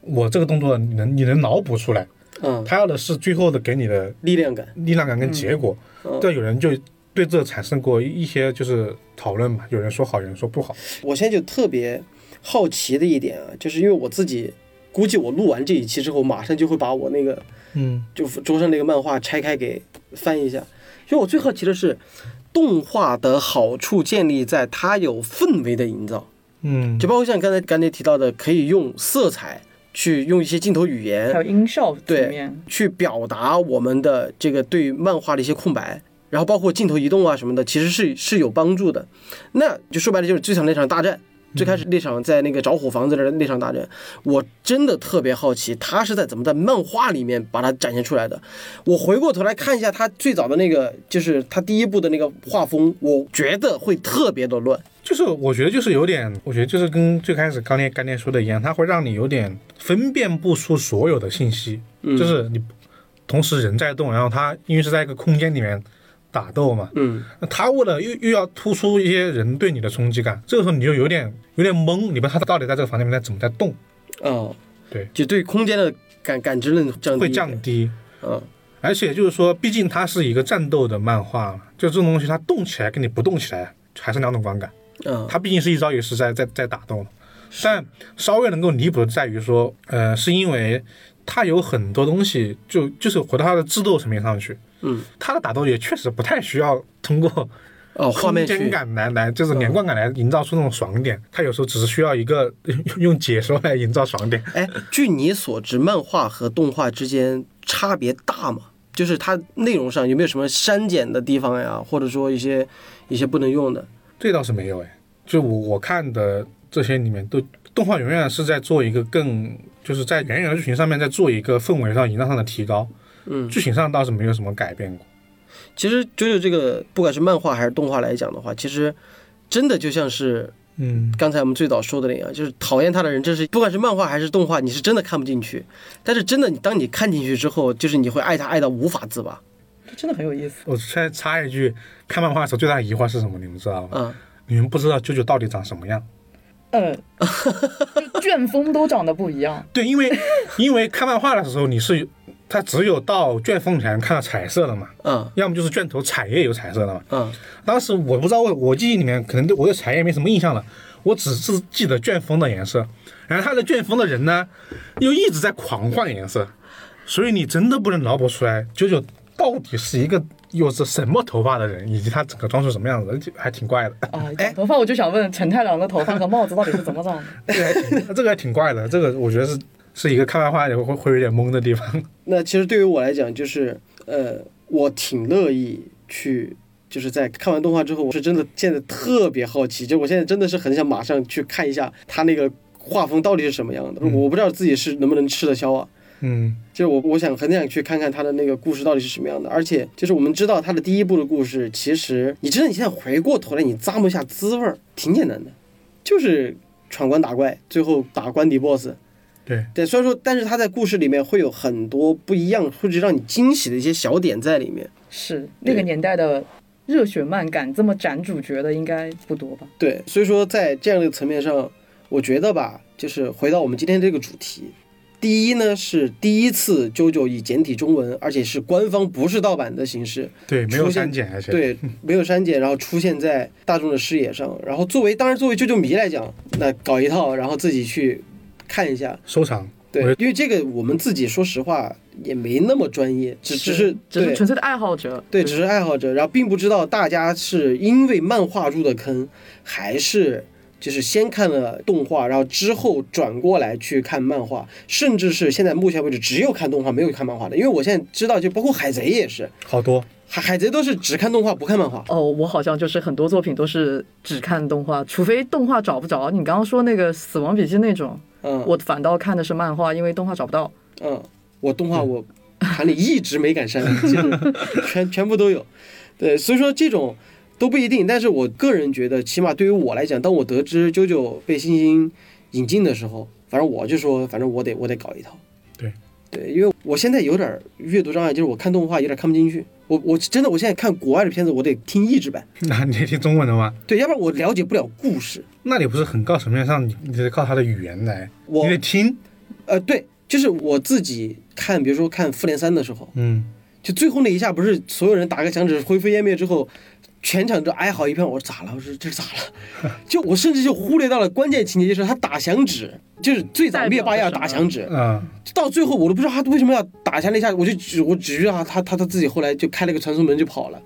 Speaker 4: 我这个动作你能你能脑补出来，
Speaker 2: 嗯，
Speaker 4: 他要的是最后的给你的
Speaker 2: 力量感，
Speaker 4: 力量感跟结果。
Speaker 2: 嗯
Speaker 4: 对，有人就对这产生过一些就是讨论嘛，有人说好，有人说不好。
Speaker 2: 我现在就特别好奇的一点啊，就是因为我自己估计我录完这一期之后，马上就会把我那个
Speaker 4: 嗯
Speaker 2: 就桌上那个漫画拆开给翻一下。因为我最好奇的是，动画的好处建立在它有氛围的营造，
Speaker 4: 嗯
Speaker 2: 就包括像刚才刚才提到的，可以用色彩去用一些镜头语言，
Speaker 3: 还有音效层
Speaker 2: 对
Speaker 3: 面，，
Speaker 2: 去表达我们的这个对漫画的一些空白，然后包括镜头移动啊什么的，其实是是有帮助的。那就说白了，就是这场那场大战，最开始那场在那个着火房子的那场大战，我真的特别好奇，他是在怎么在漫画里面把它展现出来的。我回过头来看一下他最早的那个，就是他第一部的那个画风，我觉得会特别的乱。
Speaker 4: 就是我觉得就是有点，我觉得就是跟最开始刚才干爹说的一样，它会让你有点分辨不出所有的信息，
Speaker 2: 嗯
Speaker 4: 就是你同时人在动，然后它因为是在一个空间里面打斗嘛，
Speaker 2: 嗯
Speaker 4: 那它为了又又要突出一些人对你的冲击感，这个时候你就有点有点懵，你不知道它到底在这个房间里面在怎么在动，
Speaker 2: 哦，
Speaker 4: 对，
Speaker 2: 就对空间的感感知能降低，
Speaker 4: 会降，低。
Speaker 2: 嗯
Speaker 4: 而且就是说，毕竟它是一个战斗的漫画嘛，就这种东西它动起来跟你不动起来还是两种观感。
Speaker 2: 嗯，
Speaker 4: 它毕竟是一招也是在在在打斗，但稍微能够弥补的在于说，呃，是因为它有很多东西就就是回到它的制作层面上去，
Speaker 7: 嗯，
Speaker 4: 他的打斗也确实不太需要通过
Speaker 2: 哦，画面嗯
Speaker 4: 空间
Speaker 2: 去
Speaker 4: 感来来，就是连贯感来营造出那种爽点。他有时候只是需要一个 用用解说来营造爽点。
Speaker 2: 哎，据你所知，漫画和动画之间差别大吗？就是它内容上有没有什么删减的地方呀，或者说一些一些不能用的？
Speaker 4: 这倒是没有哎，就我我看的这些里面都，动画永远是在做一个更，就是在原有的剧情上面在做一个氛围上、营造上的提高。
Speaker 2: 嗯
Speaker 4: 剧情上倒是没有什么改变过。
Speaker 2: 其实就是这个，不管是漫画还是动画来讲的话，其实真的就像是
Speaker 4: 嗯，
Speaker 2: 刚才我们最早说的那样，就是讨厌他的人，真是不管是漫画还是动画，你是真的看不进去。但是真的，你当你看进去之后，就是你会爱他爱到无法自拔。
Speaker 3: 这真的很有意思。
Speaker 4: 我再插一句，看漫画的时候最大的疑惑是什么？你们知道吗？
Speaker 2: 嗯，
Speaker 4: 你们不知道舅舅到底长什么样？
Speaker 3: 呃，就卷风都长得不一样，
Speaker 4: 对， 因为因为看漫画的时候你是，它只有到卷风才能看到彩色的嘛，
Speaker 2: 嗯
Speaker 4: 要么就是卷头彩页有彩色的嘛。
Speaker 2: 嗯，
Speaker 4: 当时我不知道为，我记忆里面可能对我对彩页没什么印象了，我只是记得卷风的颜色，然后他的卷风的人呢，又一直在狂换颜色，所以你真的不能脑补出来九九到底是一个有着什么头发的人，以及他整个装束什么样子，还挺怪的。
Speaker 2: 哎
Speaker 3: 啊，长头发我就想问陈太郎的头发和帽子到底是怎么 长的？
Speaker 4: 这个还挺， 这个还挺怪的，这个我觉得是是一个看漫画也会会有点懵的地方。
Speaker 2: 那其实对于我来讲，就是呃，我挺乐意去，就是在看完动画之后，我是真的现在特别好奇，就我现在真的是很想马上去看一下他那个画风到底是什么样的，我不知道自己是能不能吃得消啊。
Speaker 4: 嗯
Speaker 2: 就是我我想很想去看看他的那个故事到底是什么样的，而且就是我们知道他的第一部的故事，其实你真的你现在回过头来你咂摸一下滋味儿，挺简单的，就是闯关打怪，最后打关底 BOSS。
Speaker 4: 对，
Speaker 2: 对，虽然说，但是他在故事里面会有很多不一样，或者让你惊喜的一些小点在里面。
Speaker 3: 是那个年代的热血漫敢这么斩主角的应该不多吧？
Speaker 2: 对，所以说在这样的层面上，我觉得吧，就是回到我们今天这个主题，第一呢是第一次 JoJo 以简体中文，而且是官方不是盗版的形式
Speaker 4: 对，没有
Speaker 2: 出现
Speaker 4: 删减，而且，
Speaker 2: 对，没有删减，然后出现在大众的视野上。然后作为，当然作为啾啾迷来讲，那搞一套，然后自己去看一下。
Speaker 4: 收藏。
Speaker 2: 对
Speaker 4: 我，
Speaker 2: 因为这个我们自己说实话也没那么专业，只只是
Speaker 3: 只是
Speaker 2: 对
Speaker 3: 纯粹的爱好者，
Speaker 2: 对，只是爱好者，然后并不知道大家是因为漫画入的坑，还是就是先看了动画，然后之后转过来去看漫画，甚至是现在目前为止只有看动画没有看漫画的，因为我现在知道，就包括海贼也是，
Speaker 4: 好多。
Speaker 2: 海海贼都是只看动画不看漫画。
Speaker 3: 哦，我好像就是很多作品都是只看动画，除非动画找不着。你刚刚说那个《死亡笔记》那种，
Speaker 2: 嗯，
Speaker 3: 我反倒看的是漫画，因为动画找不到。
Speaker 2: 嗯，我动画我盘里一直没敢删，就是全全部都有。对，所以说这种都不一定，但是我个人觉得，起码对于我来讲，当我得知啾啾被星星引进的时候，反正我就说，反正我得我得搞一套。
Speaker 4: 对
Speaker 2: 对，因为我现在有点阅读障碍，就是我看动画有点看不进去。我我真的我现在看国外的片子，我得听译制版，
Speaker 4: 那你也听中文的吗？
Speaker 2: 对，要不然我了解不了故事。
Speaker 4: 那你不是很高层面上，你你得靠他的语言来，
Speaker 2: 我
Speaker 4: 你得听。
Speaker 2: 呃，对，就是我自己看，比如说看《复联三》的时候，
Speaker 4: 嗯。
Speaker 2: 就最后那一下，不是所有人打个响指灰飞烟灭之后，全场就哀嚎一片。我说咋了？我说这咋了？ 就我甚至就忽略到了关键情节，就是他打响指，就是最早灭霸要打响指，
Speaker 4: 嗯，
Speaker 2: 到最后我都不知道他为什么要打下那一下，我就只我只知道他他他自己后来就开了个传送门就跑了。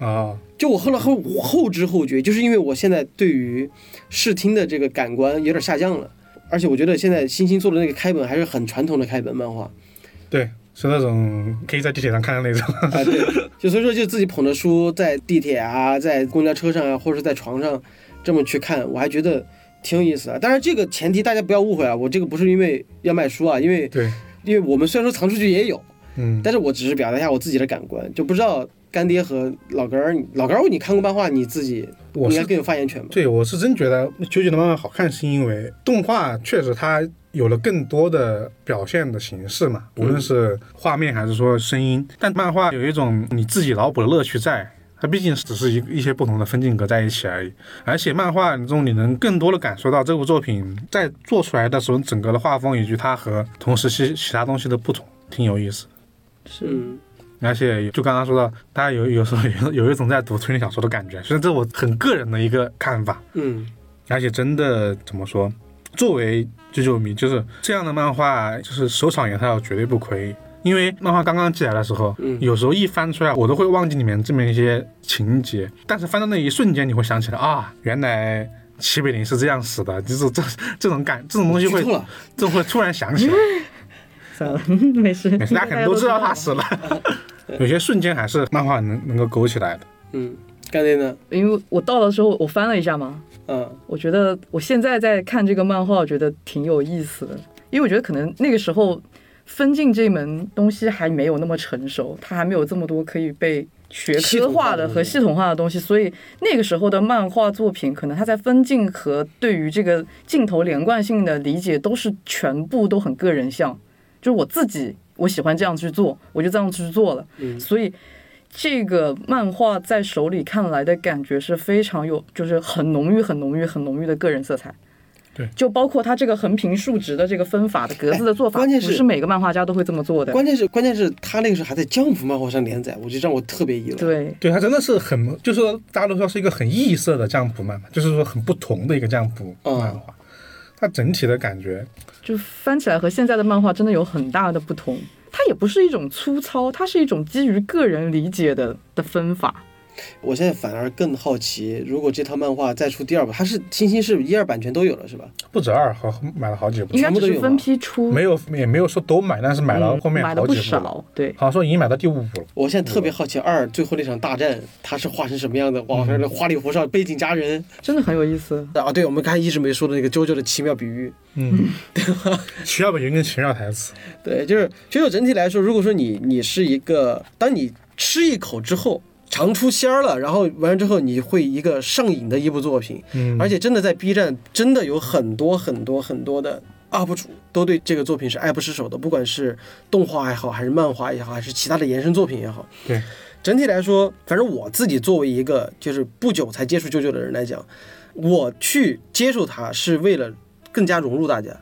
Speaker 4: 哦，
Speaker 2: 就我后来后后知后觉，就是因为我现在对于视听的这个感官有点下降了，而且我觉得现在星星做的那个开本还是很传统的开本漫画，
Speaker 4: 对，是那种可以在地铁上看的那种。
Speaker 2: 啊，对，就所以说就自己捧着书在地铁啊，在公交车上啊，或者是在床上这么去看，我还觉得挺有意思的。当然，这个前提大家不要误会啊，我这个不是因为要卖书啊，因为
Speaker 4: 对，
Speaker 2: 因为我们虽然说藏书局也有，
Speaker 4: 嗯，
Speaker 2: 但是我只是表达一下我自己的感官，就不知道干爹和老根儿，老根儿你看过漫画，你自己应
Speaker 4: 我
Speaker 2: 该
Speaker 4: 是
Speaker 2: 更有发言权吧？
Speaker 4: 对，我是真觉得九九的漫漫好看，是因为动画确实它有了更多的表现的形式嘛，无论是画面还是说声音，但漫画有一种你自己脑补的乐趣在。它毕竟只是一一些不同的分镜格在一起而已，而且漫画中你能更多的感受到这部作品在做出来的时候整个的画风以及它和同时期其他东西的不同，挺有意思的。
Speaker 2: 嗯，
Speaker 4: 而且就刚刚说到，大家有有时候有有一种在读推理小说的感觉，虽然这我很个人的一个看法，
Speaker 2: 嗯
Speaker 4: 而且真的怎么说，作为九九迷，就是这样的漫画，就是收藏也它绝对不亏。因为漫画刚刚起来的时候，有时候一翻出来，我都会忘记里面这么一些情节，但是翻到那一瞬间，你会想起来啊，原来齐北林是这样死的，就是这这种感，这种东西会
Speaker 2: 剧透了，
Speaker 4: 这种会突然想起来，
Speaker 3: 算了， 没事，
Speaker 4: 大家可能都知道他死了，有些瞬间还是漫画能能够勾起来的。
Speaker 2: 嗯，干爹呢？
Speaker 3: 因为我到的时候我翻了一下嘛，
Speaker 2: 嗯，
Speaker 3: 我觉得我现在在看这个漫画，我觉得挺有意思的，因为我觉得可能那个时候分镜这门东西还没有那么成熟，它还没有这么多可以被学
Speaker 2: 系
Speaker 3: 科
Speaker 2: 统化
Speaker 3: 化
Speaker 2: 的
Speaker 3: 的
Speaker 2: 东
Speaker 3: 和
Speaker 2: 西
Speaker 3: 系统化的东西，所以那个时候的漫画作品，可能它在分镜和对于这个镜头连贯性的理解都是全部都很个人像，就是我自己我喜欢这样去做，我就这样去做了，
Speaker 4: 嗯
Speaker 3: 所以。这个漫画在手里看来的感觉是非常有，就是很浓郁、很浓郁、很浓郁的个人色彩。
Speaker 4: 对
Speaker 3: 就包括它这个横平竖直的这个分法的格子的做
Speaker 2: 哎
Speaker 3: 法，
Speaker 2: 关键是
Speaker 3: 不是每个漫画家都会这么做的。
Speaker 2: 关键是关键是他那个时候还在江湖漫画上连载，我觉得让我特别意外。，
Speaker 3: 对，
Speaker 4: 对，它真的是很，就是说大家都说是一个很异色的降谱漫嘛，就是说很不同的一个降谱
Speaker 2: 嗯
Speaker 4: 漫画，它整体的感觉，
Speaker 3: 就翻起来和现在的漫画真的有很大的不同。它也不是一种粗糙，它是一种基于个人理解的的分法。
Speaker 2: 我现在反而更好奇，如果这套漫画再出第二部，它是星星是一二版权都有了是吧？
Speaker 4: 不止二号买了好几部
Speaker 3: 应，该
Speaker 2: 全
Speaker 3: 只
Speaker 2: 部都有
Speaker 3: 是
Speaker 2: 吗
Speaker 3: 分批出，
Speaker 4: 没有也没有说都买，但是买了后面
Speaker 3: 买了
Speaker 4: 好
Speaker 3: 不
Speaker 4: 几部，
Speaker 3: 少。对，
Speaker 4: 好像说已经买到第五部了。
Speaker 2: 我现在特别好奇二最后那场大战，他是画成什么样的？哇，那花里胡哨，背景扎人
Speaker 3: 真的很有意思。
Speaker 2: 嗯啊！对，我们刚才一直没说的那个 JoJo 的奇妙比喻，
Speaker 4: 嗯，奇妙本源跟奇妙台词，
Speaker 2: 对，就是 JoJo 整体来说，如果说你你是一个，当你吃一口之后尝出鲜儿了，然后完了之后你会一个上瘾的一部作品，
Speaker 4: 嗯，
Speaker 2: 而且真的在 B 站真的有很多很多很多的 UP 主都对这个作品是爱不释手的，不管是动画也好，还是漫画也好，还是其他的延伸作品也好。
Speaker 4: 对，
Speaker 2: 整体来说，反正我自己作为一个就是不久才接触舅舅的人来讲，我去接触它是为了更加融入大家，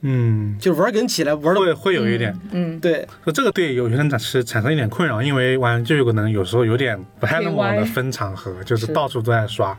Speaker 4: 嗯，
Speaker 2: 就是玩梗起来玩
Speaker 4: 会
Speaker 2: 的。
Speaker 4: 会有一点，
Speaker 3: 嗯，
Speaker 2: 对，
Speaker 4: 说这个对有些人产是产生一点困扰，因为玩这个可能有时候有点不太那么的分场合，就是
Speaker 3: 是
Speaker 4: 到处都在刷，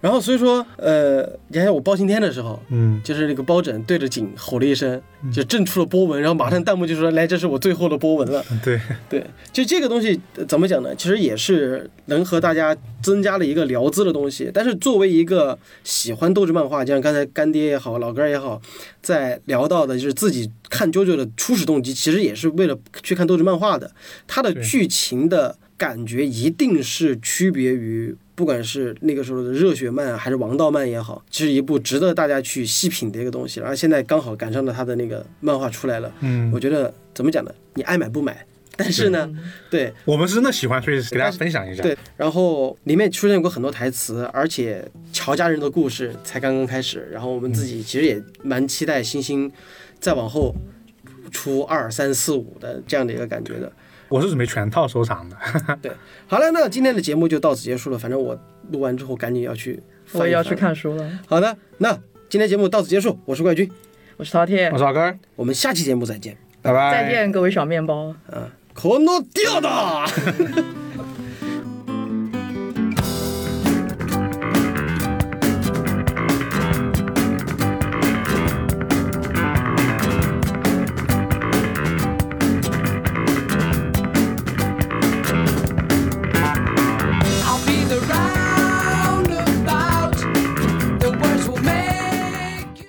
Speaker 2: 然后所以说，呃，你看我包青天的时候，
Speaker 4: 嗯，
Speaker 2: 就是那个包拯对着井吼了一声，就震出了波纹，然后马上弹幕就说：“来，这是我最后的波纹了。”
Speaker 4: 对，
Speaker 2: 对，就这个东西呃怎么讲呢？其实也是能和大家增加了一个聊资的东西。但是作为一个喜欢斗志漫画，就像刚才干爹也好，老哥儿也好，在聊到的就是自己看 JoJo 的初始动机，其实也是为了去看斗志漫画的。它的
Speaker 4: 对
Speaker 2: 剧情的感觉一定是区别于。不管是那个时候的热血漫还是王道漫也好，其实一部值得大家去细品的一个东西。然后现在刚好赶上了他的那个漫画出来了，
Speaker 4: 嗯
Speaker 2: 我，觉得怎么讲呢？你爱买不买，但是呢，对
Speaker 4: 我们是真的喜欢，所以给大家分享一下，
Speaker 2: 对，然后里面出现过很多台词，而且乔家人的故事才刚刚开始，然后我们自己其实也蛮期待星星再往后出二三四五的这样的一个感觉的。
Speaker 4: 我是准备全套收藏的，
Speaker 2: 好了，那今天的节目就到此结束了，反正我录完之后赶紧要去翻一翻，
Speaker 3: 我也要去。看书了。
Speaker 2: 好的，那今天节目到此结束，我是怪军，
Speaker 3: 我是饕餮
Speaker 4: 我，是老根儿，
Speaker 2: 我们下期节目再见。
Speaker 4: 拜拜，
Speaker 3: 再见，各位小面包。
Speaker 2: 啊，可诺掉的。
Speaker 8: I'll be the roundabout. The words will make.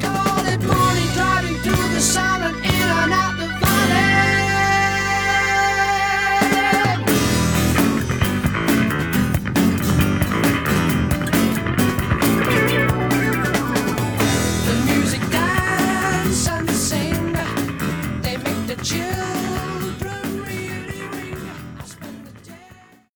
Speaker 8: Call it morning, driving through the silence.